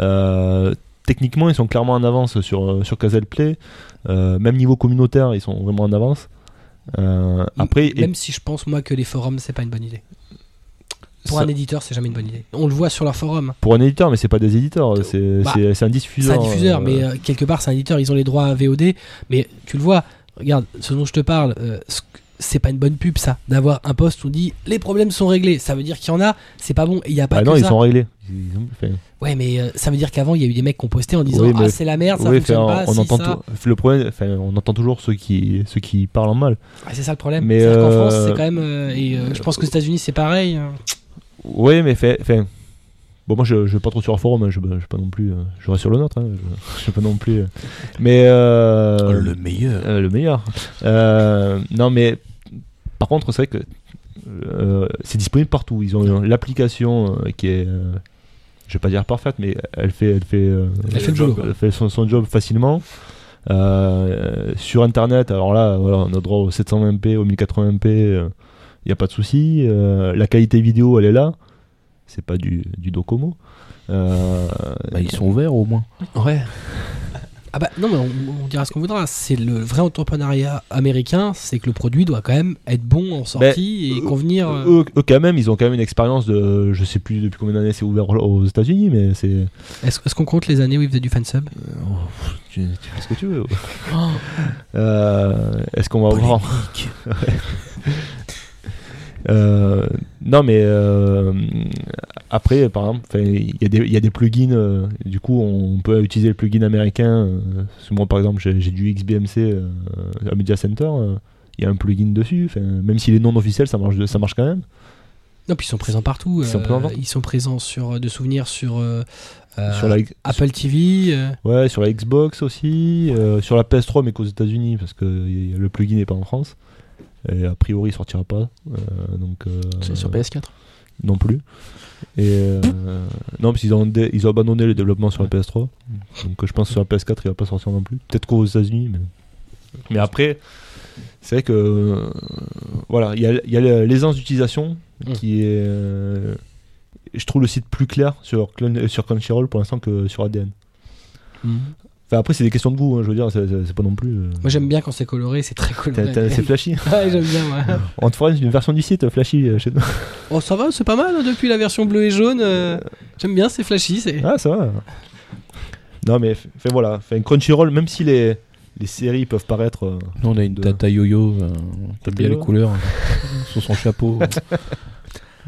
S2: euh, techniquement, ils sont clairement en avance sur, euh, sur Casel Play. Euh, même niveau communautaire, ils sont vraiment en avance. Euh, après, et-
S1: Même si je pense, moi, que les forums, c'est pas une bonne idée. Pour
S2: ça-
S1: un éditeur, c'est jamais une bonne idée. On le voit sur leur forum.
S2: pour un éditeur, mais c'est pas des éditeurs, c'est,
S1: Bah,
S2: c'est, c'est
S1: C'est
S2: un diffuseur.
S1: un diffuseur,
S2: euh,
S1: mais euh, quelque part, c'est un éditeur. Ils ont les droits à VOD. Mais tu le vois, regarde, ce dont je te parle, euh, ce que- c'est pas une bonne pub, ça. D'avoir un poste où on dit les problèmes sont réglés. Ça veut dire qu'il y en a, c'est pas bon. Et Il y a pas
S2: ah
S1: que
S2: non,
S1: ça.
S2: ils sont réglés. Ils ont- enfin,
S1: Ouais, mais euh, ça veut dire qu'avant, il y a eu des mecs qui ont posté en disant
S2: Oui, mais-
S1: Ah, c'est la merde, ça
S2: oui,
S1: fonctionne
S2: enfin,
S1: pas.
S2: on
S1: si,
S2: entend
S1: ça.
S2: tout- le problème, enfin, on entend toujours ceux qui, ceux qui parlent en mal.
S1: Ah, c'est ça le problème.
S2: Mais,
S1: C'est-à-dire qu'en
S2: euh,
S1: hein. France, c'est quand même. euh, et euh, je pense que aux États-Unis, c'est pareil.
S2: Oui, mais fait, enfin, Bon, moi, je, je vais pas trop sur un forum, hein, je, je vais pas non plus. euh, je reste sur le nôtre, hein, je, je vais pas non plus. euh, mais. euh,
S5: Oh, le meilleur.
S2: euh, le meilleur. Euh, non, mais par contre, c'est vrai que euh, c'est disponible partout. Ils ont euh, l'application euh, qui est, euh, je vais pas dire parfaite, mais elle fait, elle fait, euh,
S1: Elle fait le boulot.
S2: elle fait son, son job facilement. Euh, sur internet, alors là, voilà, on a droit au 720p, au 1080p, il n'y euh, a pas de souci. Euh, la qualité vidéo, elle est là. C'est pas du, du docomo. Euh,
S5: Bah, ils sont ouverts au moins.
S2: ouais.
S1: Ah bah non, mais on, on dira ce qu'on voudra. C'est le vrai entrepreneuriat américain, c'est que le produit doit quand même être bon en sortie et
S2: euh,
S1: convenir. euh,
S2: Eux, eux, quand même, ils ont quand même une expérience de, je sais plus depuis combien d'années c'est ouvert aux États-Unis, mais c'est
S1: Est-ce est-ce qu'on compte les années où ils faisaient du fansub
S2: tu, tu fais ce que tu veux. Euh, Est-ce qu'on va voir Euh, Non, mais euh, après, par exemple, 'fin, il y, a des- il y a des plugins. euh, du coup, on peut utiliser le plugin américain. euh, parce que moi, par exemple, j'ai j'ai du XBMC euh, à Media Center. euh, Il y a un plugin dessus. 'fin, Même s'il est non officiel, ça marche, de- ça marche quand même.
S1: Non, puis ils sont présents partout.
S2: Ils sont présents partout.
S1: ils sont présents sur euh, de souvenirs sur, euh, euh,
S2: sur la,
S1: Apple TV. euh,
S2: Ouais, sur la Xbox aussi, euh, sur la PS3 mais qu'aux États-Unis parce que y- y- le plugin n'est pas en France. Et a priori, il sortira pas. euh, donc euh,
S3: C'est sur PS4.
S2: non plus. Et euh, non, parce qu'ils ont, dé- ils ont abandonné le développement sur la PS3. Donc euh, je pense que sur la PS4, il va pas sortir non plus. Peut-être qu'aux États-Unis, mais mais après, c'est vrai que euh, voilà, il y a, il y a l'aisance d'utilisation
S1: Mm.
S2: qui est. euh, je trouve le site plus clair sur, Clon- sur Crunchyroll pour l'instant que sur ADN. Enfin, après, c'est des questions de goût, hein, je veux dire, c'est- c'est c'est pas non plus. euh,
S1: hmm. Moi j'aime bien quand c'est coloré, c'est très
S2: t'as-
S1: coloré.
S2: t'as- C'est Ah. flashy.
S1: Ouais, j'aime bien, ouais.
S2: On te fera une version du site euh, flashy euh, chez nous.
S1: Oh, ça va, c'est pas mal hein, depuis la version bleue et jaune. euh, J'aime bien, c'est flashy. c'est-
S2: Ah, ça va. Non, mais f- fait, voilà. Fait, Crunchyroll, même si les, les séries peuvent paraître. euh,
S5: Nous, on a une
S2: De-
S5: tata yo-yo. euh, qui aime bien les
S2: yo-yo.
S5: couleurs. euh, sur son chapeau.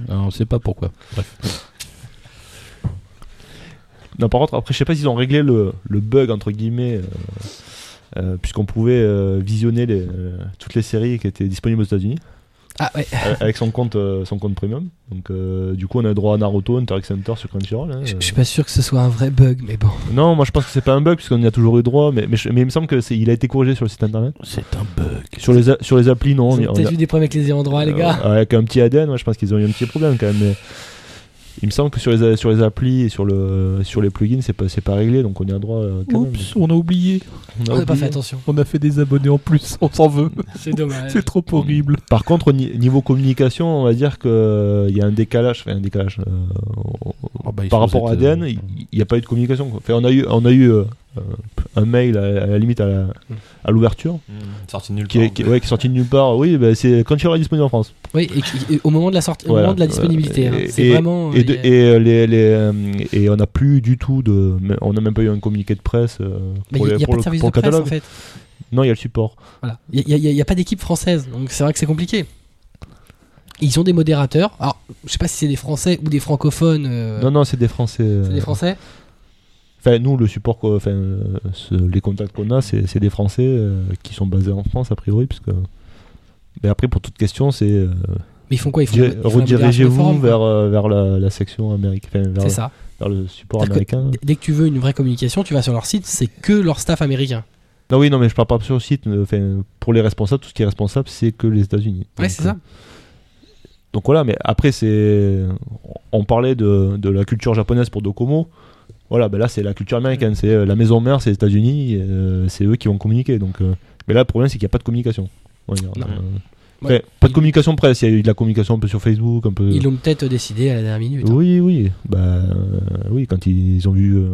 S5: Alors, on sait pas pourquoi.
S2: Non, par contre, après, je sais pas s'ils ont réglé le, le bug, entre guillemets, euh, euh, puisqu'on pouvait euh, visionner les, euh, toutes les séries qui étaient disponibles aux États-Unis
S1: Ah ouais.
S2: euh, avec son compte, euh, son compte premium. Donc, euh, du coup, on a droit à Naruto, Hunter x Hunter sur Crunchyroll. hein,
S1: Je je
S2: euh.
S1: suis pas sûr que ce soit un vrai bug, mais bon.
S2: Non, moi je pense que c'est pas un bug puisqu'on y a toujours eu droit, mais, mais, je- mais il me semble que c'est- il a été corrigé sur le site internet.
S5: C'est un bug.
S2: Sur les, a- sur les applis, non. on y-
S1: Ils ont
S2: on
S1: peut-être
S2: y-
S1: eu des problèmes avec les ayants droit, les
S2: euh,
S1: gars.
S2: avec un petit ADN, ouais, je pense qu'ils ont eu un petit problème quand même. mais il me semble que sur les, a- sur les applis et sur, le, sur les plugins, c'est pas, c'est pas réglé, donc on y a droit euh, quand
S5: on a oublié.
S2: même.
S1: On n'a pas fait bah, attention.
S5: On a fait des abonnés en plus. On s'en veut.
S1: C'est dommage.
S5: trop
S2: horrible. Par contre, au ni- niveau communication, on va dire qu'il y a un décalage. Enfin, un décalage. euh, on-
S5: Ah bah,
S2: par rapport à ADN,
S5: euh,
S2: il n'y a pas eu de communication. quoi. Enfin, on a eu, on a eu euh, euh, un mail à, à la limite à la-
S5: Mm.
S2: à l'ouverture.
S4: Sorti de nulle
S2: qui est, qui- ouais, qui est sorti de nulle part. Oui, bah, c'est quand tu disponible en France.
S1: Oui, et, qui- et au moment de la sortie, au
S2: Voilà,
S1: moment de la
S2: ouais.
S1: disponibilité, hein.
S2: Et-
S1: c'est vraiment. euh,
S2: et, de-
S1: y a-
S2: et, euh, les, les, euh, et on n'a plus du tout de. mais On n'a même pas eu un communiqué de presse euh,
S1: mais
S2: pour,
S1: il
S2: les-
S1: n'y a
S2: pour
S1: pas de
S2: le,
S1: service
S2: pour
S1: de
S2: le
S1: presse
S2: catalogue.
S1: en fait.
S2: Non, il y a le support.
S1: Voilà. Il n'y a, il y a pas d'équipe française, donc c'est vrai que c'est compliqué. Ils ont des modérateurs. Alors, je sais pas si c'est des Français ou des francophones. euh,
S2: Non, non, c'est des Français.
S1: c'est
S2: euh,
S1: des Français
S2: Enfin, nous, le support, qu'on- enfin, euh, ce- les contacts qu'on a, c'est c'est des Français euh, qui sont basés en France, a priori, puisque. Mais après, pour toute question, c'est euh,
S1: Mais ils font quoi Ils font
S2: dir-
S1: ils font un modération de
S2: redirigez-vous
S1: forum, quoi.
S2: vers, euh, vers la, la section américaine, enfin, vers,
S1: C'est ça.
S2: vers le support
S1: C'est-à-dire que
S2: américain.
S1: d- Dès que tu veux une vraie communication, tu vas sur leur site, c'est que leur staff américain.
S2: Non, oui, non, mais je parle pas sur le site. mais, enfin, pour les responsables, tout ce qui est responsable, c'est que les États-Unis.
S1: Ouais,
S2: Donc,
S1: c'est
S2: euh,
S1: ça.
S2: Donc voilà, mais après, c'est. On parlait de, de la culture japonaise pour Docomo. Voilà, ben là, c'est la culture américaine. C'est euh, la maison mère, c'est les États-Unis. et, euh, c'est eux qui vont communiquer. Donc, euh, Mais là, le problème, c'est qu'il n'y a pas de communication. on va dire.
S1: Non.
S2: Euh,
S1: Ouais.
S2: enfin, Pas de communication presse. Il y a eu de la communication un peu sur Facebook, un peu.
S1: Ils l'ont peut-être décidé à la dernière minute. hein.
S2: Oui, oui. Bah, euh, oui, quand ils ont vu. euh,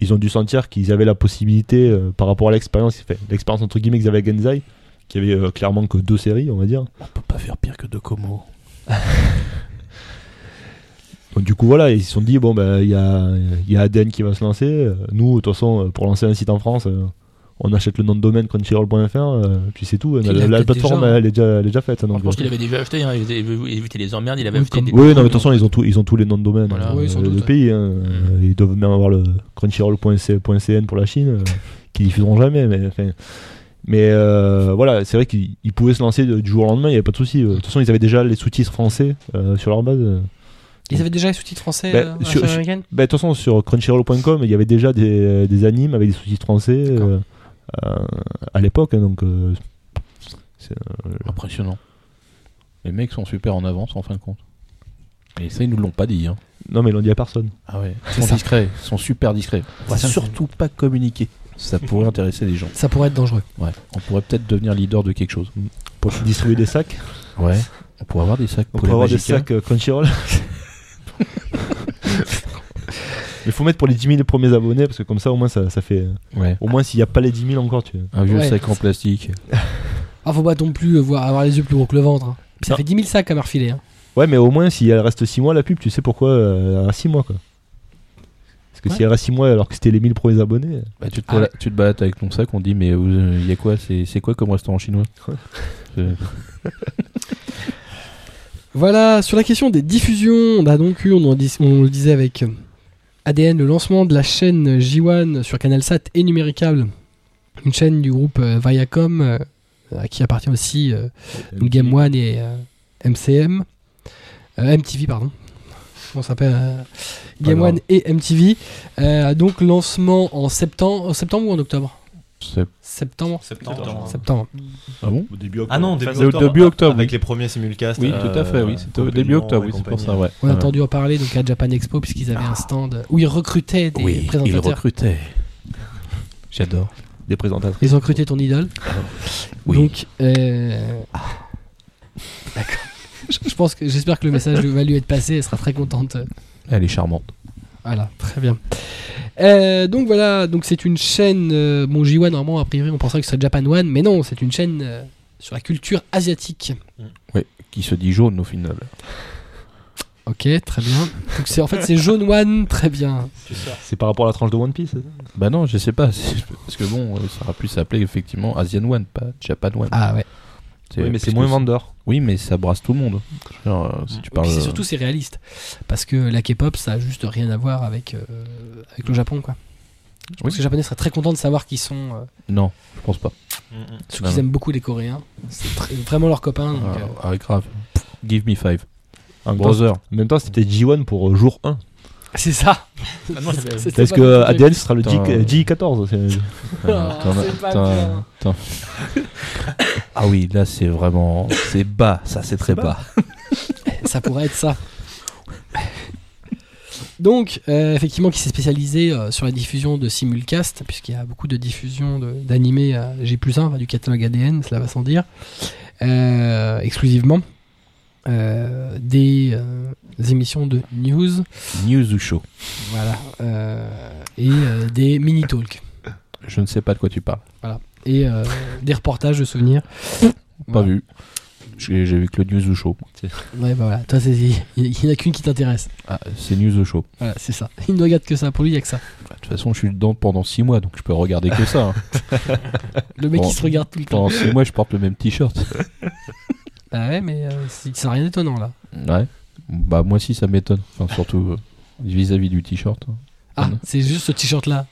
S2: ils ont dû sentir qu'ils avaient la possibilité, euh, par rapport à l'expérience, enfin, l'expérience entre guillemets qu'ils avaient à Genzai, qui avait euh, clairement que deux séries, on va dire.
S5: On peut pas faire pire que de Como.
S2: Donc, du coup, voilà, ils se sont dit, bon, bah, il y a, il y a ADN qui va se lancer. Euh, Nous, de toute façon, euh, pour lancer un site en France, euh, on achète le nom de domaine crunchyroll.fr, euh, puis c'est tout.
S1: Il
S2: La,
S1: l'a
S2: la
S1: peut-être
S2: plateforme,
S1: déjà, hein.
S2: elle, est déjà, elle est déjà faite. hein,
S3: Moi,
S2: donc,
S3: je pense
S2: euh,
S3: qu'il avait déjà acheté, hein, il avait évité les emmerdes, il avait
S1: Oui,
S3: acheté
S1: comme-
S3: des.
S2: Oui, non, mais de toute façon, ils ont tout, ils ont tous les noms de domaine
S3: Voilà.
S2: euh,
S1: Oui, sans
S2: de
S1: doute.
S2: pays. hein. Ils doivent même avoir le crunchyroll.cn pour la Chine, euh, qui diffuseront jamais. Mais, enfin, mais euh, voilà, c'est vrai qu'ils ils pouvaient se lancer de- du jour au lendemain, il n'y avait pas de souci. euh. De toute façon, ils avaient déjà les sous-titres français euh, sur leur base. euh.
S1: Ils avaient déjà les sous-titres français
S2: Ben,
S1: euh, à la chaîne
S2: sur- sur-
S1: américaine
S2: Bah, de toute façon, sur crunchyroll.com, il y avait déjà des, des animes avec des sous-titres français euh, euh, à l'époque. hein, Donc, euh, c'est, euh,
S5: Impressionnant. Les mecs sont super en avance en fin de compte. Et ça, ils nous l'ont pas dit. Hein.
S2: non, mais ils l'ont dit à personne.
S5: Ah ouais, ils
S1: C'est
S5: sont
S1: ça.
S5: discrets, ils sont super discrets. On va
S1: C'est ça.
S5: surtout pas communiquer. Ça pourrait intéresser les gens.
S1: Ça pourrait être dangereux.
S5: Ouais, on pourrait peut-être devenir leader de quelque chose.
S2: Pour distribuer des sacs.
S5: Ouais, on pourrait avoir des sacs
S2: On
S5: poulets
S2: pourrait avoir des
S5: magiques, hein.
S2: sacs euh, Crunchyroll. Il faut mettre pour les 10 000 premiers abonnés parce que comme ça au moins ça, ça fait euh,
S5: Ouais,
S2: au moins s'il n'y a pas les 10 000 encore tu
S5: un vieux
S1: Ouais.
S5: sac en plastique.
S1: Ah, faut pas non plus euh, voir, avoir les yeux plus gros que le ventre. hein. Puis ça
S2: Non.
S1: fait 10 000 sacs à me refiler. hein.
S2: ouais mais au moins si elle reste 6 mois la pub tu sais pourquoi euh, elle reste 6 mois quoi parce que
S1: Ouais.
S2: si elle reste 6 mois alors que c'était les 1000 premiers abonnés euh,
S5: Bah, tu, te
S1: Ah
S5: balades,
S1: ouais.
S5: tu te balades avec ton sac, on dit mais vous, euh, y a quoi C'est c'est quoi comme restaurant chinois C'est-
S1: Voilà, sur la question des diffusions, on a donc eu, on, en dis- on le disait avec euh, ADN, le lancement de la chaîne J1 sur CanalSat et Numéricable, une chaîne du groupe euh, Viacom, euh, à qui appartient aussi euh, donc Game One et euh, MCM, euh, MTV, pardon. On s'appelle euh, Game
S2: grave.
S1: One et MTV. Euh, donc lancement en septembre, en septembre ou en octobre
S5: c'est-
S1: Septembre.
S4: Septembre.
S1: Septembre.
S5: Ah bon
S2: au début
S4: Ah non, début
S5: C'est au
S4: octobre.
S5: début octobre,
S4: Avec
S5: oui.
S4: les premiers simulcasts.
S5: Oui,
S4: euh,
S5: tout à fait, oui. C'était au début
S4: Compagnon
S5: octobre,
S4: et
S5: oui, c'est pour
S4: compagnie.
S5: ça, ouais.
S1: On a
S5: Ouais.
S1: entendu en parler donc à Japan Expo puisqu'ils avaient un stand où ils recrutaient des
S5: Ah. Oui, ils
S1: présentateurs.
S5: recrutaient. J'adore.
S2: des présentatrices
S1: Ils ont recruté ton idole.
S5: Oui.
S1: Donc, euh, d'accord. Je je pense que j'espère que le message lui- va lui être passé. Elle sera très contente.
S5: Elle est charmante.
S1: Voilà, très bien. Euh, donc voilà, donc c'est une chaîne. euh, bon, J1 normalement a priori on penserait que ce serait Japan One, mais non, c'est une chaîne euh, sur la culture asiatique.
S5: Oui, qui se dit jaune au final.
S1: Ok, très bien. Donc c'est en fait c'est Jaune One, très bien.
S2: c'est par rapport à la tranche de One Piece
S5: Bah non, je sais pas. c'est- Parce que bon, euh, ça aurait pu s'appeler effectivement Asian One, pas Japan One.
S1: Ah ouais.
S2: oui mais c'est
S5: puisque
S2: moins vendeur
S5: Oui, mais ça brasse tout le monde. Genre, euh, si tu
S1: Et puis
S5: parles.
S1: c'est surtout c'est réaliste parce que la K-pop ça a juste rien à voir avec euh, avec le Japon quoi. Je pense
S5: Oui.
S1: que les Japonais seraient très contents de savoir qu'ils sont euh,
S5: Non, je pense pas.
S1: Ceux
S5: Non,
S1: qu'ils
S5: non.
S1: aiment beaucoup les Coréens, c'est tr- vraiment leurs copains. donc, euh,
S5: Ah, ah, grave. Pff, Give me five.
S2: en même temps,
S5: Brother.
S2: en même temps c'était G1 pour euh, jour 1
S1: C'est ça.
S3: Ah non, j'avais-
S1: C'était
S2: parce
S1: pas
S2: que
S1: mon
S2: euh,
S1: truc.
S2: ADN ce sera le
S5: Putain.
S2: G, 14 c'est
S5: Ah, t'en as-
S1: c'est pas
S5: t'en as-
S1: bien.
S5: t'en- Ah oui, là c'est vraiment. C'est bas, ça c'est très bas.
S1: ça pourrait être ça. Donc, euh, effectivement, qui s'est spécialisé euh, sur la diffusion de simulcast, puisqu'il y a beaucoup de diffusion de- d'animés euh, à G1, enfin, du catalogue ADN, cela va sans dire, euh, exclusivement, euh, des, euh, des émissions de news,
S5: News ou show
S1: voilà, euh, et euh, des mini-talks,
S5: Je ne sais pas de quoi tu parles.
S1: et euh, des reportages de souvenirs.
S5: Pas
S1: Voilà.
S5: vu. J'ai j'ai vu que le News ou show.
S1: Ouais, bah voilà, toi, c'est- il n'y en a qu'une qui t'intéresse.
S5: Ah, c'est News ou show.
S1: Voilà, c'est ça. Il ne regarde que ça, pour lui, il n'y a que ça.
S5: Bah, De toute façon, je suis dedans pendant 6 mois, donc je peux regarder que ça. hein.
S1: Le mec,
S5: Bon.
S1: il se regarde tout le temps.
S5: Pendant 6 mois, je porte le même t-shirt.
S1: Bah ouais, mais euh, c'est c'est rien d'étonnant là.
S5: Ouais. Bah, moi aussi, ça m'étonne. Enfin, surtout euh, vis-à-vis du t-shirt.
S1: Ah,
S5: Mhm.
S1: c'est juste ce t-shirt là.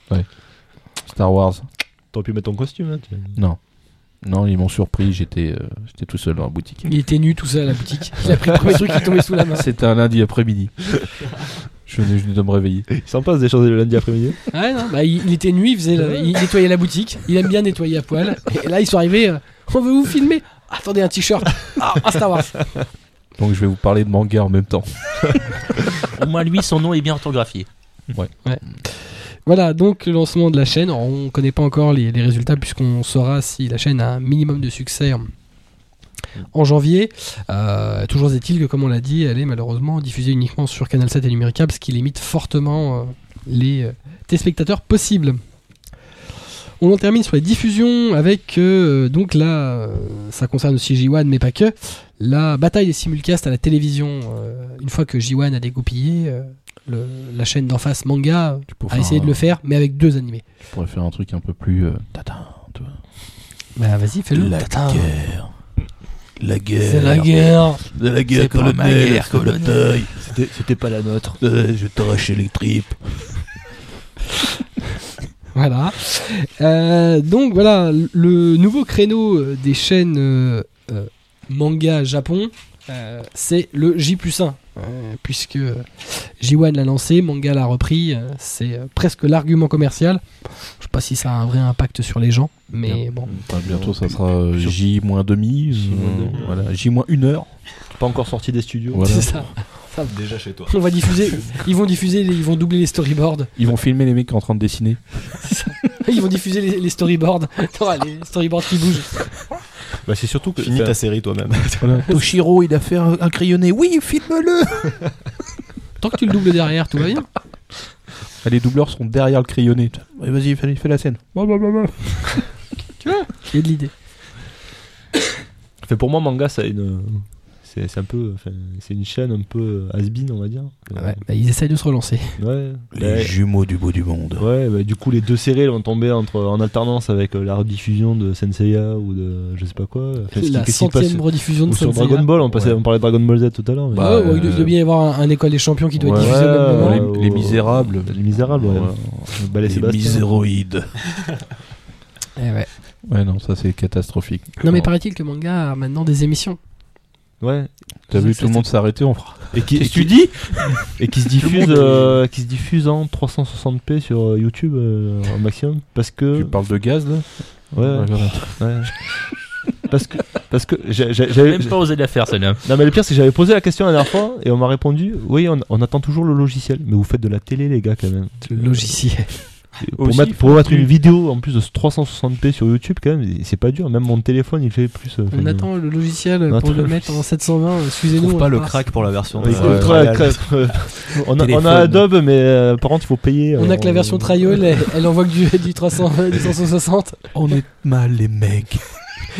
S5: Star Wars.
S2: t'aurais pu mettre ton costume hein, tu-
S5: Non. Non, ils m'ont surpris, j'étais euh, j'étais tout seul dans la boutique.
S1: Il était nu tout seul à la boutique. Il a pris le premier truc qui tombait sous la main.
S5: C'était un lundi après-midi. Je venais juste de me réveiller.
S2: il s'en passe des choses le lundi après-midi
S1: Ouais, non, bah il, il était nu, il, faisait le- il nettoyait la boutique. Il aime bien nettoyer à poil. Et là, ils sont arrivés. euh, on veut vous filmer Attendez, un t-shirt. Ah, un Star Wars.
S5: Donc je vais vous parler de manga en même temps.
S3: Au moins, lui, son nom est bien orthographié.
S1: Voilà, donc le lancement de la chaîne. Alors, on connaît pas encore les, les résultats puisqu'on saura si la chaîne a un minimum de succès en, en janvier. Euh, toujours est-il que, comme on l'a dit, elle est malheureusement diffusée uniquement sur Canal 7 et Numéricable, ce qui limite fortement euh, les euh, téléspectateurs possibles. On en termine sur les diffusions avec, euh, donc là, euh, ça concerne aussi J1, mais pas que, la bataille des simulcasts à la télévision. Euh, une fois que J1 a dégoupillé euh, le- la chaîne d'en face manga,
S5: Tu pourrais
S1: à essayer Ah, de le faire, mais avec deux animés.
S5: Tu pourrais faire un truc un peu plus. euh, tatin, toi.
S1: Bah vas-y, fais-le. Tatin.
S5: guerre. La guerre.
S1: C'est la guerre.
S5: De la guerre
S3: pas ma
S5: colonel,
S3: guerre,
S5: sous la
S3: colonel.
S5: taille.
S2: c'était c'était pas la nôtre
S5: Euh, je vais t'arracher les tripes.
S1: Voilà. Euh, donc voilà, le nouveau créneau euh, des chaînes euh, euh, manga Japon euh, c'est le J plus 1, puisque J1 l'a lancé, Manga l'a repris, euh, c'est euh, presque l'argument commercial. Je sais pas si ça a un vrai impact sur les gens, mais bon.
S5: Enfin, bientôt, ça sera euh, J-demi. euh, Voilà, J-1 heure.
S2: Pas encore sorti des studios.
S5: Voilà.
S1: C'est ça.
S4: Déjà chez toi.
S1: On va diffuser, ils vont diffuser, les- ils vont doubler les storyboards.
S5: Ils vont filmer les mecs en train de dessiner.
S1: Ils vont diffuser les, les storyboards. T'auras les storyboards qui bougent.
S4: Bah, c'est surtout que.
S2: Finis
S4: Finis
S2: ta
S4: ta série toi-même.
S5: Voilà. Toshiro, il a fait un, un crayonné. Oui, filme-le
S1: Tant que tu le doubles derrière, tout va bien.
S5: Ah, Les doubleurs sont derrière le crayonné. Ouais, Vas-y, fais, fais la scène. Blablabla.
S1: Il y a de l'idée.
S2: Enfin, pour moi, manga, ça a une. C'est c'est un peu. enfin, C'est une chaîne un peu euh, has-been, on va dire. Euh,
S1: Ouais, bah, ils essayent de se relancer.
S2: Ouais.
S5: Les
S2: Ouais.
S5: jumeaux du bout du monde.
S2: Ouais, bah, du coup, les deux séries elles vont tomber entre, en alternance avec euh, la rediffusion de Senseiya ou de je sais pas quoi. Enfin, ce qui-
S1: La
S2: qu'est-ce qui passe
S1: centième rediffusion de
S2: Ou sur
S1: Saint Seiya.
S2: Dragon Ball, on, passait,
S5: Ouais.
S2: on parlait de Dragon Ball Z tout à l'heure. mais-
S1: Ouais,
S5: Bah,
S1: ouais, il doit- il doit bien y avoir un, un école des champions qui doit être
S5: Ouais,
S1: diffusé au même moment.
S5: ouais. Euh, Les- les Misérables.
S2: Les Misérables, ouais.
S5: Ouais.
S2: Le ballet
S5: Les
S2: Sébastien.
S5: miséroïdes.
S1: Eh ouais.
S5: Ouais, non, ça c'est catastrophique.
S1: Non mais paraît-il que manga a maintenant des émissions.
S2: Ouais.
S5: T'as vu
S1: c'est-
S5: tout le monde s'arrêter, on fera.
S2: Et qui, et qui-
S5: dis
S2: et qui se diffuse, euh, qui se diffuse en 360p sur euh, YouTube euh, au maximum. Parce que.
S5: Tu parles de gaz là
S2: Ouais, ouais, ouais. parce que. Parce que. j'a- j'a-
S3: J'ai
S2: j'avais-
S3: même pas osé la faire celle-là.
S2: Non, mais le pire, c'est que j'avais posé la question la dernière fois et on m'a répondu Oui, on, on attend toujours le logiciel. Mais vous faites de la télé, les gars, quand même.
S1: Le logiciel.
S2: Et Pour
S5: Aussi,
S2: mettre,
S5: faut
S2: pour mettre
S5: plus.
S2: une vidéo en plus de 360p sur YouTube, quand même, c'est pas dur. Même mon téléphone, il fait plus. euh,
S1: On
S2: enfin,
S1: attend le logiciel
S2: on
S1: pour
S2: attend
S1: le
S2: le
S1: mettre en 720. euh,
S4: Je
S1: Excusez-nous.
S4: trouve pas
S1: on
S4: le
S1: passe.
S4: crack pour la version.
S2: Ouais,
S4: euh,
S2: écoute,
S4: royale.
S2: crac, crac, euh, on, a, on
S4: Téléphone.
S2: a Adobe, mais euh, par contre, il faut payer.
S1: On a
S2: euh,
S1: que la version trial, elle, elle envoie que du, du 300, du 360.
S5: On est mal les mecs.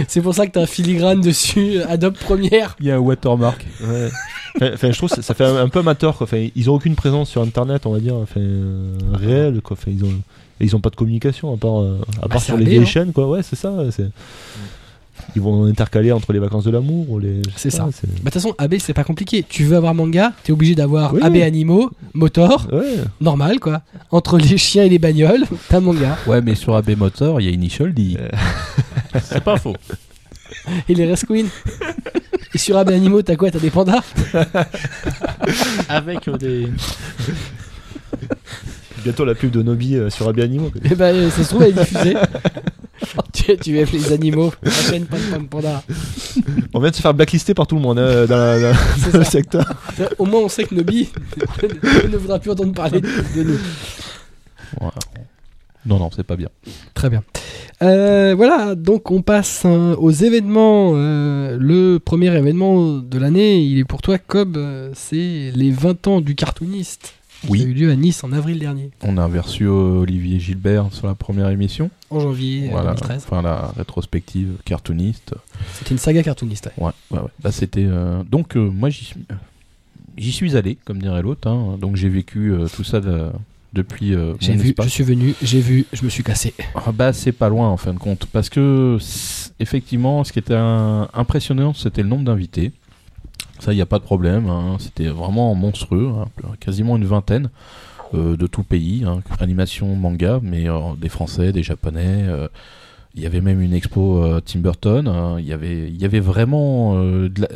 S1: C'est pour ça que t'as un filigrane dessus, euh, Adobe Premiere.
S5: Il y a un watermark.
S2: Ouais. Enfin, enfin, je trouve que ça fait un, un peu amateur. Quoi. Enfin, ils ont aucune présence sur Internet, on va dire, enfin, euh, réelle. Quoi. Enfin, ils ont, et ils ont pas de communication à part, euh, à part
S1: c'est
S2: sur
S1: un
S2: les
S1: dé,
S2: vieilles
S1: hein.
S2: chaînes. Quoi. Ouais, c'est ça. c'est- Ils vont intercaler entre les vacances de l'amour ou les. je sais
S1: C'est
S2: pas,
S1: Bah de toute façon, AB c'est pas compliqué. Tu veux avoir manga, t'es obligé d'avoir
S2: Oui.
S1: AB animaux, motor,
S2: Ouais.
S1: normal quoi. Entre les chiens et les bagnoles, t'as manga.
S5: Ouais, mais sur AB Motor, il y a Initial D.
S3: C'est pas faux.
S1: Et les Rest Queen. Et sur AB animaux, t'as quoi T'as des pandas
S3: Avec euh, des.
S2: Bientôt la pub de Nobi euh, sur Abi Animo. quoi.
S1: Et bah euh, ça se trouve, elle est diffusée. Oh, tu, tu aimes les animaux, la chaîne Pan Pan Panda.
S2: On vient de se faire blacklister par tout le monde hein, dans, la- dans
S1: C'est
S2: le
S1: ça.
S2: secteur.
S1: C'est-à-dire, Au moins, on sait que Nobi ne voudra plus entendre parler de nous.
S5: Non, non, c'est pas bien.
S1: Très bien. Euh, voilà, donc on passe hein, aux événements. Euh, le premier événement de l'année, il est pour toi, Cobb, euh, c'est les 20 ans du cartooniste qui a eu lieu à Nice en avril dernier,
S5: On a reçu Olivier Gilbert sur la première émission.
S1: en janvier euh,
S5: Voilà.
S1: 2013.
S5: Enfin, la rétrospective cartooniste.
S1: C'était une saga cartooniste. ouais.
S5: Ouais, ouais, ouais. Là, c'était. euh, Donc, euh, moi, j'y suis... j'y suis allé, comme dirait l'autre. hein. Donc, j'ai vécu euh, tout ça de- depuis. euh,
S1: J'ai
S5: mon
S1: vu,
S5: espace.
S1: je suis venu, j'ai vu, je me suis cassé.
S5: Ah bah c'est pas loin en fin de compte parce que c'est- effectivement ce qui était un- impressionnant c'était le nombre d'invités. Ça il n'y a pas de problème, hein. c'était vraiment monstrueux, hein. quasiment une vingtaine euh, de tout pays, hein. animation, manga, mais euh, des Français, des Japonais. euh, il y avait même une expo euh, Tim Burton. hein. il y avait il y avait vraiment euh, de la-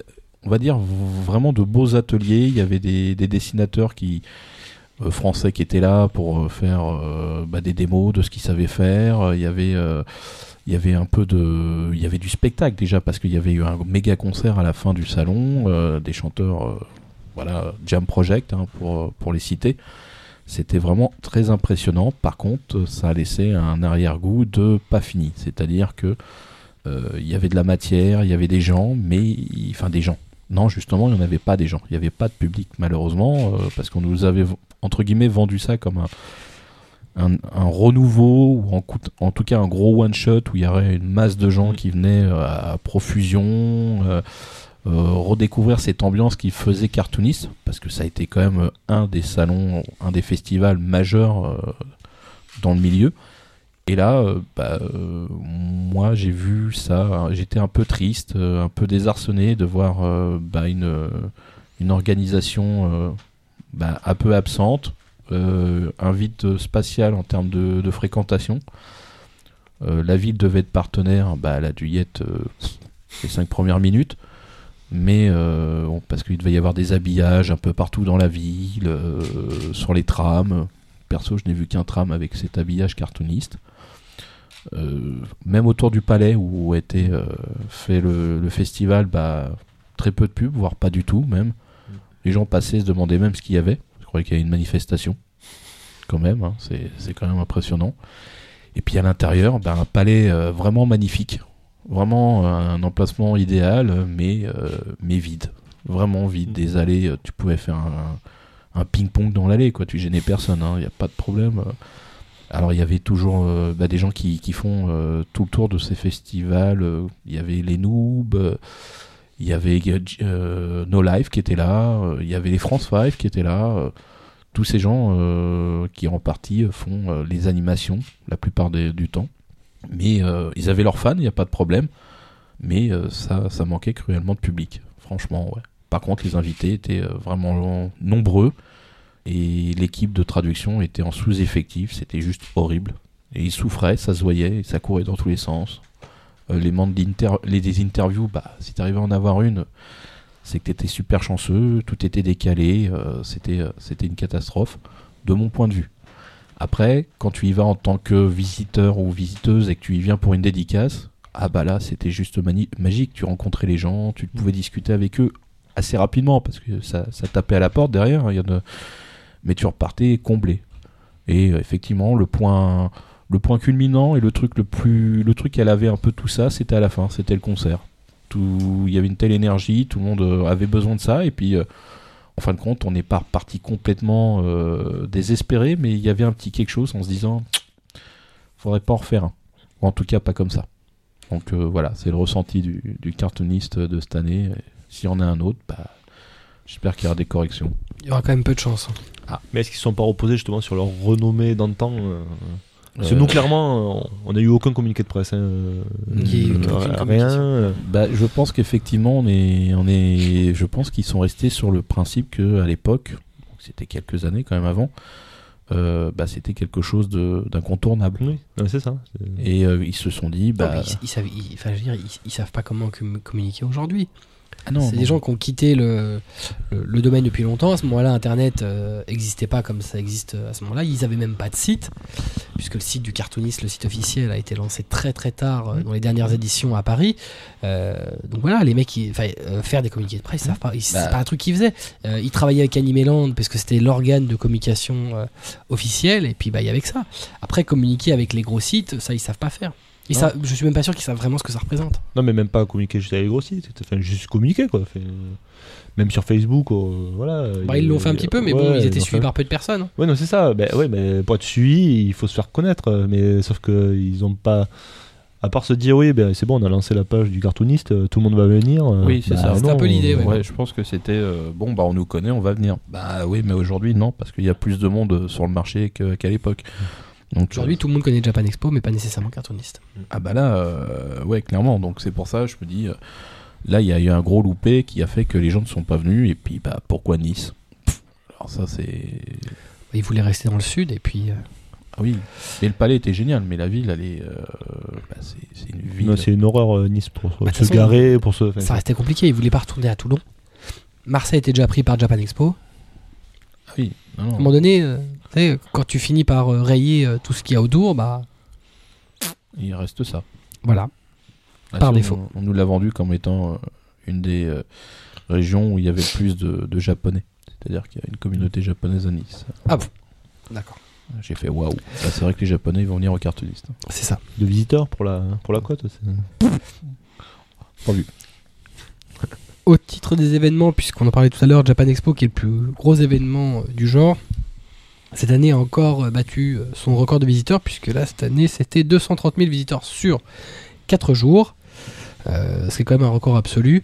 S5: on va dire v- vraiment de beaux ateliers. Il y avait des, des dessinateurs qui euh, français qui étaient là pour euh, faire euh, bah, des démos de ce qu'ils savaient faire. Euh, Il y avait euh, il y avait un peu de il y avait du spectacle déjà parce qu'il y avait eu un méga concert à la fin du salon euh, des chanteurs euh, voilà Jam Project hein, pour pour les citer. C'était vraiment très impressionnant. Par contre, ça a laissé un arrière-goût de pas fini. C'est-à-dire que euh, il y avait de la matière, il y avait des gens, mais il- enfin des gens. Non, justement, il n'y en avait pas des gens. Il n'y avait pas de public, malheureusement, euh, parce qu'on nous avait, entre guillemets, vendu ça comme un, un, un renouveau, ou en, coût- en tout cas un gros one-shot, où il y aurait une masse de gens qui venaient euh, à profusion, euh, euh, redécouvrir cette ambiance qui faisait cartooniste, parce que ça a été quand même euh, un des salons, un des festivals majeurs euh, dans le milieu. Et là, euh, bah, euh, moi, j'ai vu ça. hein, J'étais un peu triste, euh, un peu désarçonné de voir euh, bah, une, euh, une organisation euh, bah, un peu absente, euh, un vide spatial en termes de, de fréquentation. Euh, la ville devait être partenaire, bah, elle a dû y être euh, les cinq premières minutes. mais euh, on- parce qu'il devait y avoir des habillages un peu partout dans la ville, euh, sur les trams. Perso, je n'ai vu qu'un tram avec cet habillage cartooniste. Euh, même autour du palais où a été euh, fait le, le festival, bah, très peu de pubs, voire pas du tout même. Les gens passaient, se demandaient même ce qu'il y avait. Je croyais qu'il y avait une manifestation, quand même. hein, c'est c'est quand même impressionnant. Et puis à l'intérieur, ben, un palais euh, vraiment magnifique. Vraiment euh, un emplacement idéal, mais, euh, mais vide. Vraiment vide. Des allées, euh, tu pouvais faire un, un ping-pong dans l'allée, quoi. Tu gênais personne, il n'y a pas de problème. Alors il y avait toujours euh, bah, des gens qui, qui font euh, tout le tour de ces festivals. euh, Il y avait les noobs, euh, il y avait euh, J- euh, No Life qui était là, euh, il y avait les France 5 qui étaient là. euh, tous ces gens euh, qui en partie euh, font euh, les animations la plupart des- du temps. Mais euh, ils avaient leurs fans, il n'y a pas de problème. Mais euh, ça, ça manquait cruellement de public, franchement. Ouais. Par contre, les invités étaient euh, vraiment nombreux et l'équipe de traduction était en sous-effectif, c'était juste horrible. Et ils souffraient, ça se voyait, et ça courait dans tous les sens. Euh, les membres d'inter- les, des interviews, bah, si t'arrivais à en avoir une, c'est que t'étais super chanceux, tout était décalé, euh, c'était, euh, c'était une catastrophe, de mon point de vue. Après, quand tu y vas en tant que visiteur ou visiteuse et que tu y viens pour une dédicace, ah bah là, c'était juste mani- magique. Tu rencontrais les gens, tu pouvais discuter avec eux assez rapidement parce que ça, ça tapait à la porte derrière. hein, il y en a- Mais tu repartais comblé. Et euh, effectivement, le point, le point culminant et le truc le plus, le truc qu'elle avait un peu tout ça, c'était à la fin, c'était le concert. Tout, il y avait une telle énergie, tout le monde euh, avait besoin de ça et puis. euh, en fin de compte, on n'est pas reparti complètement euh, désespéré, mais il y avait un petit quelque chose en se disant faudrait pas en refaire un. Ou en tout cas, pas comme ça. Donc euh, voilà, c'est le ressenti du, du cartooniste de cette année. Et S'il y en a un autre, bah, j'espère qu'il y aura des corrections.
S1: Il y aura quand même peu de chance. hein.
S2: Mais est-ce qu'ils ne sont pas reposés justement sur leur renommée d'antan euh, Parce que
S5: Euh,
S2: nous, clairement, euh, on n'a eu aucun communiqué de presse. hein, euh,
S1: Qui-
S2: euh,
S1: aucune
S2: rien.
S1: communication.
S2: euh,
S5: Bah, je pense qu'effectivement, on est, on est, je pense qu'ils sont restés sur le principe que à l'époque, donc c'était quelques années quand même avant, euh, bah, c'était quelque chose de- d'incontournable.
S2: Oui, non, c'est ça. c'est-
S5: Et euh, ils se sont dit,
S1: Non,
S5: bah,
S1: mais ils, ils savent, ils- enfin, je veux dire, ils- ils savent pas comment com- communiquer aujourd'hui.
S5: ah non,
S1: c'est
S5: non.
S1: des gens qui ont quitté le, le, le domaine depuis longtemps. À ce moment-là, Internet n'existait pas comme ça existe euh, à ce moment-là. Ils n'avaient même pas de site, puisque le site du cartooniste, le site officiel, a été lancé très très tard euh, dans les dernières éditions à Paris. Euh, donc voilà, les mecs, ils- enfin, euh, faire des communiqués de presse, ils savent pas, ils- c'est
S5: Bah.
S1: pas un truc qu'ils faisaient. Euh, ils travaillaient avec Animeland, parce que c'était l'organe de communication euh, officiel, et puis bah, il y avait que ça. Après, communiquer avec les gros sites, ça, ils savent pas faire. Ils
S2: Non.
S1: savent- je suis même pas sûr qu'ils savent vraiment ce que ça représente.
S2: Non, mais même pas communiquer juste avec les grossis. c'est- Enfin, juste communiquer, quoi. Fait, euh, même sur Facebook, euh, voilà.
S1: Bah,
S2: il-
S1: ils l'ont fait un petit peu, mais bon,
S2: euh, ouais,
S1: ils étaient
S2: l'ont
S1: suivis
S2: fait.
S1: par peu de personnes. hein.
S2: Ouais, non, c'est ça. Ben, ouais, mais pour être suivi, il faut se faire connaître. euh, Mais sauf que ils ont pas. À part se dire, oui, ben, c'est bon, on a lancé la page du cartooniste, euh, tout le monde va venir. euh,
S5: Oui, c'est
S2: bah,
S5: ça.
S1: C'est un
S2: non,
S1: peu l'idée, ouais.
S5: Ouais, je pense que c'était euh, bon, bah on nous connaît, on va venir. Bah oui, mais aujourd'hui non, parce qu'il y a plus de monde euh, sur le marché que- qu'à l'époque. Donc
S1: Aujourd'hui, tout le monde connaît Japan Expo, mais pas nécessairement cartooniste.
S5: Ah bah là, euh, ouais, clairement. Donc c'est pour ça, je me dis, euh, là, il y a eu un gros loupé qui a fait que les gens ne sont pas venus. Et puis, bah, pourquoi Nice Pff, Alors ça, c'est...
S1: Ils voulaient rester dans le sud, et puis. euh,
S5: Ah oui, et le palais était génial, mais la ville, elle est... euh, bah, c'est, c'est une ville...
S2: Non, c'est une horreur, euh, Nice, pour
S1: Bah, de
S2: se
S1: toute façon,
S2: garer, pour se. enfin,
S1: ça restait compliqué, ils voulaient pas retourner à Toulon. Marseille était déjà pris par Japan Expo.
S5: Ah oui, non,
S1: À un
S5: non.
S1: moment donné, euh, tu sais, quand tu finis par euh, rayer euh, tout ce qu'il y a autour, bah
S5: il reste ça.
S1: voilà.
S5: Ah,
S1: Par
S5: si, on-
S1: défaut.
S5: On, nous l'a vendu comme étant euh, une des euh, régions où il y avait le plus de, de japonais. C'est-à-dire qu'il y a une communauté japonaise à Nice.
S1: D'accord.
S5: J'ai fait waouh. Bah, c'est vrai que les japonais ils vont venir au cartooniste.
S1: C'est ça.
S2: de visiteurs pour la, pour la côte. c'est-
S5: Pas vu.
S1: Au titre des événements, puisqu'on en parlait tout à l'heure, Japan Expo, qui est le plus gros événement euh, du genre, cette année a encore euh, battu euh, son record de visiteurs, puisque là, cette année, c'était 230 000 visiteurs sur 4 jours. Euh, c'est quand même un record absolu.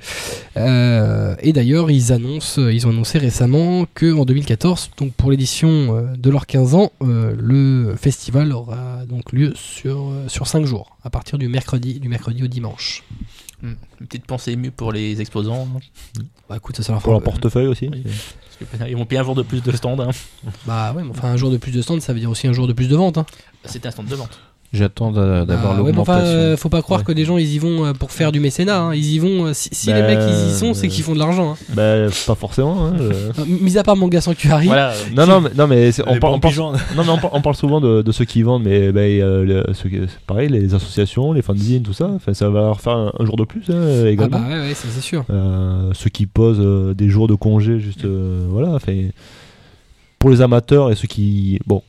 S1: Euh, et d'ailleurs, ils annoncent, euh, ils ont annoncé récemment que en 2014, donc pour l'édition euh, de leurs 15 ans, euh, le festival aura donc lieu sur, euh, sur 5 jours, à partir du mercredi, du mercredi au dimanche.
S3: Une petite pensée émue pour les exposants. hein,
S1: Bah écoute, ça, ça leur
S2: Pour
S1: fera-
S2: leur portefeuille aussi.
S3: Oui. parce que, putain, ils vont payer un jour de plus de stand. hein.
S1: Bah ouais, mais enfin un jour de plus de stand, ça veut dire aussi un jour de plus de vente. hein.
S3: C'était un stand de vente.
S5: J'attends d'a- d'avoir
S1: Bah ouais, mais enfin,
S5: l'augmentation.
S1: euh, faut pas croire
S5: Ouais.
S1: que des gens ils y vont euh, pour faire du mécénat. hein. Ils y vont. euh, Si, si les
S2: Bah,
S1: mecs ils y sont, c'est
S2: euh,
S1: qu'ils font de l'argent. hein.
S2: Bah, pas forcément. hein, je-
S1: Euh, Mis à part Manga Sanctuary.
S3: Voilà. euh,
S2: Non, non, mais, non, mais c'est- on,
S4: Les
S2: par- on
S4: bons
S2: parle,
S4: pigeons.
S2: non, mais on, par- on parle souvent de, de ceux qui vendent, mais bah, euh, le- ceux qui- c'est pareil, les associations, les fanzines, tout ça, enfin, ça va leur faire un, un jour de plus hein,
S1: Ah
S2: également.
S1: bah ouais, ouais, ça, c'est sûr.
S2: Euh, ceux qui posent euh, des jours de congé, juste euh, voilà. enfin, Pour les amateurs et ceux qui. Bon,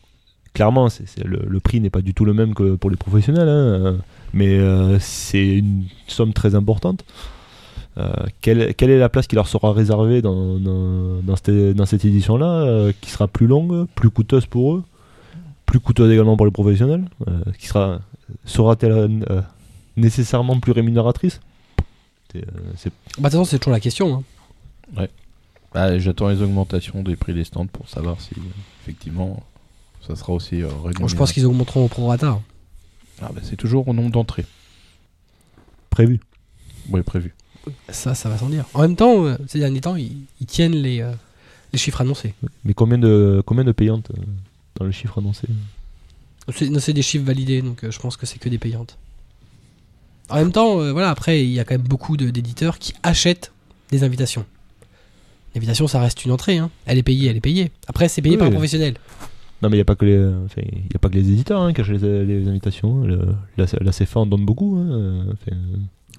S2: clairement, c'est c'est- le, le prix n'est pas du tout le même que pour les professionnels, hein, euh, mais euh, c'est une somme très importante. Euh, quelle, quelle est la place qui leur sera réservée dans, dans, dans cette, dans cette édition-là, euh, qui sera plus longue, plus coûteuse pour eux, plus coûteuse également pour les professionnels, euh, qui sera sera-t-elle euh, nécessairement plus rémunératrice C'est, euh, c'est
S1: Bah, de toute façon, c'est toujours la question. hein.
S5: Bah, J'attends les augmentations des prix des stands pour savoir si, euh, effectivement, ça sera aussi euh, rémunéré.
S1: Je pense qu'ils augmenteront au prorata. hein.
S5: Ah, bah, c'est toujours au nombre d'entrées.
S2: prévu.
S5: Oui, prévu.
S1: Ça, ça va sans dire. En même temps, euh, ces derniers temps, ils, ils tiennent les, euh, les chiffres annoncés.
S2: Mais combien de, combien de payantes euh, dans le chiffre annoncé
S1: C'est non, c'est des chiffres validés, donc euh, je pense que c'est que des payantes. En même temps, euh, voilà, après, il y a quand même beaucoup de- d'éditeurs qui achètent des invitations. L'invitation, ça reste une entrée. hein. Elle est payée, elle est payée. Après, c'est payé
S2: Oui.
S1: par un professionnel.
S2: Non, mais il n'y a, pas que les- enfin, y a pas que les éditeurs hein, qui achètent les, les invitations. hein. Le- la, la CFA en donne beaucoup. hein, euh, enfin,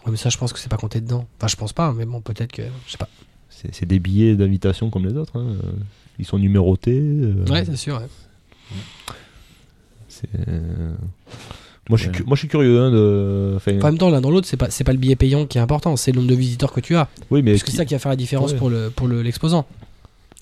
S1: Ouais, mais ça, je pense que c'est pas compté dedans. Enfin, je pense pas, mais bon, peut-être que. Je sais pas.
S2: c'est c'est des billets d'invitation comme les autres. hein, euh, Ils sont numérotés. euh,
S1: Ouais, c'est sûr. ouais.
S2: c'est, euh, Moi, je suis,
S5: Ouais.
S2: cu- moi, je suis curieux. hein, de... enfin,
S1: Enfin, en même temps, l'un dans l'autre, c'est pas, c'est pas le billet payant qui est important, c'est le nombre de visiteurs que tu as.
S2: oui, mais
S1: Parce que
S2: qui-
S1: c'est ça qui va faire la différence
S2: Ouais.
S1: pour le pour le- l'exposant.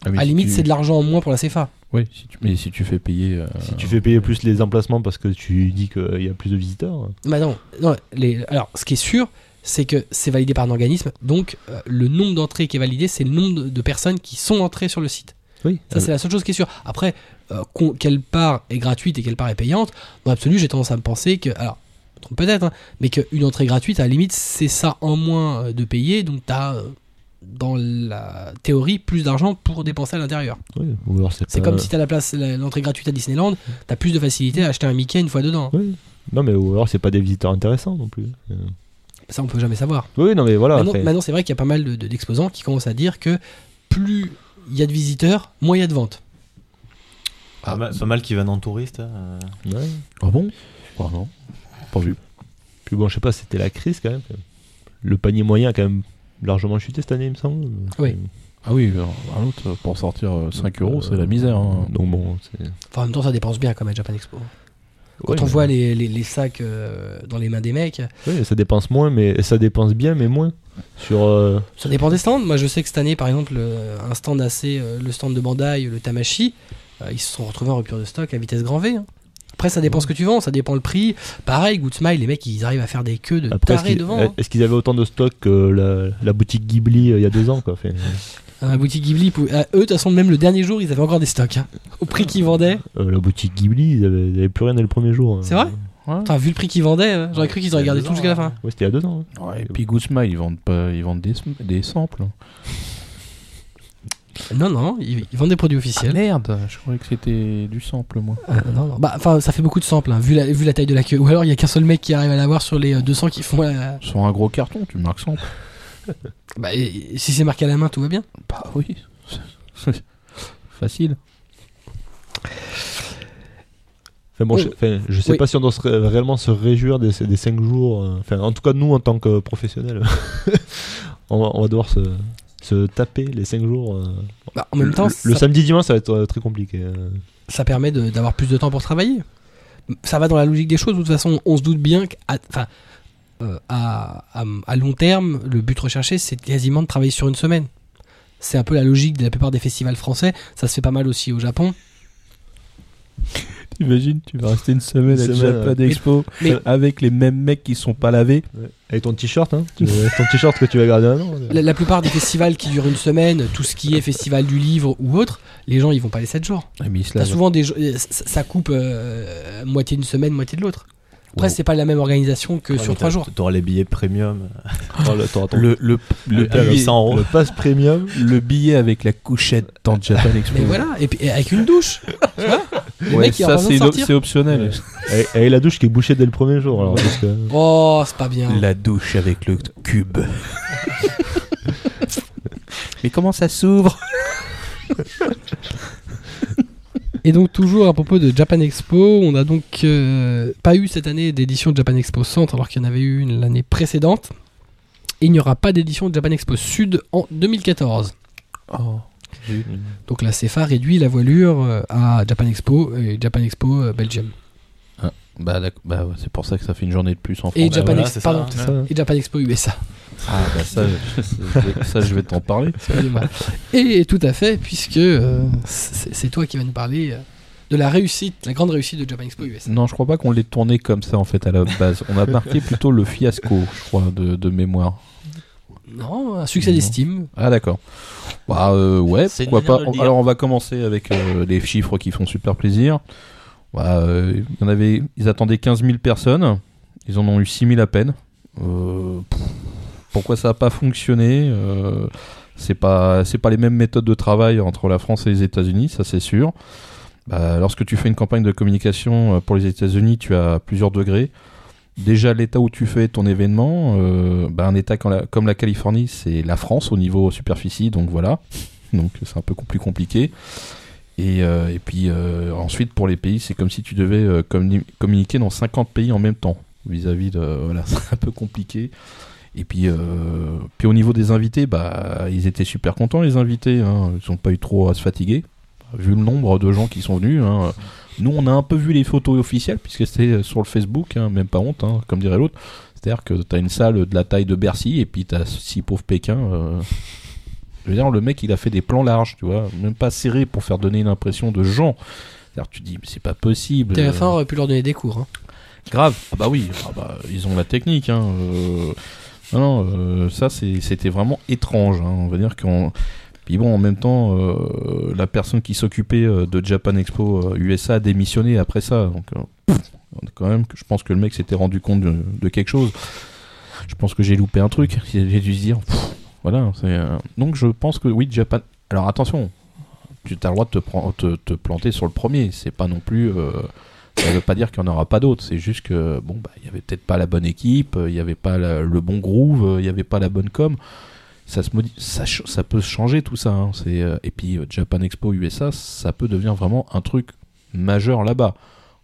S5: Ah
S1: à
S5: oui,
S1: la
S5: si
S1: limite,
S5: tu-
S1: c'est de l'argent en moins pour la CFA.
S5: Oui, si tu- mais si tu fais payer. euh,
S2: si tu fais payer plus les emplacements parce que tu dis qu'il y a plus de visiteurs.
S1: Bah non, non, les, alors ce qui est sûr, c'est que c'est validé par un organisme, donc euh, le nombre d'entrées qui est validé, c'est le nombre de- de personnes qui sont entrées sur le site.
S2: Oui,
S1: Ça, c'est la seule chose qui est sûre. Après, euh, qu'on- quelle part est gratuite et quelle part est payante, dans l'absolu, j'ai tendance à me penser que, alors, je me trompe peut-être, hein, mais qu'une entrée gratuite, à la limite, c'est ça en moins euh, de payer, donc t'as, euh, dans la théorie, plus d'argent pour dépenser à l'intérieur.
S2: Oui, ou alors c'est
S1: C'est
S2: pas-
S1: comme si t'as la place, la- l'entrée gratuite à Disneyland, t'as plus de facilité à acheter un Mickey une fois dedans. hein.
S2: Oui. Non, mais ou alors c'est pas des visiteurs intéressants non plus. Euh,
S1: Ça, on peut jamais savoir.
S2: Oui, non, mais voilà.
S1: maintenant,
S2: après-
S1: maintenant, c'est vrai qu'il y a pas mal de- de- d'exposants qui commencent à dire que plus il y a de visiteurs, moins il y a de ventes.
S4: Pas mal- pas mal qui viennent en touriste. hein, euh.
S2: Ouais.
S5: Ah bon Ah non. Pas vu.
S2: Puis bon, je sais pas, c'était la crise quand même. Le panier moyen a quand même largement chuté cette année, il me semble.
S1: Oui.
S5: Ah oui, alors, à l'autre, pour sortir euh, 5 euros, c'est la misère. hein.
S1: Euh,
S2: Donc bon, c'est.
S1: Enfin, en même temps, ça dépense bien quand même Japan Expo. Quand on voit les, les- les sacs euh, dans les mains des mecs,
S2: Oui, ça dépense moins, mais ça dépense bien, mais moins. Sur. euh,
S1: ça dépend des stands. Moi, je sais que cette année, par exemple, euh, un stand assez, euh, le stand de Bandai, le Tamashi, euh, ils se sont retrouvés en rupture de stock à vitesse grand V. hein. Après, ça dépend ce que tu vends, ça dépend le prix. Pareil, Good Smile, les mecs, ils arrivent à faire des queues de
S2: Après, est-ce
S1: tarés
S2: qu'ils
S1: devant. hein.
S2: est-ce qu'ils avaient autant de stock que la, la boutique Ghibli euh, il y a deux ans quoi Enfin,
S1: La boutique Ghibli, ils pouvaient- ah, eux, de toute façon, même le dernier jour, ils avaient encore des stocks. hein. Au prix qu'ils vendaient.
S2: euh, La boutique Ghibli, ils avaient, ils avaient plus rien dès le premier jour. hein.
S1: C'est vrai Putain, vu le prix qu'ils vendaient, euh, j'aurais cru qu'ils auraient
S4: Il y a
S1: gardé
S4: deux
S1: tout
S4: ans,
S1: jusqu'à la
S4: ouais.
S1: fin.
S2: Ouais, c'était il y a deux ans. hein.
S5: Ouais, et puis Goodsma, ils vendent, pas, ils vendent des, sm- des samples. hein.
S4: hein.
S1: Non, non, ils, ils vendent des produits officiels.
S5: merde Ah, Je croyais que c'était du sample, moi.
S1: Ah,
S4: Ah,
S1: Euh, non, non. Bah, enfin, ça fait beaucoup de samples, hein, vu, la, vu la taille de la queue. Ou alors, il y a qu'un seul mec qui arrive à l'avoir sur les euh, 200 qui font la...
S5: Sur un gros carton, tu marques sample.
S1: Bah, et- et si c'est marqué à la main, tout va bien.
S5: Bah oui. Facile.
S2: Enfin, bon,
S1: Oui.
S2: je, enfin, je sais
S1: Oui.
S2: pas si on doit se ré- réellement se réjouir des, des cinq jours. euh, Enfin, en tout cas, nous, en tant que professionnels, on, va, on va devoir se, se taper les cinq jours. euh.
S1: Bah, en même temps,
S2: le, le
S1: ça,
S2: samedi dimanche, ça va être euh, très compliqué. euh.
S1: ça permet de- d'avoir plus de temps pour travailler. Ça va dans la logique des choses. De toute façon, on se doute bien qu'à enfin, euh, à, à- à long terme, le but recherché, c'est quasiment de travailler sur une semaine. C'est un peu la logique de la plupart des festivals français. Ça se fait pas mal aussi au Japon.
S5: T'imagines, tu vas rester une semaine
S2: Une
S5: à
S2: semaine,
S5: Japan
S2: ouais.
S5: Expo
S1: Mais-
S5: avec les mêmes mecs qui sont pas lavés.
S2: Avec ton t-shirt, hein, tu- avec ton t-shirt que tu vas garder un an. euh.
S1: La, la plupart des festivals qui durent une semaine, tout ce qui est festival du livre ou autre, les gens ils vont pas les 7 jours.
S5: Ah, mais ils se
S1: T'as
S5: lavent.
S1: souvent des jo- euh, ça ça coupe euh, moitié d'une semaine, moitié de l'autre. Après
S4: Wow.
S1: c'est pas la même organisation que
S4: Ouais, mais
S1: sur 3
S4: t'as-
S1: jours.
S4: T'auras les billets premium.
S2: Oh, le, t'auras ton-
S5: Le, le, le,
S4: Ah, le
S5: billet,
S4: 100 euros.
S2: le pass premium.
S1: Ah
S5: le billet avec la couchette dans Japan Expo.
S1: Mais voilà, et, puis- et avec une douche, tu vois Le mec, il a
S5: ça,
S1: pas besoin
S5: c'est
S1: de
S5: une op-
S1: sortir.
S5: c'est optionnel.
S2: Et, et la douche qui est bouchée dès le premier jour. Alors, parce que- euh,
S1: Oh, c'est pas bien.
S5: La douche avec le cube. Mais comment ça s'ouvre
S1: Et donc toujours à propos de Japan Expo, on n'a donc euh, pas eu cette année d'édition de Japan Expo Centre alors qu'il y en avait eu une l'année précédente. Et il n'y aura pas d'édition de Japan Expo Sud en 2014. Donc la CFA réduit la voilure euh, à Japan Expo et Japan Expo euh, Belgium.
S5: Bah, d'ac- bah ouais, c'est pour ça que ça fait une journée de plus en France.
S1: Et,
S4: bah
S1: Japan,
S4: voilà,
S1: Ex-
S4: c'est ça,
S1: pardon,
S2: c'est ça. hein.
S1: et Japan Expo USA.
S5: Ah, bah ça, je- je- ça, je vais t'en parler.
S1: Excusez-moi. et tout à fait, puisque euh, c'est c'est toi qui vas nous parler euh, de la réussite, la grande réussite de Japan Expo
S4: Mm.
S1: USA.
S5: Non, je crois pas qu'on l'ait tourné comme ça en fait à la base. On a marqué plutôt le fiasco, je crois, de, de mémoire.
S1: Non, un succès
S5: Non.
S1: d'estime.
S4: Euh,
S5: Ah d'accord. Bah euh, ouais,
S3: C'est
S5: pourquoi
S3: une
S5: pas.
S3: manière de le dire.
S5: Alors on va commencer avec euh, les chiffres qui font super plaisir. Bah, euh, il y en avait, ils attendaient 15 000 personnes. Ils en ont eu 6 000 à peine. Euh, pff, pourquoi ça n'a pas fonctionné Euh, C'est pas, c'est pas les mêmes méthodes de travail entre la France et les États-Unis, ça c'est sûr. Bah, lorsque tu fais une campagne de communication euh, pour les États-Unis, tu as plusieurs degrés. Déjà, l'État où tu fais ton événement, euh, bah, un État comme la, comme la Californie, c'est la France au niveau superficie, donc voilà. Donc c'est un peu com- plus compliqué. Et, euh, et puis euh, ensuite, pour les pays, c'est comme si tu devais euh, communi- communiquer dans 50 pays en même temps. Vis-à-vis de. Voilà, c'est un peu compliqué. Et puis, euh, puis au niveau des invités, bah, ils étaient super contents, les invités. hein. Ils n'ont pas eu trop à se fatiguer. Vu le nombre de gens qui sont venus. hein. Nous, on a un peu vu les photos officielles, puisque c'était sur le Facebook, hein, même pas honte, hein, comme dirait l'autre. C'est-à-dire que tu as une salle de la taille de Bercy, et puis tu as six pauvres Pékin. euh, je veux dire, le mec, il a fait des plans larges, tu vois, même pas serrés pour faire donner une impression de gens. C'est-à-dire, que tu dis, mais c'est pas possible.
S1: TF1
S5: Euh,
S1: aurait pu leur donner des cours. hein.
S5: Grave. Ah bah oui, ah bah, ils ont la technique. Hein. euh. Non, non, euh, ça c'est- c'était vraiment étrange. hein. On va dire qu'on. Puis bon, en même temps, euh, la personne qui s'occupait euh, de Japan Expo euh, USA a démissionné après ça. Donc, euh, pff, quand même, que je pense que le mec s'était rendu compte de, de quelque chose. Je pense que j'ai loupé un truc. J'ai dû se dire, pff, voilà. c'est, euh, Donc je pense que oui, Japan. Alors attention, tu as le droit de te, pren- te, te planter sur le premier. C'est pas non plus. euh, ça veut pas dire qu'il n'y en aura pas d'autres. C'est juste que, bon, bah, il y avait peut-être pas la bonne équipe, euh, il n'y avait pas la- le bon groove, euh, il n'y avait pas la bonne com. Ça, se modi- ça, ch- ça peut se changer tout ça. hein. C'est, euh, et puis, euh, Japan Expo USA, ça peut devenir vraiment un truc majeur là-bas.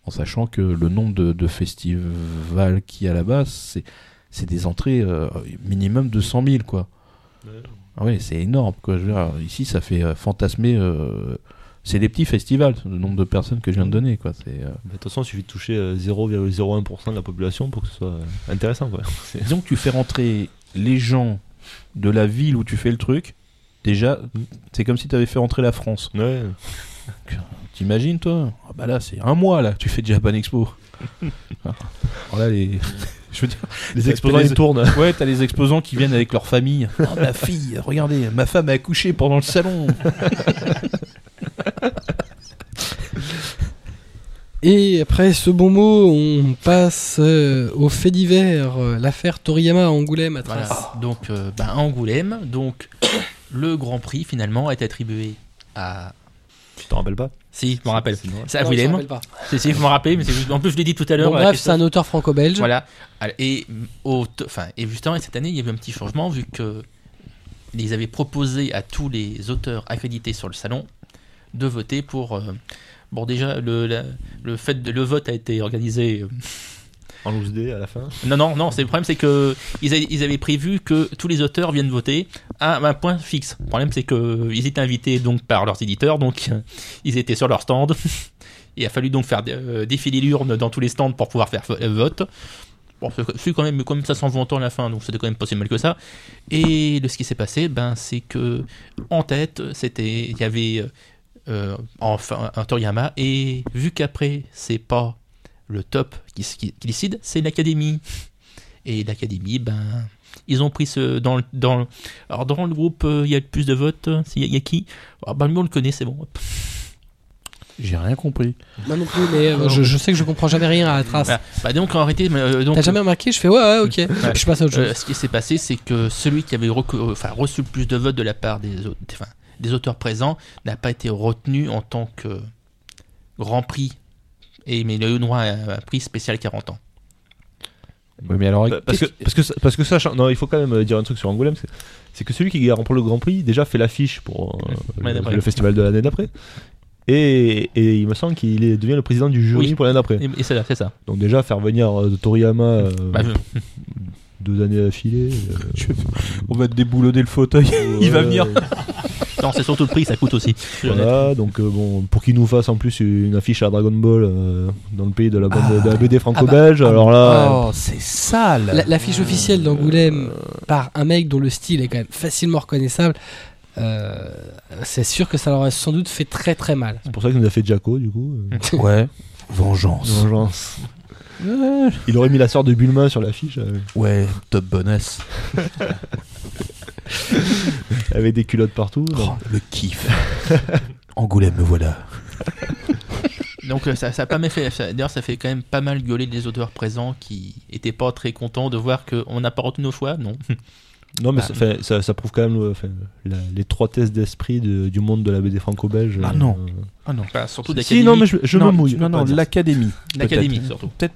S5: En sachant que le nombre de, de festivals qu'il y a là-bas, c'est, c'est des entrées euh, minimum de 100 000, quoi. Ah oui, c'est énorme, quoi. Je veux dire, ici, ça fait euh, fantasmer. euh, c'est les petits festivals, le nombre de personnes que je viens de donner, quoi. C'est. euh,
S2: Mais De toute façon, il suffit de toucher euh, 0,01% de la population pour que ce soit euh, intéressant. Quoi.
S5: Disons que tu fais rentrer les gens de la ville où tu fais le truc, déjà, c'est comme si tu avais fait rentrer la France.
S2: Ouais.
S5: T'imagines, toi Ah Bah là, c'est un mois, là, que tu fais Japan Expo. Ah. Alors là, les. Je veux dire.
S2: Les
S5: Ça
S2: exposants
S5: fait les-
S2: ils tournent.
S5: Ouais, t'as les exposants qui viennent avec leur famille. Oh, ma fille, regardez, ma femme a accouché pendant le salon.
S1: Et après ce bon mot, on passe euh, au fait divers, euh, l'affaire Toriyama à Angoulême à
S3: Voilà.
S1: Trace.
S3: Donc, euh, bah, à Angoulême, donc le Grand Prix finalement est attribué à.
S2: Tu t'en rappelles pas
S3: Si, je m'en rappelle.
S2: C'est normal.
S3: C'est à
S1: Non, je me
S3: Willem.
S1: rappelle pas.
S3: Si, si, je m'en rappelle, mais c'est- en plus je l'ai dit tout à l'heure.
S1: Bon,
S3: à
S1: bref,
S3: Christophe.
S1: c'est un auteur franco-belge.
S3: Voilà. Et, mm, au t- enfin, et justement, cette année, il y avait un petit changement vu que ils avaient proposé à tous les auteurs accrédités sur le salon de voter pour. euh, bon, déjà, le, la- le, fait de- le vote a été organisé. euh,
S2: En loose day à la fin.
S3: Non, non, non, c'est le problème, c'est que ils, a- ils avaient prévu que tous les auteurs viennent voter à un point fixe. Le problème, c'est qu'ils étaient invités donc par leurs éditeurs, donc euh, ils étaient sur leur stand. Il a fallu donc faire euh, défiler l'urne dans tous les stands pour pouvoir faire euh, vote. Bon, c'est c'est quand même, quand même 520 ans à la fin, donc c'était quand même pas si mal que ça. Et de ce qui s'est passé, ben, c'est que en tête, c'était, il y avait euh, euh, enfin un Toriyama, et vu qu'après, c'est pas le top qui, qui- qui décide, c'est l'académie. Et l'académie, ben, ils ont pris ce dans le, dans le- alors dans le groupe, euh, il y a le plus de votes. euh, s'il y a- Il y, a qui Ah, Ben lui on le connaît, c'est bon. Hop.
S5: J'ai rien compris.
S1: Moi non plus, mais euh, je, je sais que je comprends jamais rien à la Trace.
S3: Voilà. Bah donc en réalité, mais, euh, donc,
S1: T'as jamais remarqué Je fais ouais, ouais, ok. Puis Je passe à autre chose.
S3: Euh, ce qui s'est passé, c'est que celui qui avait recou- enfin, reçu le plus de votes de la part des, au- enfin, des auteurs présents n'a pas été retenu en tant que Grand Prix. Et, mais le Noir a a pris spécial 40 ans.
S5: Oui, mais alors,
S2: Bah, parce, que, parce, que, ça- parce que ça, cha- non, il faut quand même euh, dire un truc sur Angoulême, c'est- c'est que celui qui remporte le Grand Prix déjà fait l'affiche pour euh,
S3: L'année
S2: le,
S3: d'après.
S2: le festival de l'année d'après. Et, et il me semble qu'il est- devient le président du jury
S3: Oui.
S2: pour l'année d'après.
S3: Et, et c'est c'est ça.
S2: Donc déjà faire venir euh, Toriyama euh,
S3: Bah, je-
S2: deux années affilées. euh,
S5: on va déboulonner le fauteuil. Il va venir.
S3: non, c'est surtout le prix, ça coûte aussi. Je-
S2: Voilà, donc euh, bon, pour qu'il nous fasse en plus une affiche à Dragon Ball euh, dans le pays de la, bande, de
S3: Ah.
S2: la BD franco-belge,
S3: bah,
S2: alors là,
S5: Oh, c'est sale.
S1: La- L'affiche officielle d'Angoulême par un mec dont le style est quand même facilement reconnaissable, euh, c'est sûr que ça leur a sans doute fait très très mal.
S2: c'est pour ça qu'il nous a fait Jaco du coup. euh,
S5: Ouais.
S3: Mmh.
S5: Vengeance.
S2: vengeance. Il aurait mis la sœur de Bulma sur l'affiche euh,
S5: Ouais, top bonus.
S2: avec des culottes partout.
S5: Oh, le kiff. Angoulême, me voilà.
S3: Donc euh, ça, ça a pas mal fait. ça- D'ailleurs, ça fait quand même pas mal gueuler les auteurs présents qui étaient pas très contents de voir qu'on n'a pas retenu nos choix. Non.
S2: Non, mais
S3: Bah,
S2: ça, fait- ça, ça prouve quand même euh, enfin, la- l'étroitesse d'esprit de- du monde de la BD franco-belge.
S5: Ah
S2: euh,
S5: non.
S2: euh,
S5: Ah non.
S3: Enfin, surtout
S2: Si,
S3: d'académie.
S2: non, mais je, je
S5: non,
S2: me mouille.
S5: Non,
S2: on
S5: non,
S2: peut pas dire.
S5: l'académie.
S3: L'académie,
S5: peut-être.
S3: surtout.
S5: Peut-être.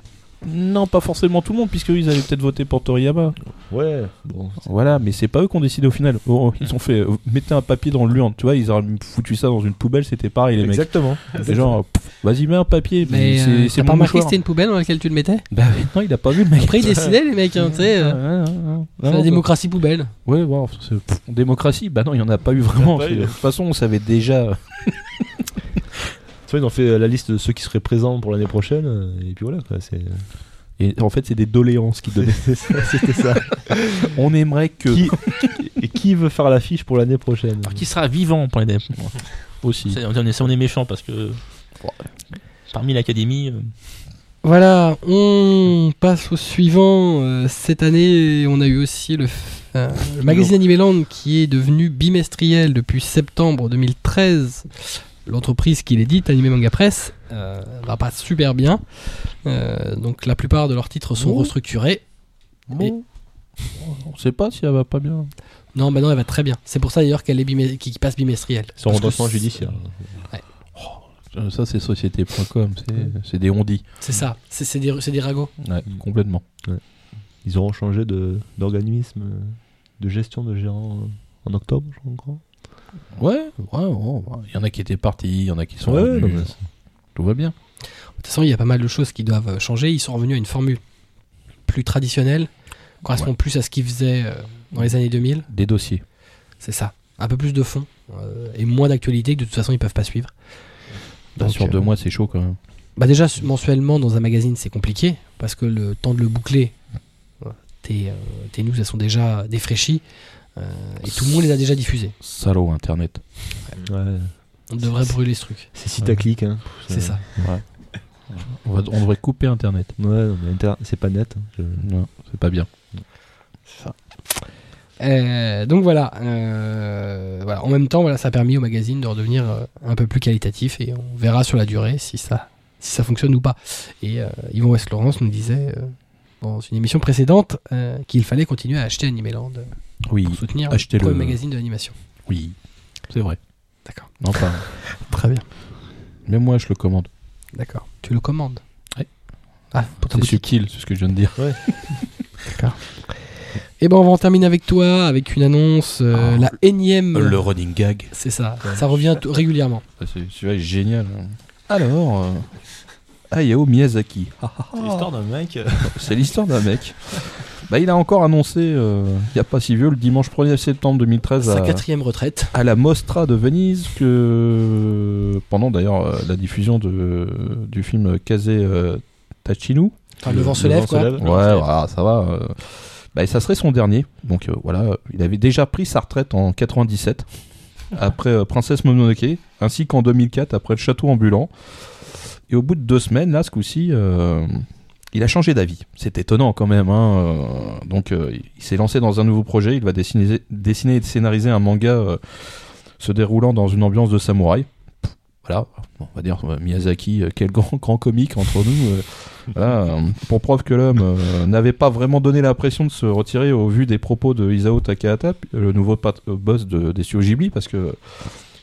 S5: Non, pas forcément tout le monde, puisqu'ils avaient peut-être voté pour Toriyama.
S2: Ouais, bon. c'est-
S5: Voilà, mais c'est pas eux qui ont décidé au final. Oh, oh, ils ont fait. euh, mettez un papier dans le luan, tu vois, ils auraient foutu ça dans une poubelle, c'était pareil, les mecs.
S2: Exactement.
S5: Les gens, euh, pff, vas-y, mets un papier.
S1: Mais
S5: c'est-
S1: euh,
S5: c'est
S1: t'as
S5: mon
S1: pas remarqué que
S5: mouchoir.
S1: c'était une poubelle dans laquelle tu le mettais
S5: Bah oui, non, il a pas vu le mec.
S1: Après, ils décidaient, les mecs, hein, tu sais. euh,
S5: Ouais, ouais, ouais, ouais.
S1: c'est la
S5: Non,
S1: démocratie poubelle.
S5: Ouais, bon, c'est- pff, démocratie, bah non, il n'y en a pas eu vraiment.
S2: pas
S5: c'est-
S2: eu.
S5: De toute façon, on savait déjà.
S2: Tu vois, ils ont fait euh, la liste de ceux qui seraient présents pour l'année prochaine. euh, Et puis voilà, quoi, c'est-
S5: Et en fait, c'est des doléances qui donnaient.
S2: c'est- c'est- c'était ça.
S5: on aimerait que.
S2: qui, et qui veut faire l'affiche pour l'année prochaine
S3: Alors, qui sera vivant pour les
S5: Aussi.
S3: C'est- On est, on est méchant parce que parmi l'académie, euh,
S1: Voilà, on passe au suivant. Euh, Cette année, on a eu aussi le, f- euh, le magazine Animeland qui est devenu bimestriel depuis septembre 2013. L'entreprise qui l'édite, Anime Manga Press, euh, va pas super bien. Euh, donc la plupart de leurs titres sont
S5: Bon.
S1: restructurés. Et-
S5: Bon. On sait pas si elle va pas bien.
S1: Non, bah non, elle va très bien. C'est pour ça d'ailleurs qu'elle est bimé- qui, qui passe bimestrielle.
S2: Son
S1: Parce que
S2: redressement
S1: c'est-
S2: judiciaire.
S5: Euh, Ça, c'est société.com, c'est- c'est des ondis.
S1: C'est ça, c'est c'est des, c'est des ragots.
S5: Ouais, complètement.
S2: Ils auront changé de- d'organisme, euh, de, gestion de gérant euh, en octobre, je crois, encore.
S5: Ouais, ouais, ouais, ouais. Il y en a qui étaient partis, il y en a qui sont
S2: Ouais,
S5: revenus.
S2: non, mais
S5: Tout va bien.
S1: De toute façon, il y a pas mal de choses qui doivent euh, changer. Ils sont revenus à une formule plus traditionnelle, correspond plus à ce qu'ils faisaient euh, dans les années 2000.
S5: Des dossiers.
S1: C'est ça. Un peu plus de fond euh, et moins d'actualité que de toute façon ils peuvent pas suivre.
S5: Là,
S1: Donc,
S5: Bah, sur
S1: euh,
S5: deux mois, c'est chaud quand même.
S1: Bah déjà su- mensuellement dans un magazine c'est compliqué parce que le temps de le boucler, tes, euh, tes news elles sont déjà défraîchies euh, et tout le monde les a déjà diffusées.
S5: Salaud Internet.
S2: Ouais.
S1: On devrait brûler ce truc.
S2: C'est site à clic. Hein.
S1: C'est ça.
S5: On, va- on devrait couper Internet.
S2: Ouais, non, mais inter- c'est pas net. hein, je-
S5: Non, c'est pas bien.
S1: Euh, donc voilà, euh, voilà. En même temps, voilà, ça a permis au magazine de redevenir euh, un peu plus qualitatif et on verra sur la durée si ça, si ça fonctionne ou pas. Et euh, Yvon West Laurence nous disait euh, dans une émission précédente euh, qu'il fallait continuer à acheter Animeland
S5: Oui,
S1: pour soutenir
S5: achetez
S1: le
S5: le.
S1: premier magazine de l'animation.
S5: Oui, c'est vrai.
S1: D'accord.
S5: Enfin,
S1: Très bien.
S5: mais moi, je le commande.
S1: D'accord. Tu le commandes.
S5: Ouais.
S1: Ah, pour ta
S5: C'est
S1: boutique.
S5: subtil, c'est ce que je viens de dire.
S1: Et ben on va en terminer avec toi avec une annonce, euh,
S5: Ah,
S1: la énième.
S5: Le running gag.
S1: C'est ça. Ça revient tout- régulièrement.
S5: Ah, c'est- Celui-là est génial. hein. Alors, euh, Hayao Miyazaki. Ah, ah, ah.
S4: C'est l'histoire d'un mec.
S5: C'est l'histoire d'un mec. Bah, il a encore annoncé, euh, il n'y a pas si vieux, le dimanche 1er septembre 2013
S1: Sa
S5: à,
S1: quatrième retraite.
S5: à la Mostra de Venise, que pendant d'ailleurs euh, la diffusion de, du film Kaze euh, Tachinu.
S1: Enfin, le vent se lève quoi.
S5: Ouais, voilà, ça va. euh, bah, et ça serait son dernier. Donc euh, voilà, euh, il avait déjà pris sa retraite en 97, après euh, Princesse Mononoke, ainsi qu'en 2004, après Le Château Ambulant. Et au bout de deux semaines, là, ce coup-ci, euh, il a changé d'avis. C'est étonnant quand même. hein, euh, donc euh, il s'est lancé dans un nouveau projet. Il va dessiner, dessiner et scénariser un manga euh, se déroulant dans une ambiance de samouraï. Pff, Voilà, on va dire euh, Miyazaki, euh, quel grand, grand comique entre nous. euh, voilà, euh, pour preuve que l'homme euh, n'avait pas vraiment donné l'impression de se retirer au vu des propos de Isao Takahata, p- le nouveau pat- euh, boss de, des studios Ghibli, parce que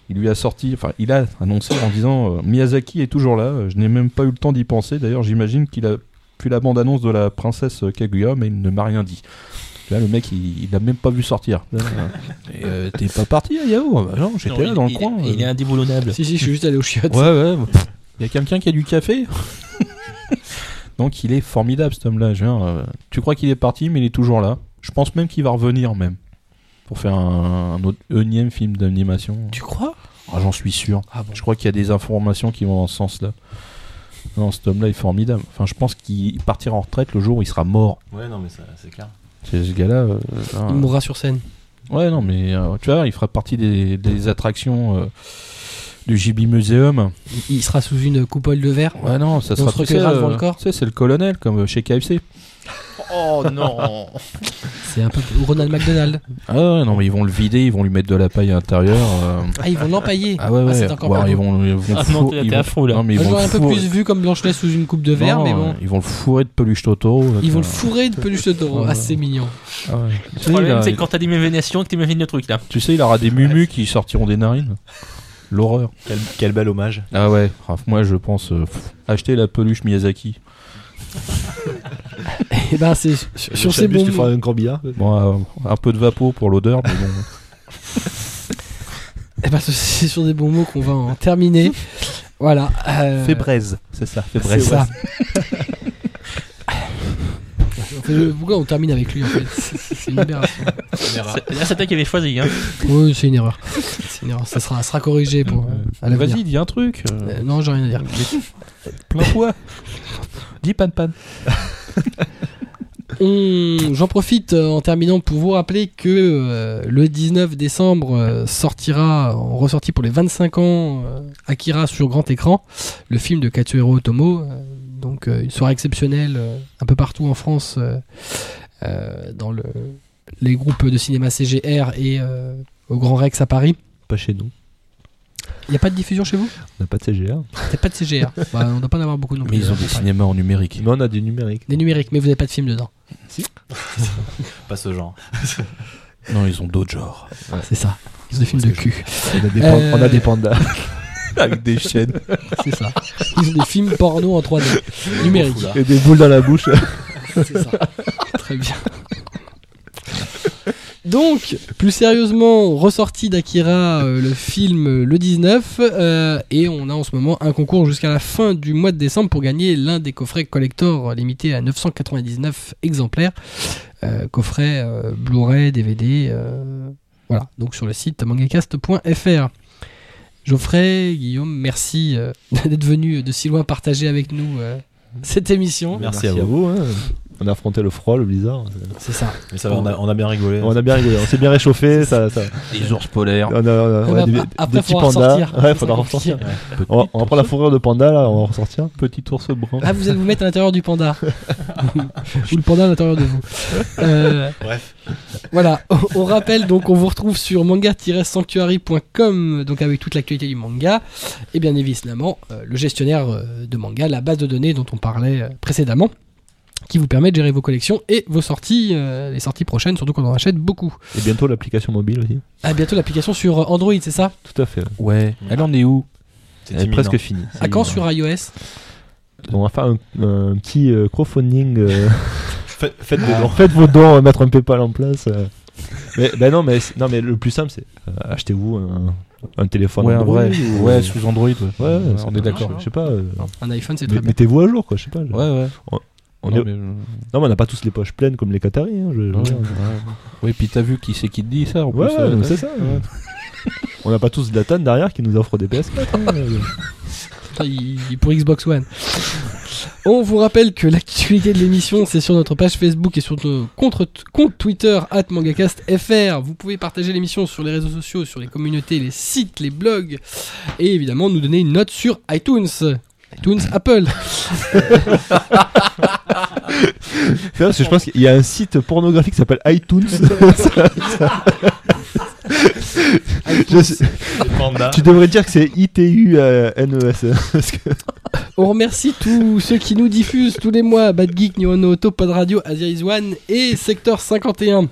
S5: Il lui a sorti, enfin, il a annoncé en disant euh, Miyazaki est toujours là. euh, Je n'ai même pas eu le temps d'y penser. D'ailleurs, j'imagine qu'il a vu la bande-annonce de la princesse Kaguya, mais il ne m'a rien dit. Là, le mec, il il l'a même pas vu sortir. Et, euh, T'es pas parti, Yao Bah Non, j'étais là
S3: il-
S5: dans le
S3: il-
S5: coin.
S3: Il est
S5: euh.
S3: indéboulonnable.
S1: Si, si, je suis juste allé au chiottes.
S5: Ouais, ouais. Il y a quelqu'un qui a du café Donc il est formidable cet homme-là. Je veux dire, euh, tu crois qu'il est parti, mais il est toujours là. Je pense même qu'il va revenir même. Pour faire un, un autre énième film d'animation.
S1: Tu crois
S5: Ah, J'en suis sûr.
S1: Ah bon.
S5: Je crois qu'il y a des informations qui vont dans ce sens-là. Non, cet homme-là est formidable. Enfin, je pense qu'il partira en retraite le jour où il sera mort.
S4: Ouais, non, mais ça- c'est clair.
S5: C'est ce gars-là. euh,
S1: Il
S5: hein.
S1: mourra sur scène.
S5: Ouais, non, mais euh, tu vois, il fera partie des, des attractions euh, du Ghibli Museum.
S1: Il, il sera sous une coupole de verre.
S5: Ouais, non, ça
S1: Et
S5: sera
S1: on se recueillera devant le corps
S5: euh, Tu sais, c'est le colonel, comme euh, chez KFC.
S3: Oh non
S1: C'est un peu ou Ronald McDonald.
S5: Ah ouais, non, mais ils vont le vider, ils vont lui mettre de la paille à l'intérieur. euh.
S1: Ah, ils vont l'empailler.
S5: Ah ouais, ouais.
S1: c'est encore
S5: Ouais,
S1: pas
S5: ils
S1: beau.
S5: vont, ils vont
S3: Ah
S5: le
S3: non,
S5: four-
S3: t'es-
S5: ils
S3: t'es
S5: vont-
S3: affreux, là.
S5: Non, mais ils
S1: Moi, je
S5: vont
S1: l'aurais
S5: le
S1: un peu
S5: fourrer-
S1: plus vu comme Blanche-Neige sous une coupe de verre,
S5: Non,
S1: mais bon.
S5: euh, Ils vont le fourrer de peluche Toto. là,
S1: Ils vont le
S5: tu
S1: fourrer de peluche de taureau.
S5: Ouais.
S1: Ah, c'est mignon.
S5: vois. Ah ouais. Tu sais,
S3: Le
S5: il
S3: problème,
S5: a-
S3: c'est quand t'as des mévénations et que t'imagines le truc là.
S5: Tu sais, il aura des mumus qui sortiront des narines. L'horreur.
S4: Quel, quel bel hommage.
S5: Ah ouais, ah, moi je pense euh, pff, acheter la peluche Miyazaki. Eh
S1: Et ben, c'est sur, sur ces
S2: Chablis,
S1: bons
S2: tu
S1: mots.
S2: feras un corbillard.
S5: Bon, euh, un peu de vapeau pour l'odeur, mais bon.
S1: Eh ben, c'est sur des bons mots qu'on va en terminer. Voilà. euh,
S4: braise. C'est ça, fais
S1: c'est ça. En fait, Pourquoi on termine avec lui en fait C'est c'est une aberration. Ah.
S3: C'est- Là, c'est toi qui avais choisi. Hein.
S1: Oui, c'est une erreur. C'est une erreur. Ça sera, sera corrigé pour. euh, à l'avenir.
S5: Vas-y, dis un truc.
S1: Euh, non, j'ai rien à dire.
S5: plein poids. dis pan pan.
S1: On- J'en profite euh, en terminant pour vous rappeler que euh, le 19 décembre euh, sortira en ressorti pour les 25 ans euh, Akira sur grand écran, le film de Katsuhiro Otomo. euh, donc euh, une soirée exceptionnelle euh, un peu partout en France euh, euh, dans le- les groupes de cinéma CGR et euh, au Grand Rex à Paris.
S2: Pas chez nous.
S1: Il n'y a pas de diffusion chez vous
S2: On n'a pas de CGR.
S1: C'est pas de CGR. Bah, on ne doit pas en avoir beaucoup non plus.
S5: Mais ils ont des cinémas en numérique.
S2: Mais on a du numérique.
S1: Des numériques, mais vous n'avez pas de film dedans.
S4: Pas ce genre.
S5: Non, ils ont d'autres genres.
S1: C'est ça. Ils ont des films de cul.
S2: On a des,
S1: Euh,
S2: pan- on a des pandas.
S5: Avec des chaînes.
S1: C'est ça. Ils ont des films porno en 3D. Numérique.
S2: Et des boules dans la bouche.
S1: C'est ça. Très bien. Donc, plus sérieusement, ressorti d'Akira euh, le film euh, le 19, euh, et on a en ce moment un concours jusqu'à la fin du mois de décembre pour gagner l'un des coffrets collector euh, limités à 999 exemplaires. Euh, coffret euh, Blu-ray, DVD, euh, voilà, donc sur le site mangacast.fr. Geoffrey, Guillaume, merci euh, d'être venu de si loin partager avec nous euh, cette émission.
S4: Merci à
S2: à vous. hein. Euh, On a affronté le froid, le blizzard.
S1: C'est ça.
S4: Mais ça va, on a, on a bien rigolé.
S2: On a bien rigolé. On s'est bien réchauffé. ça, ça.
S5: Des ours polaires.
S2: On a, on a- on a
S1: Ouais,
S2: des,
S1: bah, après,
S2: des petits
S1: faudra
S2: pandas.
S1: ressortir.
S2: Ouais,
S1: Ça,
S2: faudra
S1: c'est
S2: ressortir.
S1: compliqué.
S2: On, va- on va prendre la fourrure de panda là, on va ressortir.
S5: Petit ours brun.
S1: Ah, vous allez vous mettre à l'intérieur du panda. Ou le panda à l'intérieur de vous. Euh,
S4: Bref.
S1: Voilà, on rappelle donc on vous retrouve sur manga-sanctuary.com donc avec toute l'actualité du manga et bien évidemment euh, le gestionnaire euh, de manga, la base de données dont on parlait euh, précédemment qui vous permet de gérer vos collections et vos sorties, euh, les sorties prochaines, surtout quand on en achète beaucoup.
S2: Et bientôt l'application mobile aussi.
S1: À bientôt l'application sur Android, c'est ça
S2: Tout à fait.
S5: Ouais. Elle en est où
S4: C'est
S2: Elle est
S4: timide,
S2: presque
S4: hein.
S2: finie.
S1: À quand sur iOS
S2: On va faire un, un petit euh, crowdfunding. euh,
S4: Faites, faites des
S2: en
S4: dons.
S2: fait, vos dons, euh, mettre un PayPal en place. euh. Mais, ben non, mais, c'est- non, mais le plus simple, c'est euh, achetez-vous un, un téléphone.
S5: Ouais, un
S2: Android
S5: vrai.
S2: ou-
S5: Ouais, sous Android. Ouais,
S2: Ouais, ouais,
S5: on est d'accord.
S2: Je sais pas. euh,
S1: Un iPhone, c'est
S2: mais-
S1: très bien.
S2: Mettez-vous à jour, quoi. Je sais pas. je-
S5: Ouais, ouais.
S2: On
S5: Non,
S2: est-
S5: mais, euh,
S2: Non, mais on n'a pas tous les poches pleines comme les Qataris. hein, je- je-
S5: ouais, ouais. Ouais, puis t'as vu qui c'est qui te dit ça en
S2: Ouais,
S5: plus.
S2: ouais,
S5: euh,
S2: non, c'est ça.
S5: ouais.
S2: On n'a pas tous Datan derrière qui nous offre des PS4. hein, euh.
S1: Il- il- pour Xbox One. On vous rappelle que l'actualité de l'émission, c'est sur notre page Facebook et sur notre contre- compte Twitter, at mangacastfr. Vous pouvez partager l'émission sur les réseaux sociaux, sur les communautés, les sites, les blogs, et évidemment nous donner une note sur iTunes. iTunes, Apple.
S2: Tu vois, parce que je pense qu'il y a un site pornographique qui s'appelle iTunes. Je sais-
S4: Panda.
S2: tu devrais dire que c'est I-T-U-N-E-S. E hein, Parce que-
S1: On remercie tous ceux qui nous diffusent tous les mois Bad Geek, Nihono Auto, Pod Radio, Asia Is One et Secteur 51.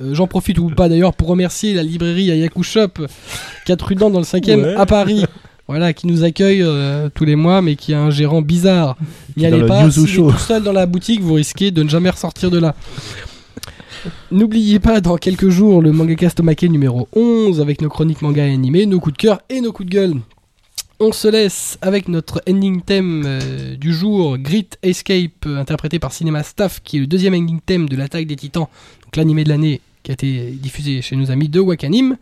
S1: Euh, J'en profite ou pas d'ailleurs pour remercier la librairie Ayaku Shop, 4 rue d'An dans le 5ème
S2: Ouais.
S1: à Paris. Voilà, qui nous accueille euh, tous les mois, mais qui a un gérant bizarre. N'y
S2: est dans
S1: allez
S2: le
S1: pas,
S2: Yuzu
S1: si
S2: Show.
S1: tout seul dans la boutique, vous risquez de ne jamais ressortir de là. N'oubliez pas, dans quelques jours, le manga Tomake numéro 11, avec nos chroniques manga et animés, nos coups de cœur et nos coups de gueule. On se laisse avec notre ending theme euh, du jour, Grit Escape, euh, interprété par Cinema Staff, qui est le deuxième ending theme de l'attaque des titans, donc l'animé de l'année qui a été diffusé chez nos amis de Wakanim.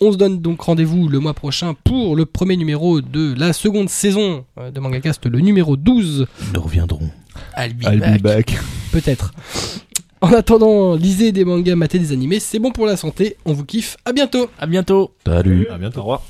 S1: On se donne donc rendez-vous le mois prochain pour le premier numéro de la seconde saison euh, de Mangacast, le numéro 12
S5: Nous reviendrons.
S3: I'll be
S2: I'll be
S3: back.
S2: back.
S1: peut-être. En attendant, lisez des mangas, matez des animés, c'est bon pour la santé, on vous kiffe, à bientôt
S3: À bientôt.
S5: Salut.
S4: À bientôt.
S2: Au revoir.